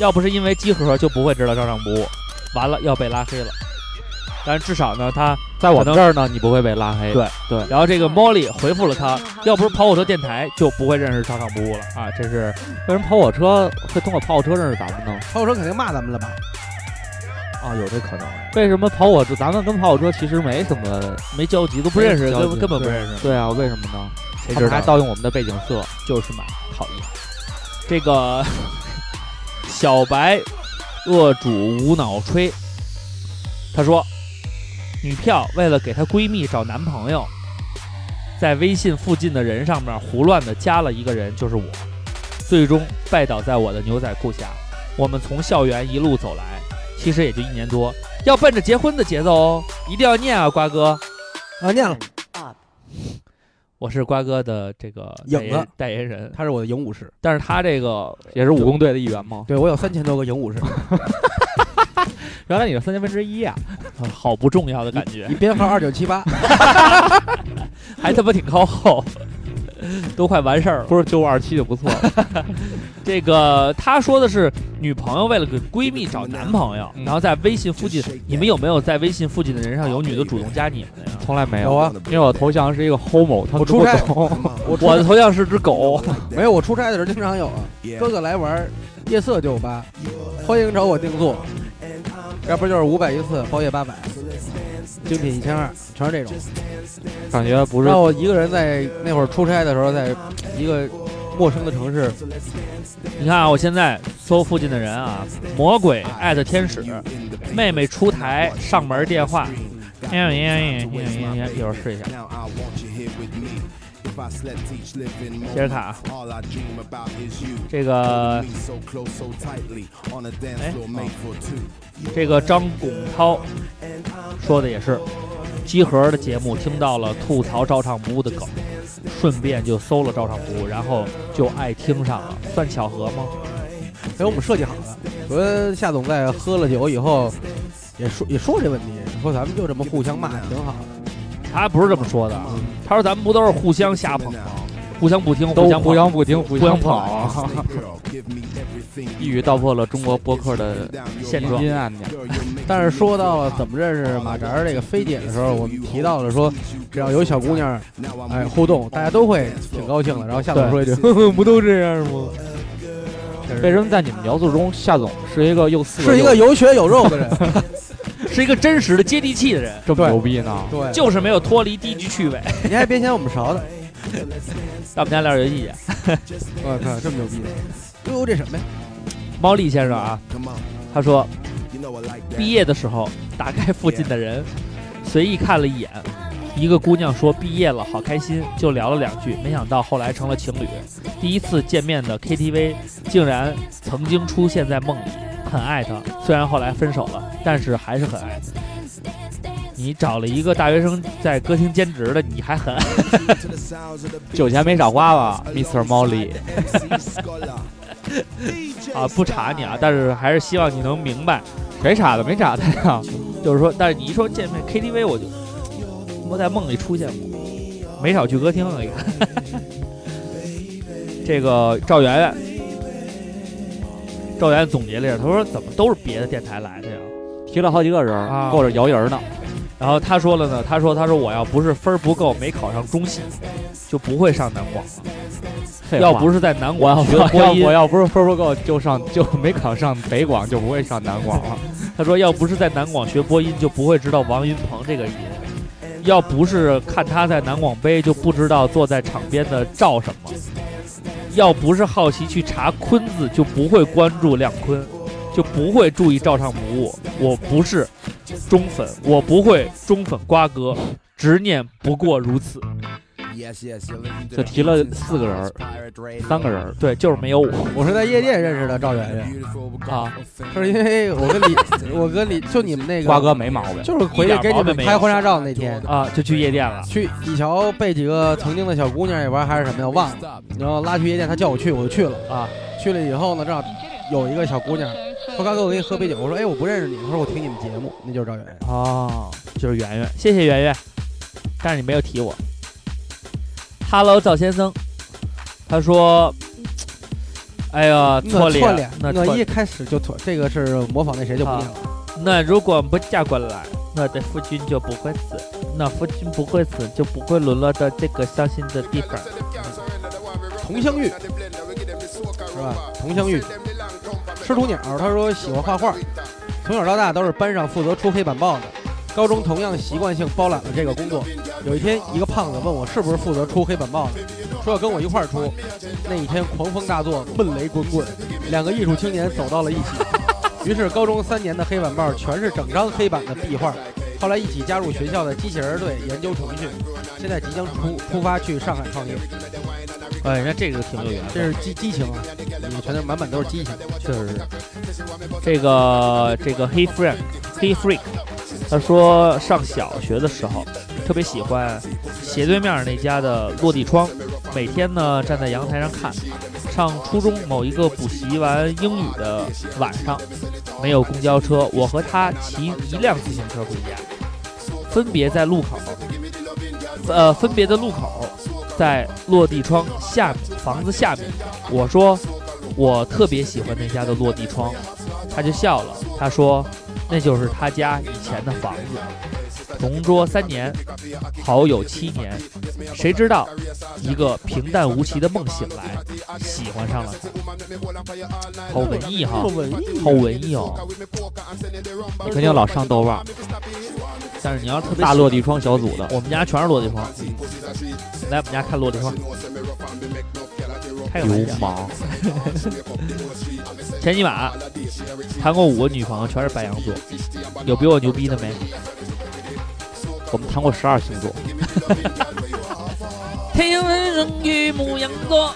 [SPEAKER 30] 要不是因为集合就不会知道照上不误，完了要被拉黑了。但是至少呢，他
[SPEAKER 31] 在我们这儿呢，你不会被拉黑。
[SPEAKER 30] 对
[SPEAKER 31] 对。
[SPEAKER 30] 然后这个 Molly 回复了他，要不是跑火车电台，就不会认识照常不误了啊！这是
[SPEAKER 31] 为什么跑火车会通过跑火车认识咱们呢？
[SPEAKER 25] 跑火车肯定骂咱们了吧？
[SPEAKER 30] 啊，有这可能。
[SPEAKER 31] 为什么跑火车？咱们跟跑火车其实没什么
[SPEAKER 30] 没交集，都不认识，根根本不认识。
[SPEAKER 31] 对啊，为什么呢？
[SPEAKER 30] 谁
[SPEAKER 31] 知道？还盗用我们的背景色，
[SPEAKER 30] 就是嘛，讨厌。这个 小白恶主无脑吹，他说。女票为了给她闺蜜找男朋友，在微信附近的人上面胡乱的加了一个人，就是我，最终拜倒在我的牛仔裤下。我们从校园一路走来，其实也就一年多，要奔着结婚的节奏哦，一定要念啊，瓜哥！
[SPEAKER 25] 啊，念了。
[SPEAKER 30] 我是瓜哥的这个
[SPEAKER 25] 影子
[SPEAKER 30] 代言人，
[SPEAKER 25] 他是我的影武士，
[SPEAKER 30] 但是他这个
[SPEAKER 31] 也是武工队的一员吗？
[SPEAKER 25] 对我有三千多个影 武士。
[SPEAKER 31] 原来你是三千分之一啊，
[SPEAKER 30] 好不重要的感觉。
[SPEAKER 25] 你编号二九七八，
[SPEAKER 30] 还他妈挺靠后， 都快完事儿了。
[SPEAKER 31] 不是九五二七就不错了。
[SPEAKER 30] 这个他说的是女朋友为了给闺蜜找男朋友，然后在微信附近，你们有没有在微信附近的人上有女的主动加你们呀？
[SPEAKER 31] 从来没
[SPEAKER 25] 有啊，
[SPEAKER 31] 因为我头像是一个 homo，他
[SPEAKER 25] 我出差，
[SPEAKER 30] 我的头像是只狗。
[SPEAKER 25] 没有，我出差的时候经常有啊。哥哥来玩，夜色酒吧，欢迎找我订座。要不就是五百一次，包夜八百，精品一千二，全是这种。
[SPEAKER 31] 感觉不是。
[SPEAKER 25] 然后一个人在那会儿出差的时候，在一个陌生的城市，
[SPEAKER 30] 你看啊，我现在搜附近的人啊，魔鬼艾特天使，妹妹出台上门电话，哎哎哎哎哎，一会儿试一下。接着看啊，这个，哎，这个张拱涛说的也是，集合的节目听到了吐槽照唱不误的梗，顺便就搜了照唱不误，然后就爱听上了，算巧合吗？
[SPEAKER 25] 哎，我们设计好了，我跟夏总在喝了酒以后，也说也说这问题，说咱们就这么互相骂挺好的。
[SPEAKER 30] 他不是这么说的，啊他说咱们不都是互相瞎捧吗？互相不听，
[SPEAKER 31] 嗯都
[SPEAKER 30] 互
[SPEAKER 31] 相不听，
[SPEAKER 30] 互
[SPEAKER 31] 相
[SPEAKER 30] 捧，
[SPEAKER 31] 一语道破了中国播客的
[SPEAKER 30] 现状。
[SPEAKER 31] 阴暗面。
[SPEAKER 25] 但是说到了怎么认识马扎这个菲姐的时候，我们提到了说，只要有小姑娘哎互动，大家都会挺高兴的。然后夏总说一句：“呵呵 不都这样吗？”
[SPEAKER 31] 为什么在你们描述中，夏总是一个又四
[SPEAKER 25] 是一个有血有肉的人？
[SPEAKER 30] 是一个真实的接地气的人，
[SPEAKER 31] 这么牛逼呢？
[SPEAKER 25] 对，
[SPEAKER 30] 就是没有脱离低级趣味。
[SPEAKER 25] 你还别嫌我们勺的，
[SPEAKER 30] 到我们家聊游戏去。
[SPEAKER 25] 我靠，这么牛逼！哟，这什么呀？
[SPEAKER 30] 猫力先生啊，他说，毕业的时候打开附近的人，随意看了一眼，一个姑娘说毕业了，好开心，就聊了两句，没想到后来成了情侣。第一次见面的 KTV，竟然曾经出现在梦里。很爱他，虽然后来分手了，但是还是很爱。你找了一个大学生在歌厅兼职的，你还很爱，
[SPEAKER 31] 酒钱没少花吧，Mr. Molly？
[SPEAKER 30] 啊，不查你啊，但是还是希望你能明白，
[SPEAKER 31] 谁查的？没查的呀、啊。
[SPEAKER 30] 就是说，但是你一说见面 KTV，我就我在梦里出现过，没少去歌厅啊。 这个赵媛媛。赵源总结了一下，他说怎么都是别的电台来的呀？
[SPEAKER 31] 提了好几个人，
[SPEAKER 30] 啊、
[SPEAKER 31] 够着摇人呢。
[SPEAKER 30] 然后他说了呢，他说他说我要不是分不够，没考上中戏，就不会上南广了。要不是在南广学播音，
[SPEAKER 31] 我要不是分不够就上就没考上北广，就不会上南广了。
[SPEAKER 30] 他说要不是在南广学播音，就不会知道王云鹏这个音。要不是看他在南广杯，就不知道坐在场边的赵什么；要不是好奇去查“坤”字，就不会关注亮坤，就不会注意照唱不误。我不是忠粉，我不会忠粉瓜哥，执念不过如此。
[SPEAKER 31] 就提了四个人，三个人，
[SPEAKER 30] 对，就是没有我。
[SPEAKER 25] 我是在夜店认识的赵媛媛
[SPEAKER 30] 啊，
[SPEAKER 25] 就是因为我跟李， 我跟李，就你们那个
[SPEAKER 31] 瓜哥没毛病，
[SPEAKER 25] 就是回去给你们拍婚纱照那天
[SPEAKER 30] 啊，就去夜店了。
[SPEAKER 25] 去李桥被几个曾经的小姑娘也玩还是什么呀，忘了。然后拉去夜店，她叫我去，我就去了
[SPEAKER 30] 啊。
[SPEAKER 25] 去了以后呢，正好有一个小姑娘说：“瓜哥，我给你喝杯酒。”我说：“哎，我不认识你。”她说：“我听你们节目。”那就是赵媛媛
[SPEAKER 30] 哦，就是圆圆，谢谢圆圆，但是你没有提我。Hello，赵先生，他说：“哎呀，
[SPEAKER 25] 错
[SPEAKER 30] 脸，那
[SPEAKER 25] 我一开始就错，这个是模仿那谁就不念了。
[SPEAKER 30] 那如果不嫁过来，我的夫君就不会死，那夫君不会死，就不会沦落到这个伤心的地方。
[SPEAKER 25] 佟湘玉是吧？佟湘玉，师徒鸟，他说喜欢画画，从小到大都是班上负责出黑板报的。”高中同样习惯性包揽了这个工作。有一天，一个胖子问我是不是负责出黑板报的，说要跟我一块儿出。那一天狂风大作，闷雷滚滚，两个艺术青年走到了一起。于是，高中三年的黑板报全是整张黑板的壁画。后来一起加入学校的机器人队研究程序，现在即将出出发去上海创业。
[SPEAKER 30] 哎，那这个挺有缘分，
[SPEAKER 25] 这是激激情啊！你全都满满都是激情，
[SPEAKER 30] 确实是。这个这个黑 freak 黑 freak，他说上小学的时候特别喜欢斜对面那家的落地窗，每天呢站在阳台上看。上初中某一个补习完英语的晚上，没有公交车，我和他骑一辆自行车回家，分别在路口，呃，分别的路口。在落地窗下面，房子下面，我说我特别喜欢那家的落地窗，他就笑了。他说那就是他家以前的房子。同桌三年，好友七年，谁知道一个平淡无奇的梦醒来，喜欢上了他。好文艺哈，啊
[SPEAKER 25] 啊
[SPEAKER 30] 好文艺哦！
[SPEAKER 31] 你肯定老上豆瓣。
[SPEAKER 30] 但是你要特别
[SPEAKER 31] 大落地窗小组的，
[SPEAKER 30] 我们家全是落地窗。来我们家看落地窗，
[SPEAKER 31] 流氓。
[SPEAKER 30] 前几晚谈过五个女朋友，全是白羊座，有比我牛逼的没？
[SPEAKER 31] 我们谈过十二星座。
[SPEAKER 30] 天文生于牧羊座，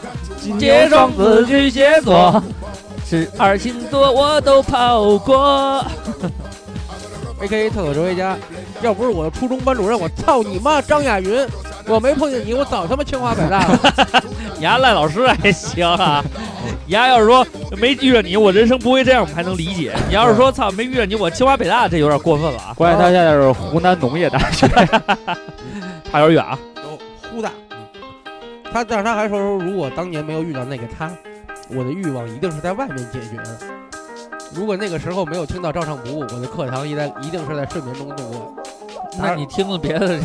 [SPEAKER 31] 接双子巨蟹 座，
[SPEAKER 30] 十二星座我都跑过。
[SPEAKER 25] A.K.A 特所哲学家，要不是我的初中班主任，我操你妈张亚云，我没碰见你，我早他妈清华北大了。
[SPEAKER 30] 你家赖老师还行啊，你家要是说没遇着你，我人生不会这样，我还能理解。你要是说操没遇着你，我清华北大，这有点过分了啊。
[SPEAKER 31] 关键他现在是湖南农业大学，
[SPEAKER 30] 差点远啊。
[SPEAKER 25] 呼大，他但是他还说说，如果当年没有遇到那个他，我的欲望一定是在外面解决的。如果那个时候没有听到照唱不误，我的课堂一在一定是在睡眠中度过。
[SPEAKER 30] 那你听了别的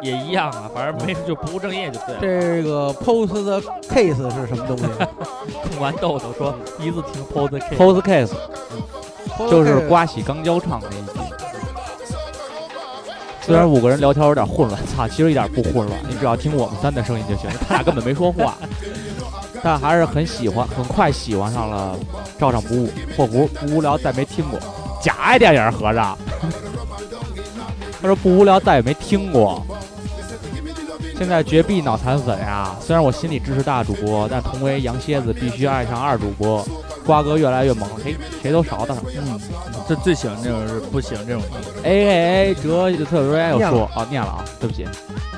[SPEAKER 30] 也一样啊，反正没就不务正业就对了。
[SPEAKER 25] 这个 post 的 case 是什么东西？
[SPEAKER 30] 空完豆豆说第一次听 post case。
[SPEAKER 31] post case、嗯、就是刮起钢交唱那一集。虽然五个人聊天有点混乱，操，其实一点不混乱，你只要听我们三的声音就行，他俩根本没说话。但还是很喜欢，很快喜欢上了《照常不误》，或不不无聊，再没听过。假爱电影合着，他说不无聊，再也没听过。现在绝壁脑残粉呀！虽然我心里支持大主播，但同为羊蝎子，必须爱上二主播。瓜哥越来越猛，谁谁都勺他。
[SPEAKER 30] 嗯，这最喜欢这种是不喜欢这种。
[SPEAKER 31] A A A 哲特别有说哦，念了啊，对不起，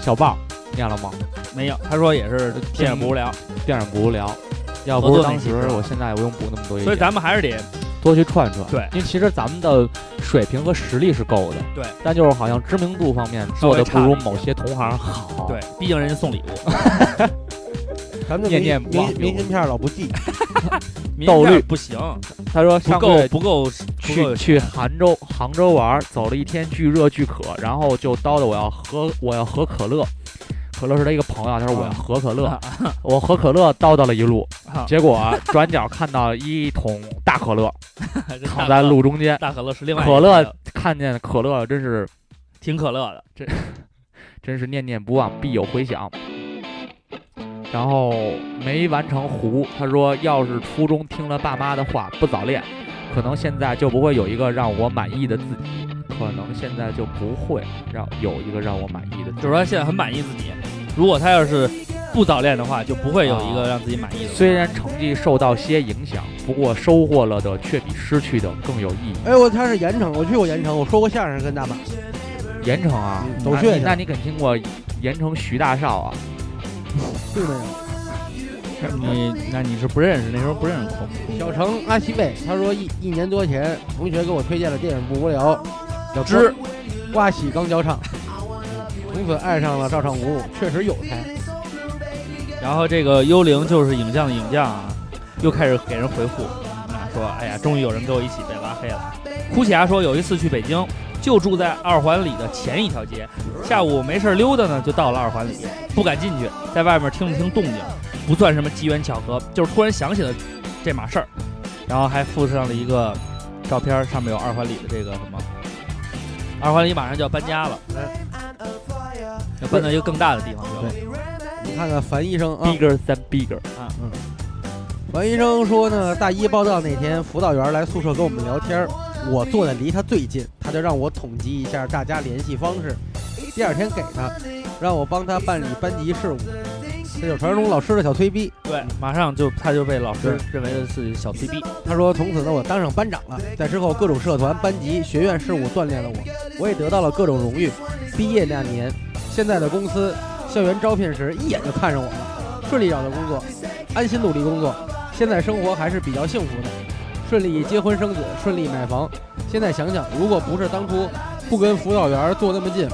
[SPEAKER 31] 小豹念了吗？
[SPEAKER 30] 没有，他说也是电影不无聊，
[SPEAKER 31] 电影不无聊，要不是当时，我现在也不用补那么多。
[SPEAKER 30] 所以咱们还是得
[SPEAKER 31] 多去串串，
[SPEAKER 30] 对，
[SPEAKER 31] 因为其实咱们的水平和实力是够的，
[SPEAKER 30] 对，
[SPEAKER 31] 但就是好像知名度方面做的不如某些同行好，
[SPEAKER 30] 对，毕竟人嗯家送礼物，
[SPEAKER 25] 咱们
[SPEAKER 31] 念念不忘
[SPEAKER 25] 明信片老不寄，
[SPEAKER 31] 豆绿
[SPEAKER 30] 不行。
[SPEAKER 31] 他说
[SPEAKER 30] 不够不够
[SPEAKER 31] 去去杭州杭州玩，走了一天巨热巨渴，然后就叨叨我要喝我要喝可乐，可乐是他一个朋友，他说我要
[SPEAKER 30] 啊
[SPEAKER 31] 喝可乐，我喝可乐叨叨了一路， 结果啊转角看到一桶大可 乐躺在路中间，
[SPEAKER 30] 大可乐是另外
[SPEAKER 31] 可乐看见可乐真是
[SPEAKER 30] 挺可乐的，
[SPEAKER 31] 真真是念念不忘必有回响。然后没完成糊，他说要是初中听了爸妈的话，不早恋，可能现在就不会有一个让我满意的自己，可能现在就不会让有一个让我满意的自己。
[SPEAKER 30] 就是说现在很满意自己，如果他要是不早恋的话，就不会有一个让自己满意的、啊。
[SPEAKER 31] 虽然成绩受到些影响，不过收获了的却比失去的更有意义。
[SPEAKER 25] 哎，我他是盐城，我去过盐城，我说过相声跟大马。
[SPEAKER 31] 盐城啊，
[SPEAKER 25] 嗯走穴
[SPEAKER 31] 那你肯听过盐城徐大少啊？
[SPEAKER 25] 并没有。
[SPEAKER 30] 你那你是不认识，那时候不认识孔。
[SPEAKER 25] 小程阿西贝，他说一一年多前，同学给我推荐了电影不无聊，小
[SPEAKER 30] 之
[SPEAKER 25] 挂喜钢交唱，从此爱上了照唱不误，确实有才。
[SPEAKER 30] 然后这个幽灵就是影像的影像啊，又开始给人回复啊，说哎呀，终于有人跟我一起被拉黑了。哭起来说有一次去北京，就住在二环里的前一条街，下午没事溜达呢，就到了二环里，不敢进去，在外面听了听动静。不算什么机缘巧合，就是突然想起了这码事儿，然后还附上了一个照片，上面有二环里的这个什么，二环里马上就要搬家了，
[SPEAKER 31] 哎
[SPEAKER 30] 要搬到一个更大的地方去了。
[SPEAKER 25] 你看看樊医生啊
[SPEAKER 30] 嗯
[SPEAKER 31] ，bigger than bigger
[SPEAKER 30] 啊，
[SPEAKER 25] 嗯。樊医生说呢，大一报到那天，辅导员来宿舍跟我们聊天，我坐的离他最近，他就让我统计一下大家联系方式，第二天给他，让我帮他办理班级事务。这就传说中老师的小推逼，
[SPEAKER 30] 对，马上就他就被老师认为的是小推逼。
[SPEAKER 25] 他说：“从此呢，我当上班长了，在之后各种社团、班级、学院事务锻炼了我，我也得到了各种荣誉。毕业那年，现在的公司校园招聘时一眼就看上我了，顺利找到工作，安心努力工作。现在生活还是比较幸福的，顺利结婚生子，顺利买房。现在想想，如果不是当初不跟辅导员坐那么近，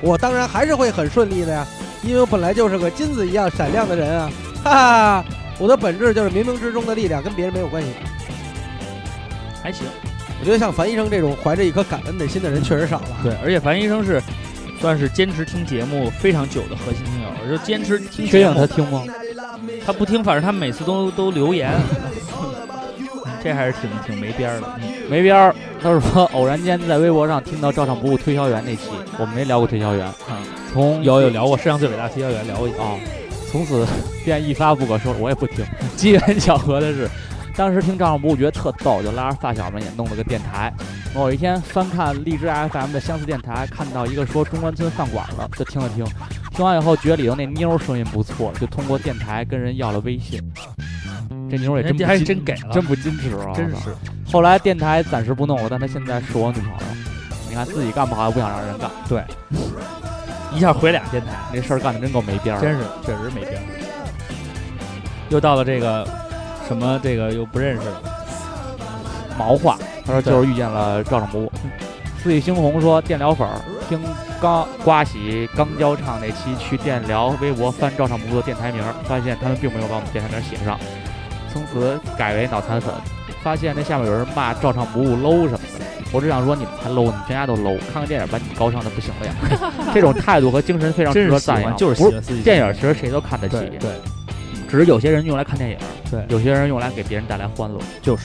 [SPEAKER 25] 我当然还是会很顺利的呀。”因为我本来就是个金子一样闪亮的人啊，哈哈！我的本质就是冥冥之中的力量，跟别人没有关系。
[SPEAKER 30] 还行，
[SPEAKER 25] 我觉得像樊医生这种怀着一颗感恩的心的人确实少了。
[SPEAKER 30] 对，而且樊医生是算是坚持听节目非常久的核心听友，啊就坚持听
[SPEAKER 31] 节目。他听吗？
[SPEAKER 30] 他不听，反正他每次都都留言，这还是挺挺没边儿的。
[SPEAKER 31] 嗯、没边儿。他说偶然间在微博上听到照常不误推销员那期，我们没聊过推销员啊。嗯从
[SPEAKER 30] 有有聊过《世上最伟大推销员》，聊过一
[SPEAKER 31] 哦，从此便一发不可收拾，我也不听。机缘巧合的是，当时听赵尚武觉得特逗，就拉着发小们也弄了个电台。某一天翻看荔枝 FM 的相似电台，看到一个说中关村饭馆了，就听了听。听完以后觉得里头那妞声音不错，就通过电台跟人要了微信。这妞也真
[SPEAKER 30] 还是真给了，
[SPEAKER 31] 真不矜持啊！
[SPEAKER 30] 真是。
[SPEAKER 31] 后来电台暂时不弄我，但她现在是我女朋友。你看自己干不好，不想让人干。
[SPEAKER 30] 对。一下回俩电台，
[SPEAKER 31] 这事儿干的真够没边儿，
[SPEAKER 30] 真是确实没边儿。又到了这个什么这个又不认识了，
[SPEAKER 31] 毛话。他说就是遇见了赵尚武。
[SPEAKER 30] 嗯
[SPEAKER 31] 四季猩红说电疗粉儿，听刚刮喜刚交唱那期去电疗微博翻赵尚武的电台名，发现他们并没有把我们电台名写上，从此改为脑残粉。发现那下面有人骂照常不误 low 什么的，我只想说你们才 low，你们全家都 low。看看电影把你高尚的不行 了呀，这种态度和精神非常值得赞扬。
[SPEAKER 30] 就是
[SPEAKER 31] 不是电影其实谁都看得起，
[SPEAKER 30] 对，对
[SPEAKER 31] 只是有些人用来看电影，
[SPEAKER 30] 对，
[SPEAKER 31] 有些人用来给别人带来欢乐，
[SPEAKER 30] 就是。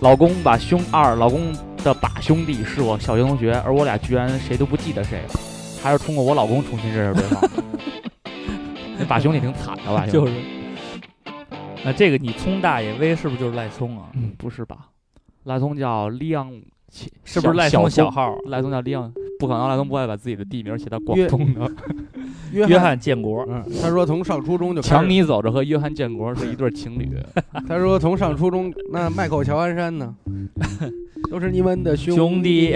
[SPEAKER 31] 老公把兄二老公的把兄弟是我小学同学，而我俩居然谁都不记得谁，还是通过我老公重新认识对方。那 把兄弟挺惨 的吧？
[SPEAKER 30] 就是。啊，这个你聪大爷威是不是就是赖聪啊？
[SPEAKER 31] 嗯，不是吧？赖聪叫亮，
[SPEAKER 30] 是不是赖
[SPEAKER 31] 聪
[SPEAKER 30] 小号？
[SPEAKER 31] 赖聪叫亮，不可能，赖聪不会把自己的地名写到广东的。
[SPEAKER 30] 约翰建国，
[SPEAKER 25] 嗯，他说从上初中就
[SPEAKER 31] 强尼走着和约翰建国是一对情侣。
[SPEAKER 25] 他说从上初中，那迈克乔 安山呢，都是你们的
[SPEAKER 30] 兄弟。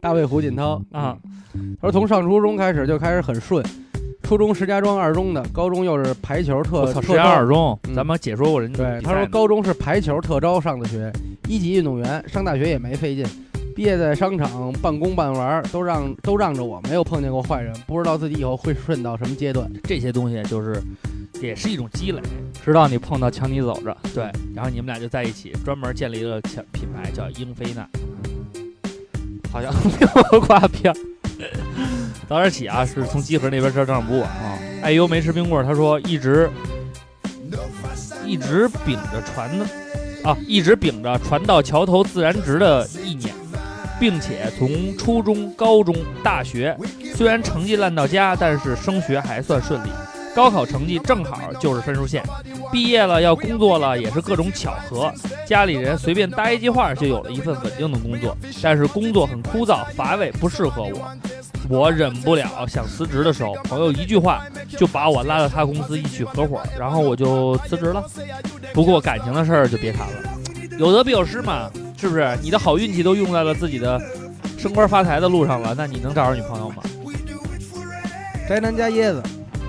[SPEAKER 25] 大卫胡锦涛
[SPEAKER 30] 啊，
[SPEAKER 25] 他说从上初中开始就开始很顺。初中石家庄二中的，高中又是排球特。
[SPEAKER 30] 石家庄二中，咱们嗯解说过人家。
[SPEAKER 25] 对，他说高中是排球特招上的学，一级运动员，上大学也没费劲，毕业在商场半工半玩，都让都让着我，没有碰见过坏人，不知道自己以后会顺到什么阶段。
[SPEAKER 30] 这些东西就是，也是一种积累，
[SPEAKER 31] 直到你碰到强尼走着，
[SPEAKER 30] 对，然后你们俩就在一起，专门建立了强品牌叫英菲娜，
[SPEAKER 31] 好像没有挂票。
[SPEAKER 30] 早点起啊，是从集合那边吃账部啊。哎呦，没吃冰棍，他说一直一直秉着传的啊，一直秉着船到桥头自然直的意念，并且从初中、高中、大学，虽然成绩烂到家，但是升学还算顺利。高考成绩正好就是分数线，毕业了要工作了也是各种巧合，家里人随便搭一句话就有了一份稳定的工作，但是工作很枯燥乏味，不适合我，我忍不了想辞职的时候，朋友一句话就把我拉到他公司一起合伙，然后我就辞职了。不过感情的事儿就别谈了，有得必有失嘛，是不是？你的好运气都用在了自己的升官发财的路上了，那你能找着女朋友吗？
[SPEAKER 25] 宅男加椰子。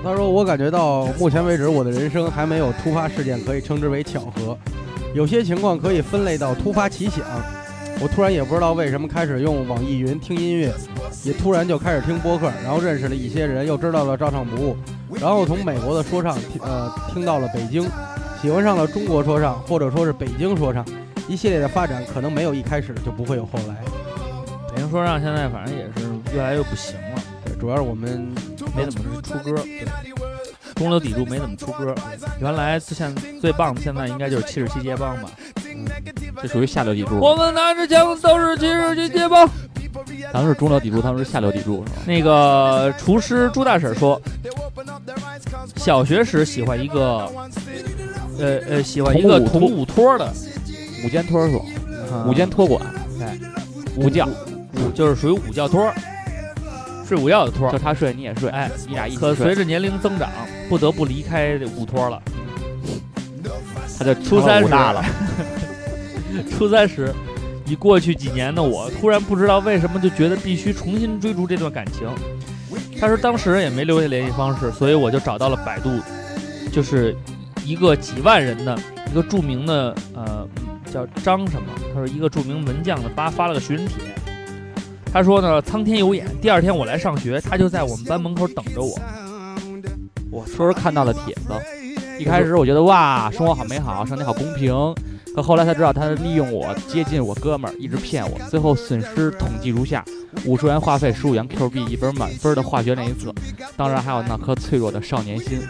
[SPEAKER 25] 他说：“我感觉到目前为止，我的人生还没有突发事件可以称之为巧合，有些情况可以分类到突发奇想。我突然也不知道为什么开始用网易云听音乐，也突然就开始听播客，然后认识了一些人，又知道了照唱不误，然后从美国的说唱，呃，听到了北京，喜欢上了中国说唱，或者说是北京说唱。一系列的发展，可能没有一开始就不会有后来。
[SPEAKER 30] 北京说唱现在反正也是越来越不行了。”
[SPEAKER 25] 主要是我们
[SPEAKER 30] 没怎么出歌，对，中流砥柱没怎么出歌。原来最现最棒的现在应该就是七十七街帮吧，
[SPEAKER 31] 嗯，这属于下流砥柱。
[SPEAKER 30] 我们拿着枪都是七十七街帮，
[SPEAKER 31] 咱们是中流砥柱，他们是下流砥柱，是吧？
[SPEAKER 30] 那个厨师朱大婶说，小学时喜欢一个，呃呃，喜欢一个同
[SPEAKER 31] 五
[SPEAKER 30] 托的
[SPEAKER 31] 五间托所，五间托管，
[SPEAKER 30] 对，
[SPEAKER 31] 五教
[SPEAKER 30] 五就是属于五教托。睡午觉的托，
[SPEAKER 31] 嗯就他睡你也睡，
[SPEAKER 30] 哎，
[SPEAKER 31] 你俩一起
[SPEAKER 30] 可随着年龄增长，不得不离开午托了。
[SPEAKER 31] 他就
[SPEAKER 30] 初三时
[SPEAKER 31] 大了，
[SPEAKER 30] 初三时，已过去几年的我，突然不知道为什么就觉得必须重新追逐这段感情。他说当时也没留下联系方式，所以我就找到了百度，就是一个几万人的一个著名的呃叫张什么，他说一个著名门将的吧发了个寻人帖。他说呢，苍天有眼。第二天我来上学，他就在我们班门口等着我。
[SPEAKER 31] 我初时看到的帖子，一开始我觉得哇，生活好美好，上天好公平。可后来才知道，他利用我接近我哥们儿，一直骗我。最后损失统计如下：五十元话费，十五元 Q 币，一本满分的化学练习册，当然还有那颗脆弱的少年心。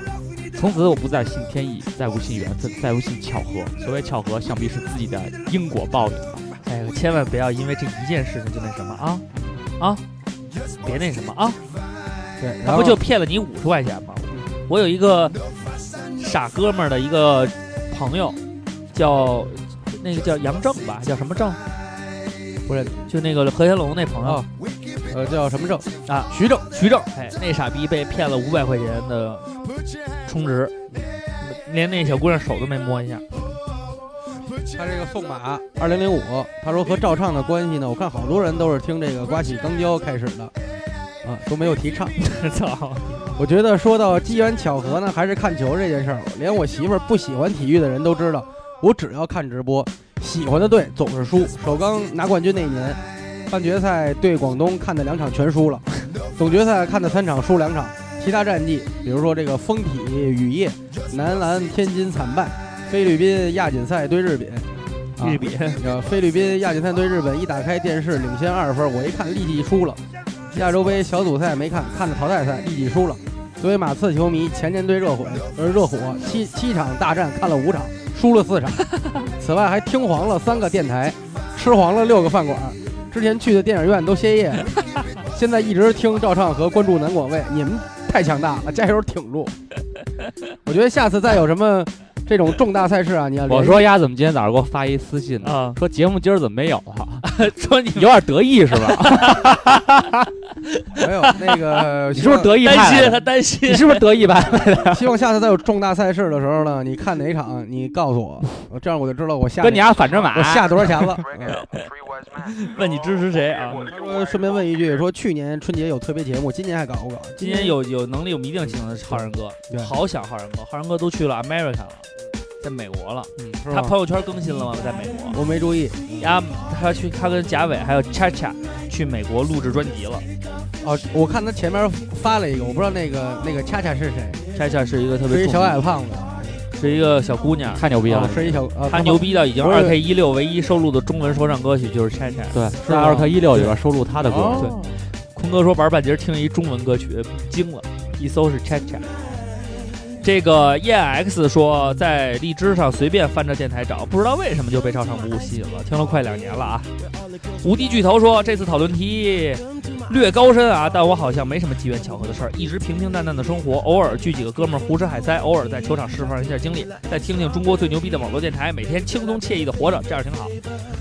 [SPEAKER 31] 从此我不再信天意，再不信缘分，再不信巧合。所谓巧合，想必是自己的因果报应吧。
[SPEAKER 30] 哎，千万不要因为这一件事情就那什么啊啊，别那什么啊！
[SPEAKER 25] 对，
[SPEAKER 30] 他不就骗了你五十块钱吗？我有一个傻哥们儿的一个朋友，叫那个叫杨正吧，叫什么正？
[SPEAKER 25] 不是，
[SPEAKER 30] 就那个何天龙那朋友，
[SPEAKER 25] 呃，叫什么正
[SPEAKER 30] 啊？
[SPEAKER 25] 徐正，
[SPEAKER 30] 哦徐正。哎，那傻逼被骗了五百块钱的充值，连那小姑娘手都没摸一下。
[SPEAKER 25] 他这个送马二零零五，他说和赵唱的关系呢，我看好多人都是听这个刮起钢胶开始的，啊，都没有提唱。
[SPEAKER 30] 操！
[SPEAKER 25] 我觉得说到机缘巧合呢，还是看球这件事儿，连我媳妇儿不喜欢体育的人都知道，我只要看直播，喜欢的队总是输。首钢拿冠军那年，半决赛对广东看的两场全输了，总决赛看的三场输两场，其他战绩，比如说这个丰体雨夜、男篮天津惨败。菲律宾亚锦赛对日本，
[SPEAKER 30] 日本、
[SPEAKER 25] 啊，菲律宾亚锦赛对日本，一打开电视领先二分，我一看立即输了。亚洲杯小组赛没看，看的淘汰赛立即输了。作为马刺球迷，前年对热火，呃，热火七七场大战看了五场，输了四场。此外还听黄了三个电台，吃黄了六个饭馆，之前去的电影院都歇业。现在一直听赵唱和关注南广卫，你们太强大了，加油挺住！我觉得下次再有什么。这种重大赛事啊，你要
[SPEAKER 31] 我说丫怎么今天早上给我发一私信呢？啊、说节目今儿怎么没有啊？
[SPEAKER 30] 说你
[SPEAKER 31] 有点得意是吧？
[SPEAKER 25] 没有那个，
[SPEAKER 31] 你是不是得意
[SPEAKER 30] 担心他担心，
[SPEAKER 31] 你是不是得意派 的？
[SPEAKER 25] 希望下次再有重大赛事的时候呢，你看哪场，你告诉我，我这样我就知道我下
[SPEAKER 31] 跟你丫、啊、反着买，
[SPEAKER 25] 我下多少钱了。嗯
[SPEAKER 30] 问你支持谁啊？
[SPEAKER 25] 说顺便问一句，说去年春节有特别节目，今年还搞不搞？
[SPEAKER 30] 今年有有能力我们一定请浩然哥，好想浩然哥，浩然哥都去了 America 了。在美国了，
[SPEAKER 25] 嗯，
[SPEAKER 30] 他朋友圈更新了吗？在美国，
[SPEAKER 25] 我没注意。
[SPEAKER 30] 呀，他去，他跟贾伟还有恰恰去美国录制专辑了。
[SPEAKER 25] 哦，我看他前面发了一个，我不知道那个那个恰恰是谁。
[SPEAKER 30] 恰恰是一个特别
[SPEAKER 25] 小矮胖子，
[SPEAKER 30] 是一个小姑娘，
[SPEAKER 31] 太牛逼了，
[SPEAKER 25] 哦是一小呃
[SPEAKER 30] 她牛逼到已经二 K 一六唯一收录的中文说唱歌曲就是《拆拆》，
[SPEAKER 31] 对，在二 K 一六里边收录她的歌。
[SPEAKER 25] 哦
[SPEAKER 30] 对，坤哥说玩半截听一中文歌曲惊了，一搜是《拆拆》。这个 e x 说在荔枝上随便翻着电台找，不知道为什么就被照常不误吸引了，听了快两年了啊。无敌巨头说这次讨论题略高深啊，但我好像没什么机缘巧合的事儿，一直平平淡淡的生活，偶尔聚几个哥们儿胡吃海塞，偶尔在球场释放一下精力，再听听中国最牛逼的网络电台，每天轻松惬意的活着，这样挺好。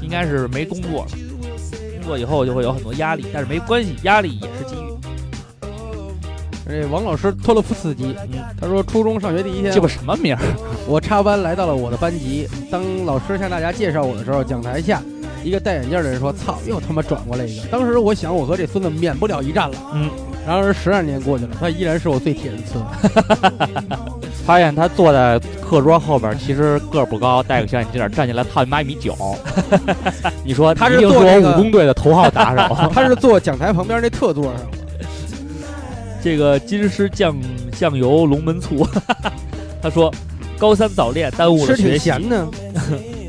[SPEAKER 30] 应该是没工作了，工作以后就会有很多压力，但是没关系，压力也是机遇。
[SPEAKER 25] 这王老师托洛夫斯基，嗯、他说初中上学第一天，
[SPEAKER 31] 鸡巴什么名儿？
[SPEAKER 25] 我插班来到了我的班级，当老师向大家介绍我的时候，讲台下一个戴眼镜的人说：“操，又他妈转过来一个。”当时我想，我和这孙子免不了一战了。
[SPEAKER 30] 嗯，
[SPEAKER 25] 然而十二年过去了，他依然是我最铁的孙
[SPEAKER 31] 子。发现他坐在课桌后边，其实个儿不高，戴个小眼镜，站起来操你妈一米九。你说
[SPEAKER 25] 他是
[SPEAKER 31] 做
[SPEAKER 25] 那
[SPEAKER 31] 个武工队的头号打手，
[SPEAKER 25] 他是坐讲台旁边那特座上。
[SPEAKER 30] 这个金狮酱酱油龙门醋， 他说，高三早恋耽误了学习
[SPEAKER 25] 呢，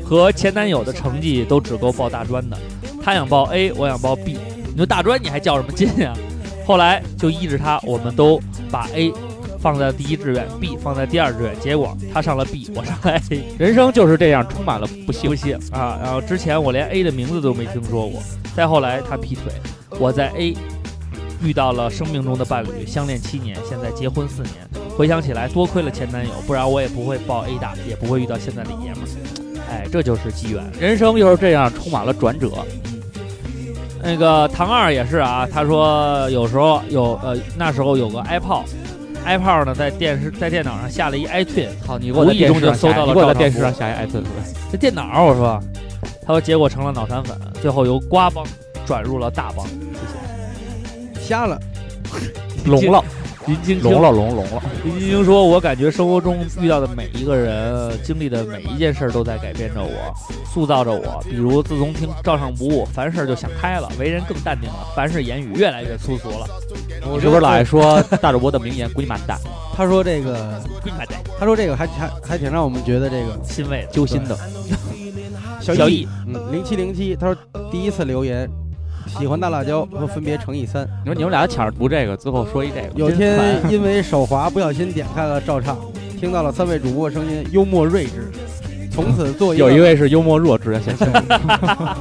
[SPEAKER 30] 和前男友的成绩都只够报大专的，他想报 A，我想报 B，你说大专你还叫什么劲呀、啊？后来就依着他，我们都把 A 放在第一志愿，B 放在第二志愿，结果他上了 B，我上了 A，
[SPEAKER 31] 人生就是这样，充满了不幸
[SPEAKER 30] 不幸啊！然后之前我连 A 的名字都没听说过，再后来他劈腿，我在 A。遇到了生命中的伴侣，相恋七年，现在结婚四年。回想起来，多亏了前男友，不然我也不会报 A 大，也不会遇到现在的爷们儿。哎，这就是机缘，
[SPEAKER 31] 人生就是这样，充满了转折。
[SPEAKER 30] 那个唐二也是啊，他说有时候有呃，那时候有个 iPod，iPod 呢在电视在电脑上下了一 iTunes，
[SPEAKER 31] 好，你
[SPEAKER 30] 无意中就搜到了
[SPEAKER 31] 我在电视上下一 iTunes，
[SPEAKER 30] 这电脑我说，他说结果成了脑残粉，最后由瓜帮转入了大帮。
[SPEAKER 25] 瞎了，
[SPEAKER 31] 聋了，
[SPEAKER 30] 林金
[SPEAKER 31] 聋了，聋聋了。
[SPEAKER 30] 林金星说：“我感觉生活中遇到的每一个人，经历的每一件事都在改变着我，塑造着我。比如，自从听照上不误，凡事就想开了，为人更淡定了，凡事言语越来越粗俗了。”
[SPEAKER 31] 你是不是老爱说大主播的名言“龟妈蛋”？
[SPEAKER 25] 他说这个
[SPEAKER 30] “龟妈蛋”，
[SPEAKER 25] 他说这个还还还挺让我们觉得这个
[SPEAKER 30] 欣慰的、
[SPEAKER 31] 揪心的。
[SPEAKER 30] 小易，
[SPEAKER 25] 嗯，零七零七，他说第一次留言。喜欢大辣椒和分别乘以三。
[SPEAKER 31] 你说你们俩抢着读这个，最后说一这个。
[SPEAKER 25] 有天因为手滑不小心点开了照唱，听到了三位主播声音幽默睿智，从此做
[SPEAKER 31] 有一位是幽默弱智的先生。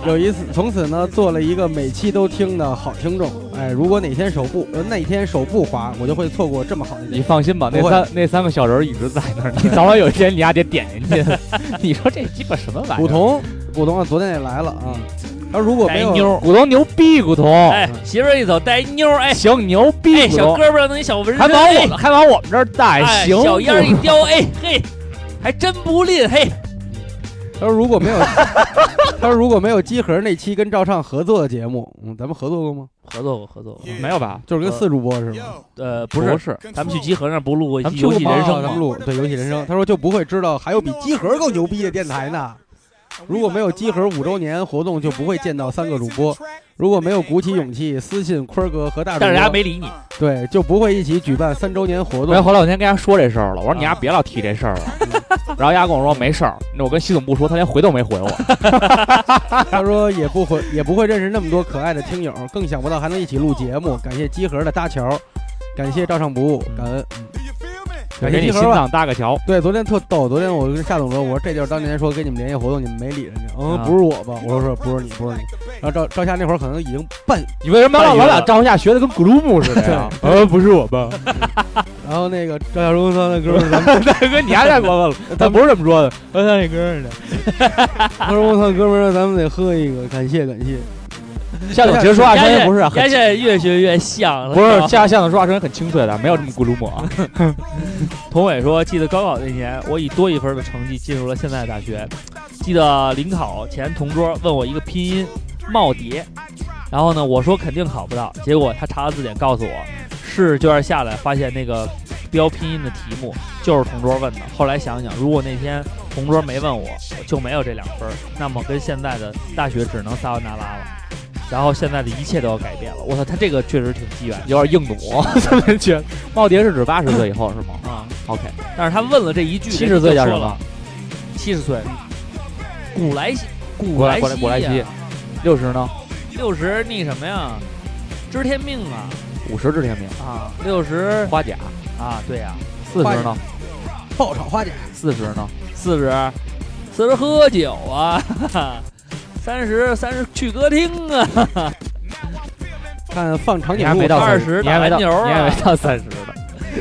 [SPEAKER 25] 有一次，从此呢做了一个每期都听的好听众。哎，如果哪天手不呃那天手不滑，我就会错过这么好的。
[SPEAKER 31] 你放心吧，那三那三个小人一直在那儿，你早晚有一天你丫得点进去。 你说这鸡巴什么玩意儿？
[SPEAKER 25] 古潼，古潼啊，昨天也来了啊。他如果没有
[SPEAKER 30] 妞，
[SPEAKER 31] 古潼牛逼，古潼。
[SPEAKER 30] 哎，媳妇儿一走带妞，哎，
[SPEAKER 31] 行，牛逼，
[SPEAKER 30] 哎，小胳膊弄一小纹身，
[SPEAKER 31] 还往我们还往我们这儿带，哎、行，
[SPEAKER 30] 小烟一叼，哎嘿，还真不吝，嘿。
[SPEAKER 25] 他说如果没有， 他说如果没有机核那期跟赵畅合作的节目，嗯，咱们合作过吗？
[SPEAKER 30] 合作过，合作过，
[SPEAKER 31] 没有吧？
[SPEAKER 25] 就是跟四主播是吗？
[SPEAKER 30] 呃，不是，
[SPEAKER 31] 是，
[SPEAKER 30] 咱们去集合那不录过游戏人生吗？
[SPEAKER 25] 录啊对游戏人生，他说就不会知道还有比集合更牛逼的电台呢。 如果没有集合五周年活动，就不会见到三个主播；如果没有鼓起勇气私信坤哥和大主播，
[SPEAKER 30] 但是人家没理你，
[SPEAKER 25] 对，就不会一起举办三周年活 动。
[SPEAKER 31] 然后来我先跟人家说这事儿了，我说你丫别老提这事儿了。嗯、然后丫跟我说没事儿，那我跟习总部说，他连回都没回 我。
[SPEAKER 25] 他说也不回，也不会认识那么多可爱的听友，更想不到还能一起录节目。感谢集合的搭桥，感谢照上不误，感恩。感谢
[SPEAKER 31] 你心脏搭个桥。
[SPEAKER 25] 对，昨天特逗。昨天我跟夏总说，我说这就是当年说跟你们联系活动，你们没理人家。嗯，不是我吧？我说说不是你，不是你。然后赵赵夏那会儿可能已经半，
[SPEAKER 31] 你为什么老老俩赵夏学的跟古鲁姆似的 呀？啊
[SPEAKER 25] 呃，不是我 吧？然后啊那个赵夏说：“那哥们 儿，
[SPEAKER 31] 大哥你还太过分了，咱不是这么 说的。
[SPEAKER 25] 我操你哥们儿的！他说我操哥们儿，咱们得喝一个，感谢感谢。”
[SPEAKER 31] 夏总其实说话声音不是，
[SPEAKER 30] 现在越学越像了。
[SPEAKER 31] 不是夏夏总说话声音很清脆的，没有这么咕噜摸。
[SPEAKER 30] 童伟说：“记得高考那年，我以多一分的成绩进入了现在的大学。记得临考前，同桌问我一个拼音‘耄耋’，然后呢，我说肯定考不到。结果他查了字典，告诉我试卷下来，发现那个标拼音的题目就是同桌问的。后来想想，如果那天同桌没问我，我就没有这两分，那么跟现在的大学只能撒哇那拉了。”然后现在的一切都要改变了，我操，他这个确实挺机缘，
[SPEAKER 31] 有点硬弩，觉得耄耋是指八十岁以后是吗？
[SPEAKER 30] 啊、嗯，
[SPEAKER 31] OK，
[SPEAKER 30] 但是他问了这一句，
[SPEAKER 31] 七十岁叫什么？
[SPEAKER 30] 七十岁，古来西，
[SPEAKER 31] 古
[SPEAKER 30] 来
[SPEAKER 31] 古来古来啊
[SPEAKER 30] 西，
[SPEAKER 31] 六十呢？
[SPEAKER 30] 六十那什么呀？知天命啊！
[SPEAKER 31] 五十知天命
[SPEAKER 30] 啊！六十
[SPEAKER 31] 花甲
[SPEAKER 30] 啊！对呀、啊，
[SPEAKER 31] 四十呢？
[SPEAKER 25] 爆炒花甲。
[SPEAKER 31] 四十呢？
[SPEAKER 30] 四十，四十喝酒啊！ 三十三十去歌厅啊！
[SPEAKER 25] 看放长颈
[SPEAKER 31] 鹿没到
[SPEAKER 30] 二十，
[SPEAKER 31] 你还没到，
[SPEAKER 30] 你还
[SPEAKER 31] 没到三十呢。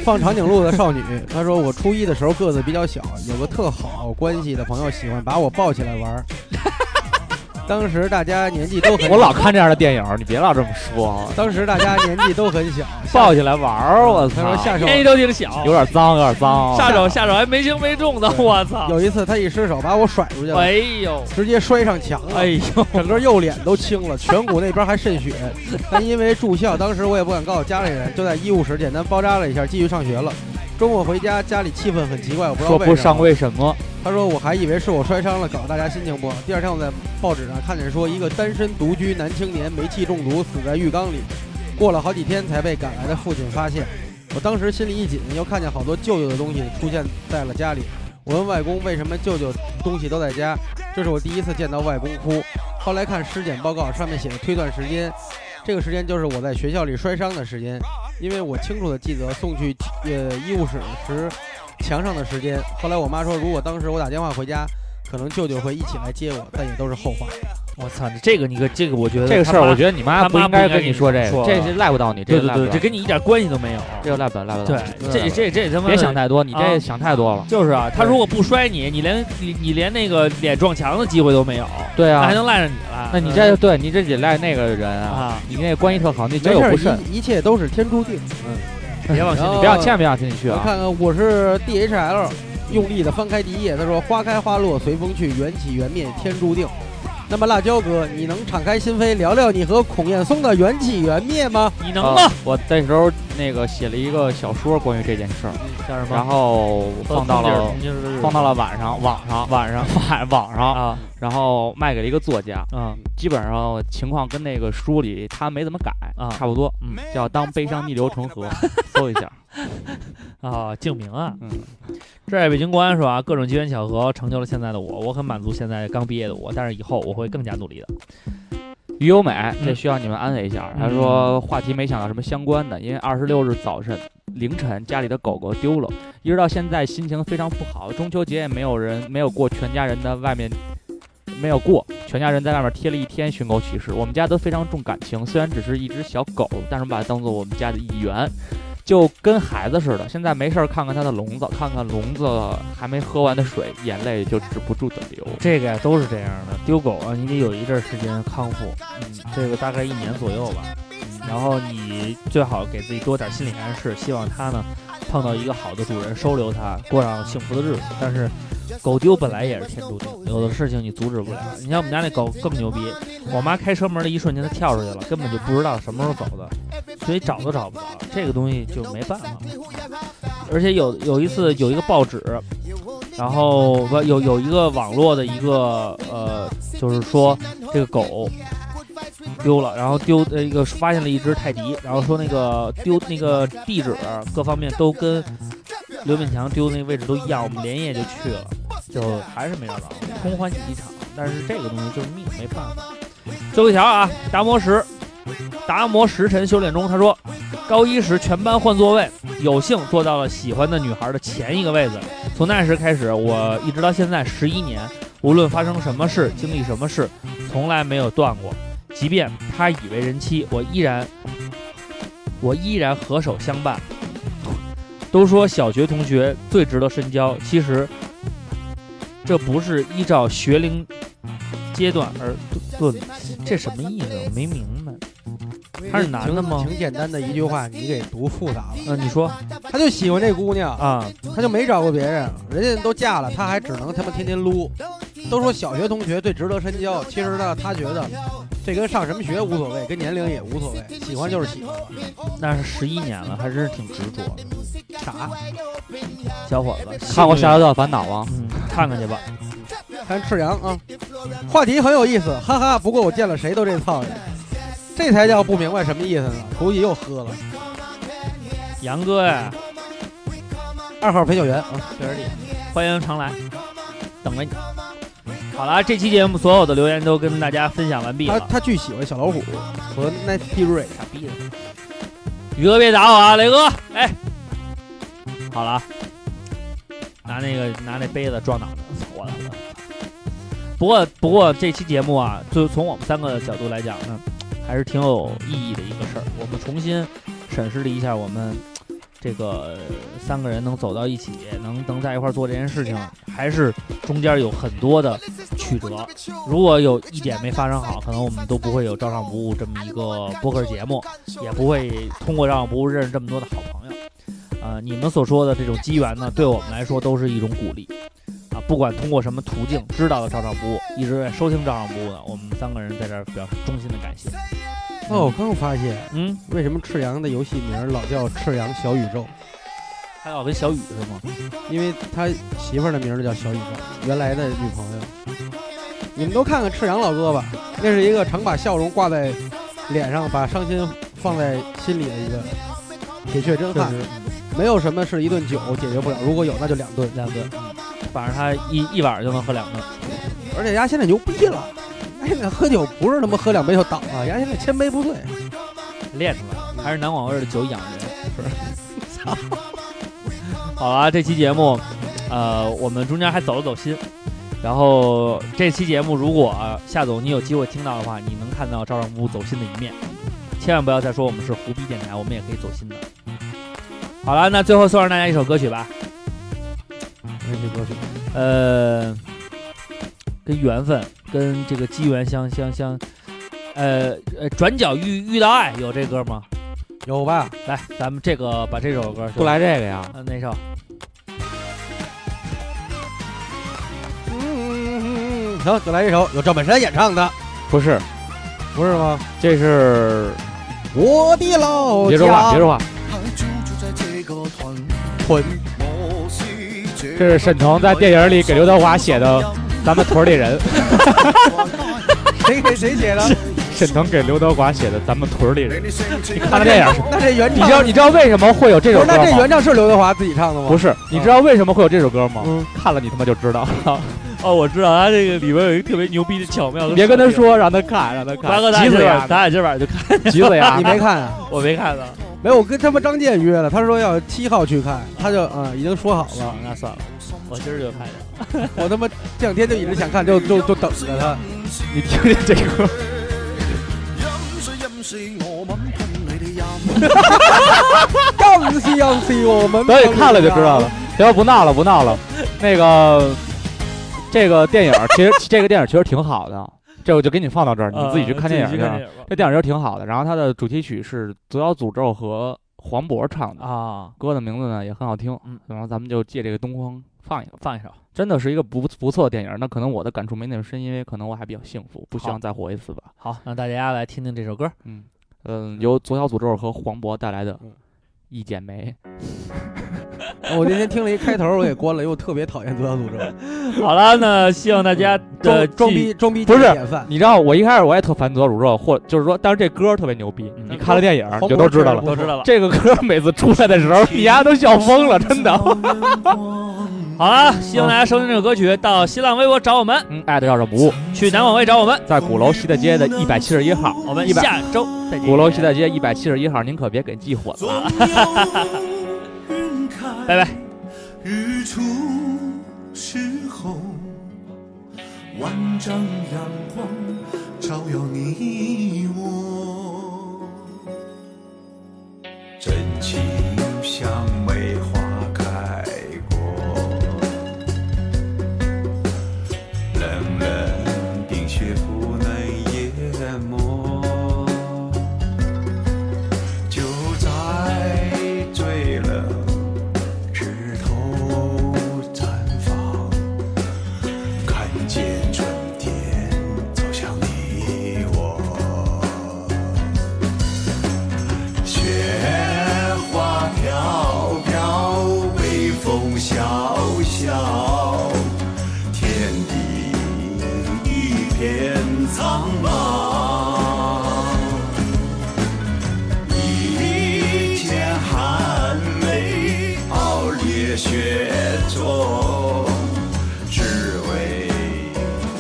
[SPEAKER 25] 放长颈鹿的少女，她说我初一的时候个子比较小，有个特好关系的朋友喜欢把我抱起来玩。 当时大家年纪都很，
[SPEAKER 31] 我老看这样的电影，你别老这么说。 啊
[SPEAKER 25] 当时大家年纪都很小，
[SPEAKER 31] 抱起来玩儿，我操！哎
[SPEAKER 25] 他说下手
[SPEAKER 30] 年纪哎都挺小，
[SPEAKER 31] 有点脏，有点脏。啊
[SPEAKER 30] 下手下手还没轻没重的，我操！
[SPEAKER 25] 有一次他一失手把我甩出去了，
[SPEAKER 30] 哎呦，
[SPEAKER 25] 直接摔上墙了，
[SPEAKER 30] 哎呦，
[SPEAKER 25] 整个右脸都青了，颧骨那边还渗血。但因为住校，当时我也不敢告诉家里人，就在医务室简单包扎了一下，继续上学了。周末回家，家里气氛很奇怪，我不知道
[SPEAKER 31] 说不上为什么。
[SPEAKER 25] 他说我还以为是我摔伤了，搞得大家心情不好。第二天我在报纸上看见说，一个单身独居男青年煤气中毒死在浴缸里，过了好几天才被赶来的父亲发现。我当时心里一紧，又看见好多舅舅的东西出现在了家里。我问外公为什么舅舅东西都在家，这是我第一次见到外公哭。后来看尸检报告，上面写的推断时间，这个时间就是我在学校里摔伤的时间。因为我清楚的记得送去呃医务室时墙上的时间。后来我妈说，如果当时我打电话回家，可能舅舅会一起来接我，但也都是后话。
[SPEAKER 30] 我操，这个你个这个，我觉得
[SPEAKER 31] 这个事儿，我觉得你
[SPEAKER 30] 妈
[SPEAKER 31] 不
[SPEAKER 30] 应
[SPEAKER 31] 该
[SPEAKER 30] 跟
[SPEAKER 31] 你说这
[SPEAKER 30] 个，
[SPEAKER 31] 这是赖不到你。
[SPEAKER 30] 对
[SPEAKER 31] 对
[SPEAKER 30] 对，这跟你一点关系都没有。
[SPEAKER 31] 这个赖不了，赖不了。
[SPEAKER 30] 对，这这这他妈
[SPEAKER 31] 别想太多，你这想太多了。
[SPEAKER 30] 就是啊，他如果不摔你，你连你你连那个脸撞墙的机会都没有。
[SPEAKER 31] 对啊，
[SPEAKER 30] 那还能赖着你了？嗯
[SPEAKER 31] 那你这对你这得赖那个人啊，你那关系特好，你交友不慎，
[SPEAKER 25] 一切都是天注定。嗯。
[SPEAKER 30] 别往心里，
[SPEAKER 31] 别往千万别往心里去啊！
[SPEAKER 25] 看看，我是 D H L，用力的翻开第一页，他说：“花开花落随风去，缘起缘灭天注定。”那么辣椒哥，你能敞开心扉聊聊你和孔燕松的缘起缘灭吗？
[SPEAKER 30] 你能吗？
[SPEAKER 31] 呃我那时候那个写了一个小说关于这件事儿，
[SPEAKER 30] 叫什么？
[SPEAKER 31] 然后放到了放到了晚上，网上 晚上晚网上
[SPEAKER 30] 啊，
[SPEAKER 31] 然后卖给了一个作家，
[SPEAKER 30] 嗯，
[SPEAKER 31] 基本上情况跟那个书里他没怎么改
[SPEAKER 30] 啊，
[SPEAKER 31] 差不多，叫当悲伤逆流成河，搜一下。
[SPEAKER 30] 啊，静明啊，
[SPEAKER 31] 嗯，
[SPEAKER 30] 这北京国安说啊，各种机缘巧合成就了现在的我，我很满足现在刚毕业的我，但是以后我会更加努力的。
[SPEAKER 31] 于优美，这需要你们安慰一下。他说话题没想到什么相关的，因为二十六日早晨凌晨家里的狗狗丢了，一直到现在心情非常不好。中秋节也没有人没有过，全家人在外面没有过，全家人在外面贴了一天寻狗启事。我们家都非常重感情，虽然只是一只小狗，但是我们把它当做我们家的一员。就跟孩子似的，现在没事儿看看他的笼子，看看笼子还没喝完的水，眼泪就止不住的流。
[SPEAKER 30] 这个呀都是这样的，丢狗啊，你得有一阵儿时间康复，嗯，这个大概一年左右吧。然后你最好给自己多点心理暗示，希望它呢碰到一个好的主人，收留它，过上幸福的日子。但是狗丢本来也是天注定，有的事情你阻止不了。你像我们家那狗更牛逼，我妈开车门的一瞬间它跳出去了，根本就不知道什么时候走的，所以找都找不着，这个东西就没办法了。而且有有一次有一个报纸，然后不有有一个网络的一个呃，就是说这个狗丢了，然后丢呃一个发现了一只泰迪，然后说那个丢那个地址啊各方面都跟刘敏强丢那位置都一样，我们连夜就去了，就还是没找着，空欢喜一场。但是这个东西就是命，没办法。最后一条啊，达摩什，达摩时辰修炼中，他说高一时全班换座位，有幸坐到了喜欢的女孩的前一个位子。从那时开始，我一直到现在十一年，无论发生什么事，经历什么事，从来没有断过。即便她已为人妻，我依然，我依然合手相伴。都说小学同学最值得深交，其实这不是依照学龄阶段而论，这什么意思？我没明白。他是男的吗
[SPEAKER 25] 挺？挺简单的一句话，你给读复杂了。
[SPEAKER 30] 嗯，你说，
[SPEAKER 25] 他就喜欢这姑娘
[SPEAKER 30] 啊，
[SPEAKER 25] 他就没找过别人，人家都嫁了，他还只能他妈天天撸。都说小学同学最值得深交，其实呢，他觉得这跟上什么学无所谓，跟年龄也无所谓，喜欢就是喜欢。
[SPEAKER 30] 那是十一年了，还真是挺执着的。
[SPEAKER 25] 啥？
[SPEAKER 30] 小伙子，
[SPEAKER 31] 看过《夏洛特烦恼》吗？
[SPEAKER 30] 嗯，看看去吧。
[SPEAKER 25] 看赤羊啊，话题很有意思，哈哈。不过我见了谁都这操性。这才叫不明白什么意思呢！估计又喝了。
[SPEAKER 30] 杨哥呀、啊，
[SPEAKER 25] 二号陪酒员啊，
[SPEAKER 30] 确实厉害，欢迎常来，等着你。好了，啊这期节目所有的留言都跟大家分享完毕
[SPEAKER 25] 他他巨喜欢小老虎和 Nasty Ray，
[SPEAKER 30] 傻逼的。宇哥别打我啊，雷哥！哎，好了，拿那个拿那杯子撞脑袋，我了。不过不过这期节目啊，就从我们三个角度来讲呢，还是挺有意义的一个事儿。我们重新审视了一下我们这个三个人能走到一起，能能在一块儿做这件事情，还是中间有很多的曲折。如果有一点没发生好，可能我们都不会有照常不误这么一个播客节目，也不会通过照常不误认识这么多的好朋友。呃，你们所说的这种机缘呢，对我们来说都是一种鼓励。啊，不管通过什么途径知道的照常不误，一直在收听照常不误的，我们三个人在这儿表示衷心的感谢。
[SPEAKER 25] 哦，我刚发现，
[SPEAKER 30] 嗯，
[SPEAKER 25] 为什么赤羊的游戏名老叫赤羊小宇宙？
[SPEAKER 30] 他老跟小雨是吗？
[SPEAKER 25] 因为他媳妇儿的名字叫小宇宙，原来的女朋友。你们都看看赤羊老哥吧，那是一个常把笑容挂在脸上，把伤心放在心里的一个铁血真汉。没有什么是一顿酒解决不了，如果有那就两顿，
[SPEAKER 30] 两顿。反正他一一晚上就能喝两顿，
[SPEAKER 25] 而且丫现在牛逼了，丫现在喝酒不是他妈喝两杯就倒了，丫现在千杯不醉，
[SPEAKER 30] 练出来还是南广味的酒养人。是， 操！好了，这期节目，呃，我们中间还走了走心。然后这期节目，如果、啊、夏总你有机会听到的话，你能看到赵尚武走心的一面，千万不要再说我们是胡逼电台，我们也可以走心的。好了，那最后送上大家一首歌曲吧。
[SPEAKER 25] 那些歌曲，
[SPEAKER 30] 呃，跟缘分，跟这个机缘相相相，呃呃，转角遇遇到爱，有这歌吗？
[SPEAKER 25] 有吧？
[SPEAKER 30] 来，咱们这个把这首歌
[SPEAKER 31] 不来这个呀？
[SPEAKER 30] 嗯，哪首？
[SPEAKER 25] 嗯，行，就来这首有赵本山演唱的，
[SPEAKER 31] 不是，
[SPEAKER 25] 不是吗？
[SPEAKER 31] 这是啊
[SPEAKER 25] 我的老家。
[SPEAKER 31] 别说话，别说话。屯。这是沈腾在电影里给刘德华写的《 咱们屯里人》
[SPEAKER 25] 谁给谁写的？
[SPEAKER 31] 沈腾给刘德华写的《咱们屯里人》。你看了电影？
[SPEAKER 25] 那这原
[SPEAKER 31] 你知道你知道为什么会有这首啊歌吗？
[SPEAKER 25] 那这原唱是刘德华自己唱的吗？
[SPEAKER 31] 不是，你知道为什么会有这首歌吗？
[SPEAKER 25] 嗯、
[SPEAKER 31] 看了你他妈就知道了。
[SPEAKER 30] 哦，我知道，他这个里边有一个特别牛逼的巧妙。
[SPEAKER 31] 别跟他说，让他看，让他看。
[SPEAKER 30] 八哥，
[SPEAKER 31] 急死呀！
[SPEAKER 30] 咱俩今晚就看。
[SPEAKER 31] 急死 呀！
[SPEAKER 25] 你没看啊？
[SPEAKER 30] 啊我没看呢。
[SPEAKER 25] 没有，我跟他们张健约了，他说要七号去看，他就啊、嗯、已经说好了。
[SPEAKER 30] 那算了，我今儿就看
[SPEAKER 25] 了。我他妈这两天就一直想看，就就就等 着他。
[SPEAKER 31] 你听听这歌、
[SPEAKER 25] 个。阴是阴是我们。
[SPEAKER 31] 等你看了就知 道了。行，不闹了，不闹了。那个，这个电影其实 这个电影其实挺好的。这我就给你放到这儿，嗯你自己去看电影去。啊
[SPEAKER 30] 呃、去
[SPEAKER 31] 这电影其实挺好的，然后它的主题曲是《左小诅咒》和黄渤唱的
[SPEAKER 30] 啊，
[SPEAKER 31] 歌的名字呢也很好听。
[SPEAKER 30] 嗯，
[SPEAKER 31] 然后咱们就借这个东框放一
[SPEAKER 30] 放一首，
[SPEAKER 31] 真的是一个不不错的电影。那可能我的感触没那么深，因为可能我还比较幸福，不希望再活一次吧。
[SPEAKER 30] 好，那大家来听听这首歌。
[SPEAKER 31] 嗯嗯、呃，嗯由左小诅咒和黄渤带来的《一剪梅》。
[SPEAKER 25] 我那天听了一开头，我也关了，因为我特别讨厌《左小诅咒》。
[SPEAKER 30] 好了，那希望大家 的
[SPEAKER 25] 装逼装逼
[SPEAKER 31] 呃不是，你知道我一开始我也特烦《左小诅咒》，或就是说，但是这歌特别牛逼，你看了电影你就都知道了，
[SPEAKER 30] 都知道了。
[SPEAKER 31] 嗯这个歌每次出来的时候，你丫都笑疯了，真的。
[SPEAKER 30] 好了，希望大家收听这首歌曲，到新浪微博找我们，
[SPEAKER 31] 嗯，艾特要什不误，
[SPEAKER 30] 去南广卫找我们，
[SPEAKER 31] 在鼓楼西大街的一百七十一号。
[SPEAKER 30] 我们下周再见。
[SPEAKER 31] 鼓楼西大街一百七十一号，您可别给记混了。
[SPEAKER 30] 拜拜。
[SPEAKER 32] 日出时候，万丈阳光照耀你我，真情像梅花开过，冷冷冰雪不能淹没，就在坠落。飘飘。的学做，只为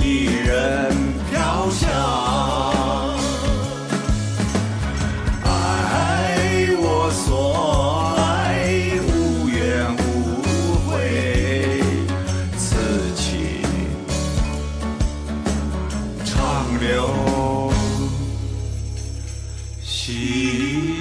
[SPEAKER 32] 一人飘香。爱我所爱，无怨无悔，此情长留心。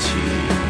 [SPEAKER 32] 情。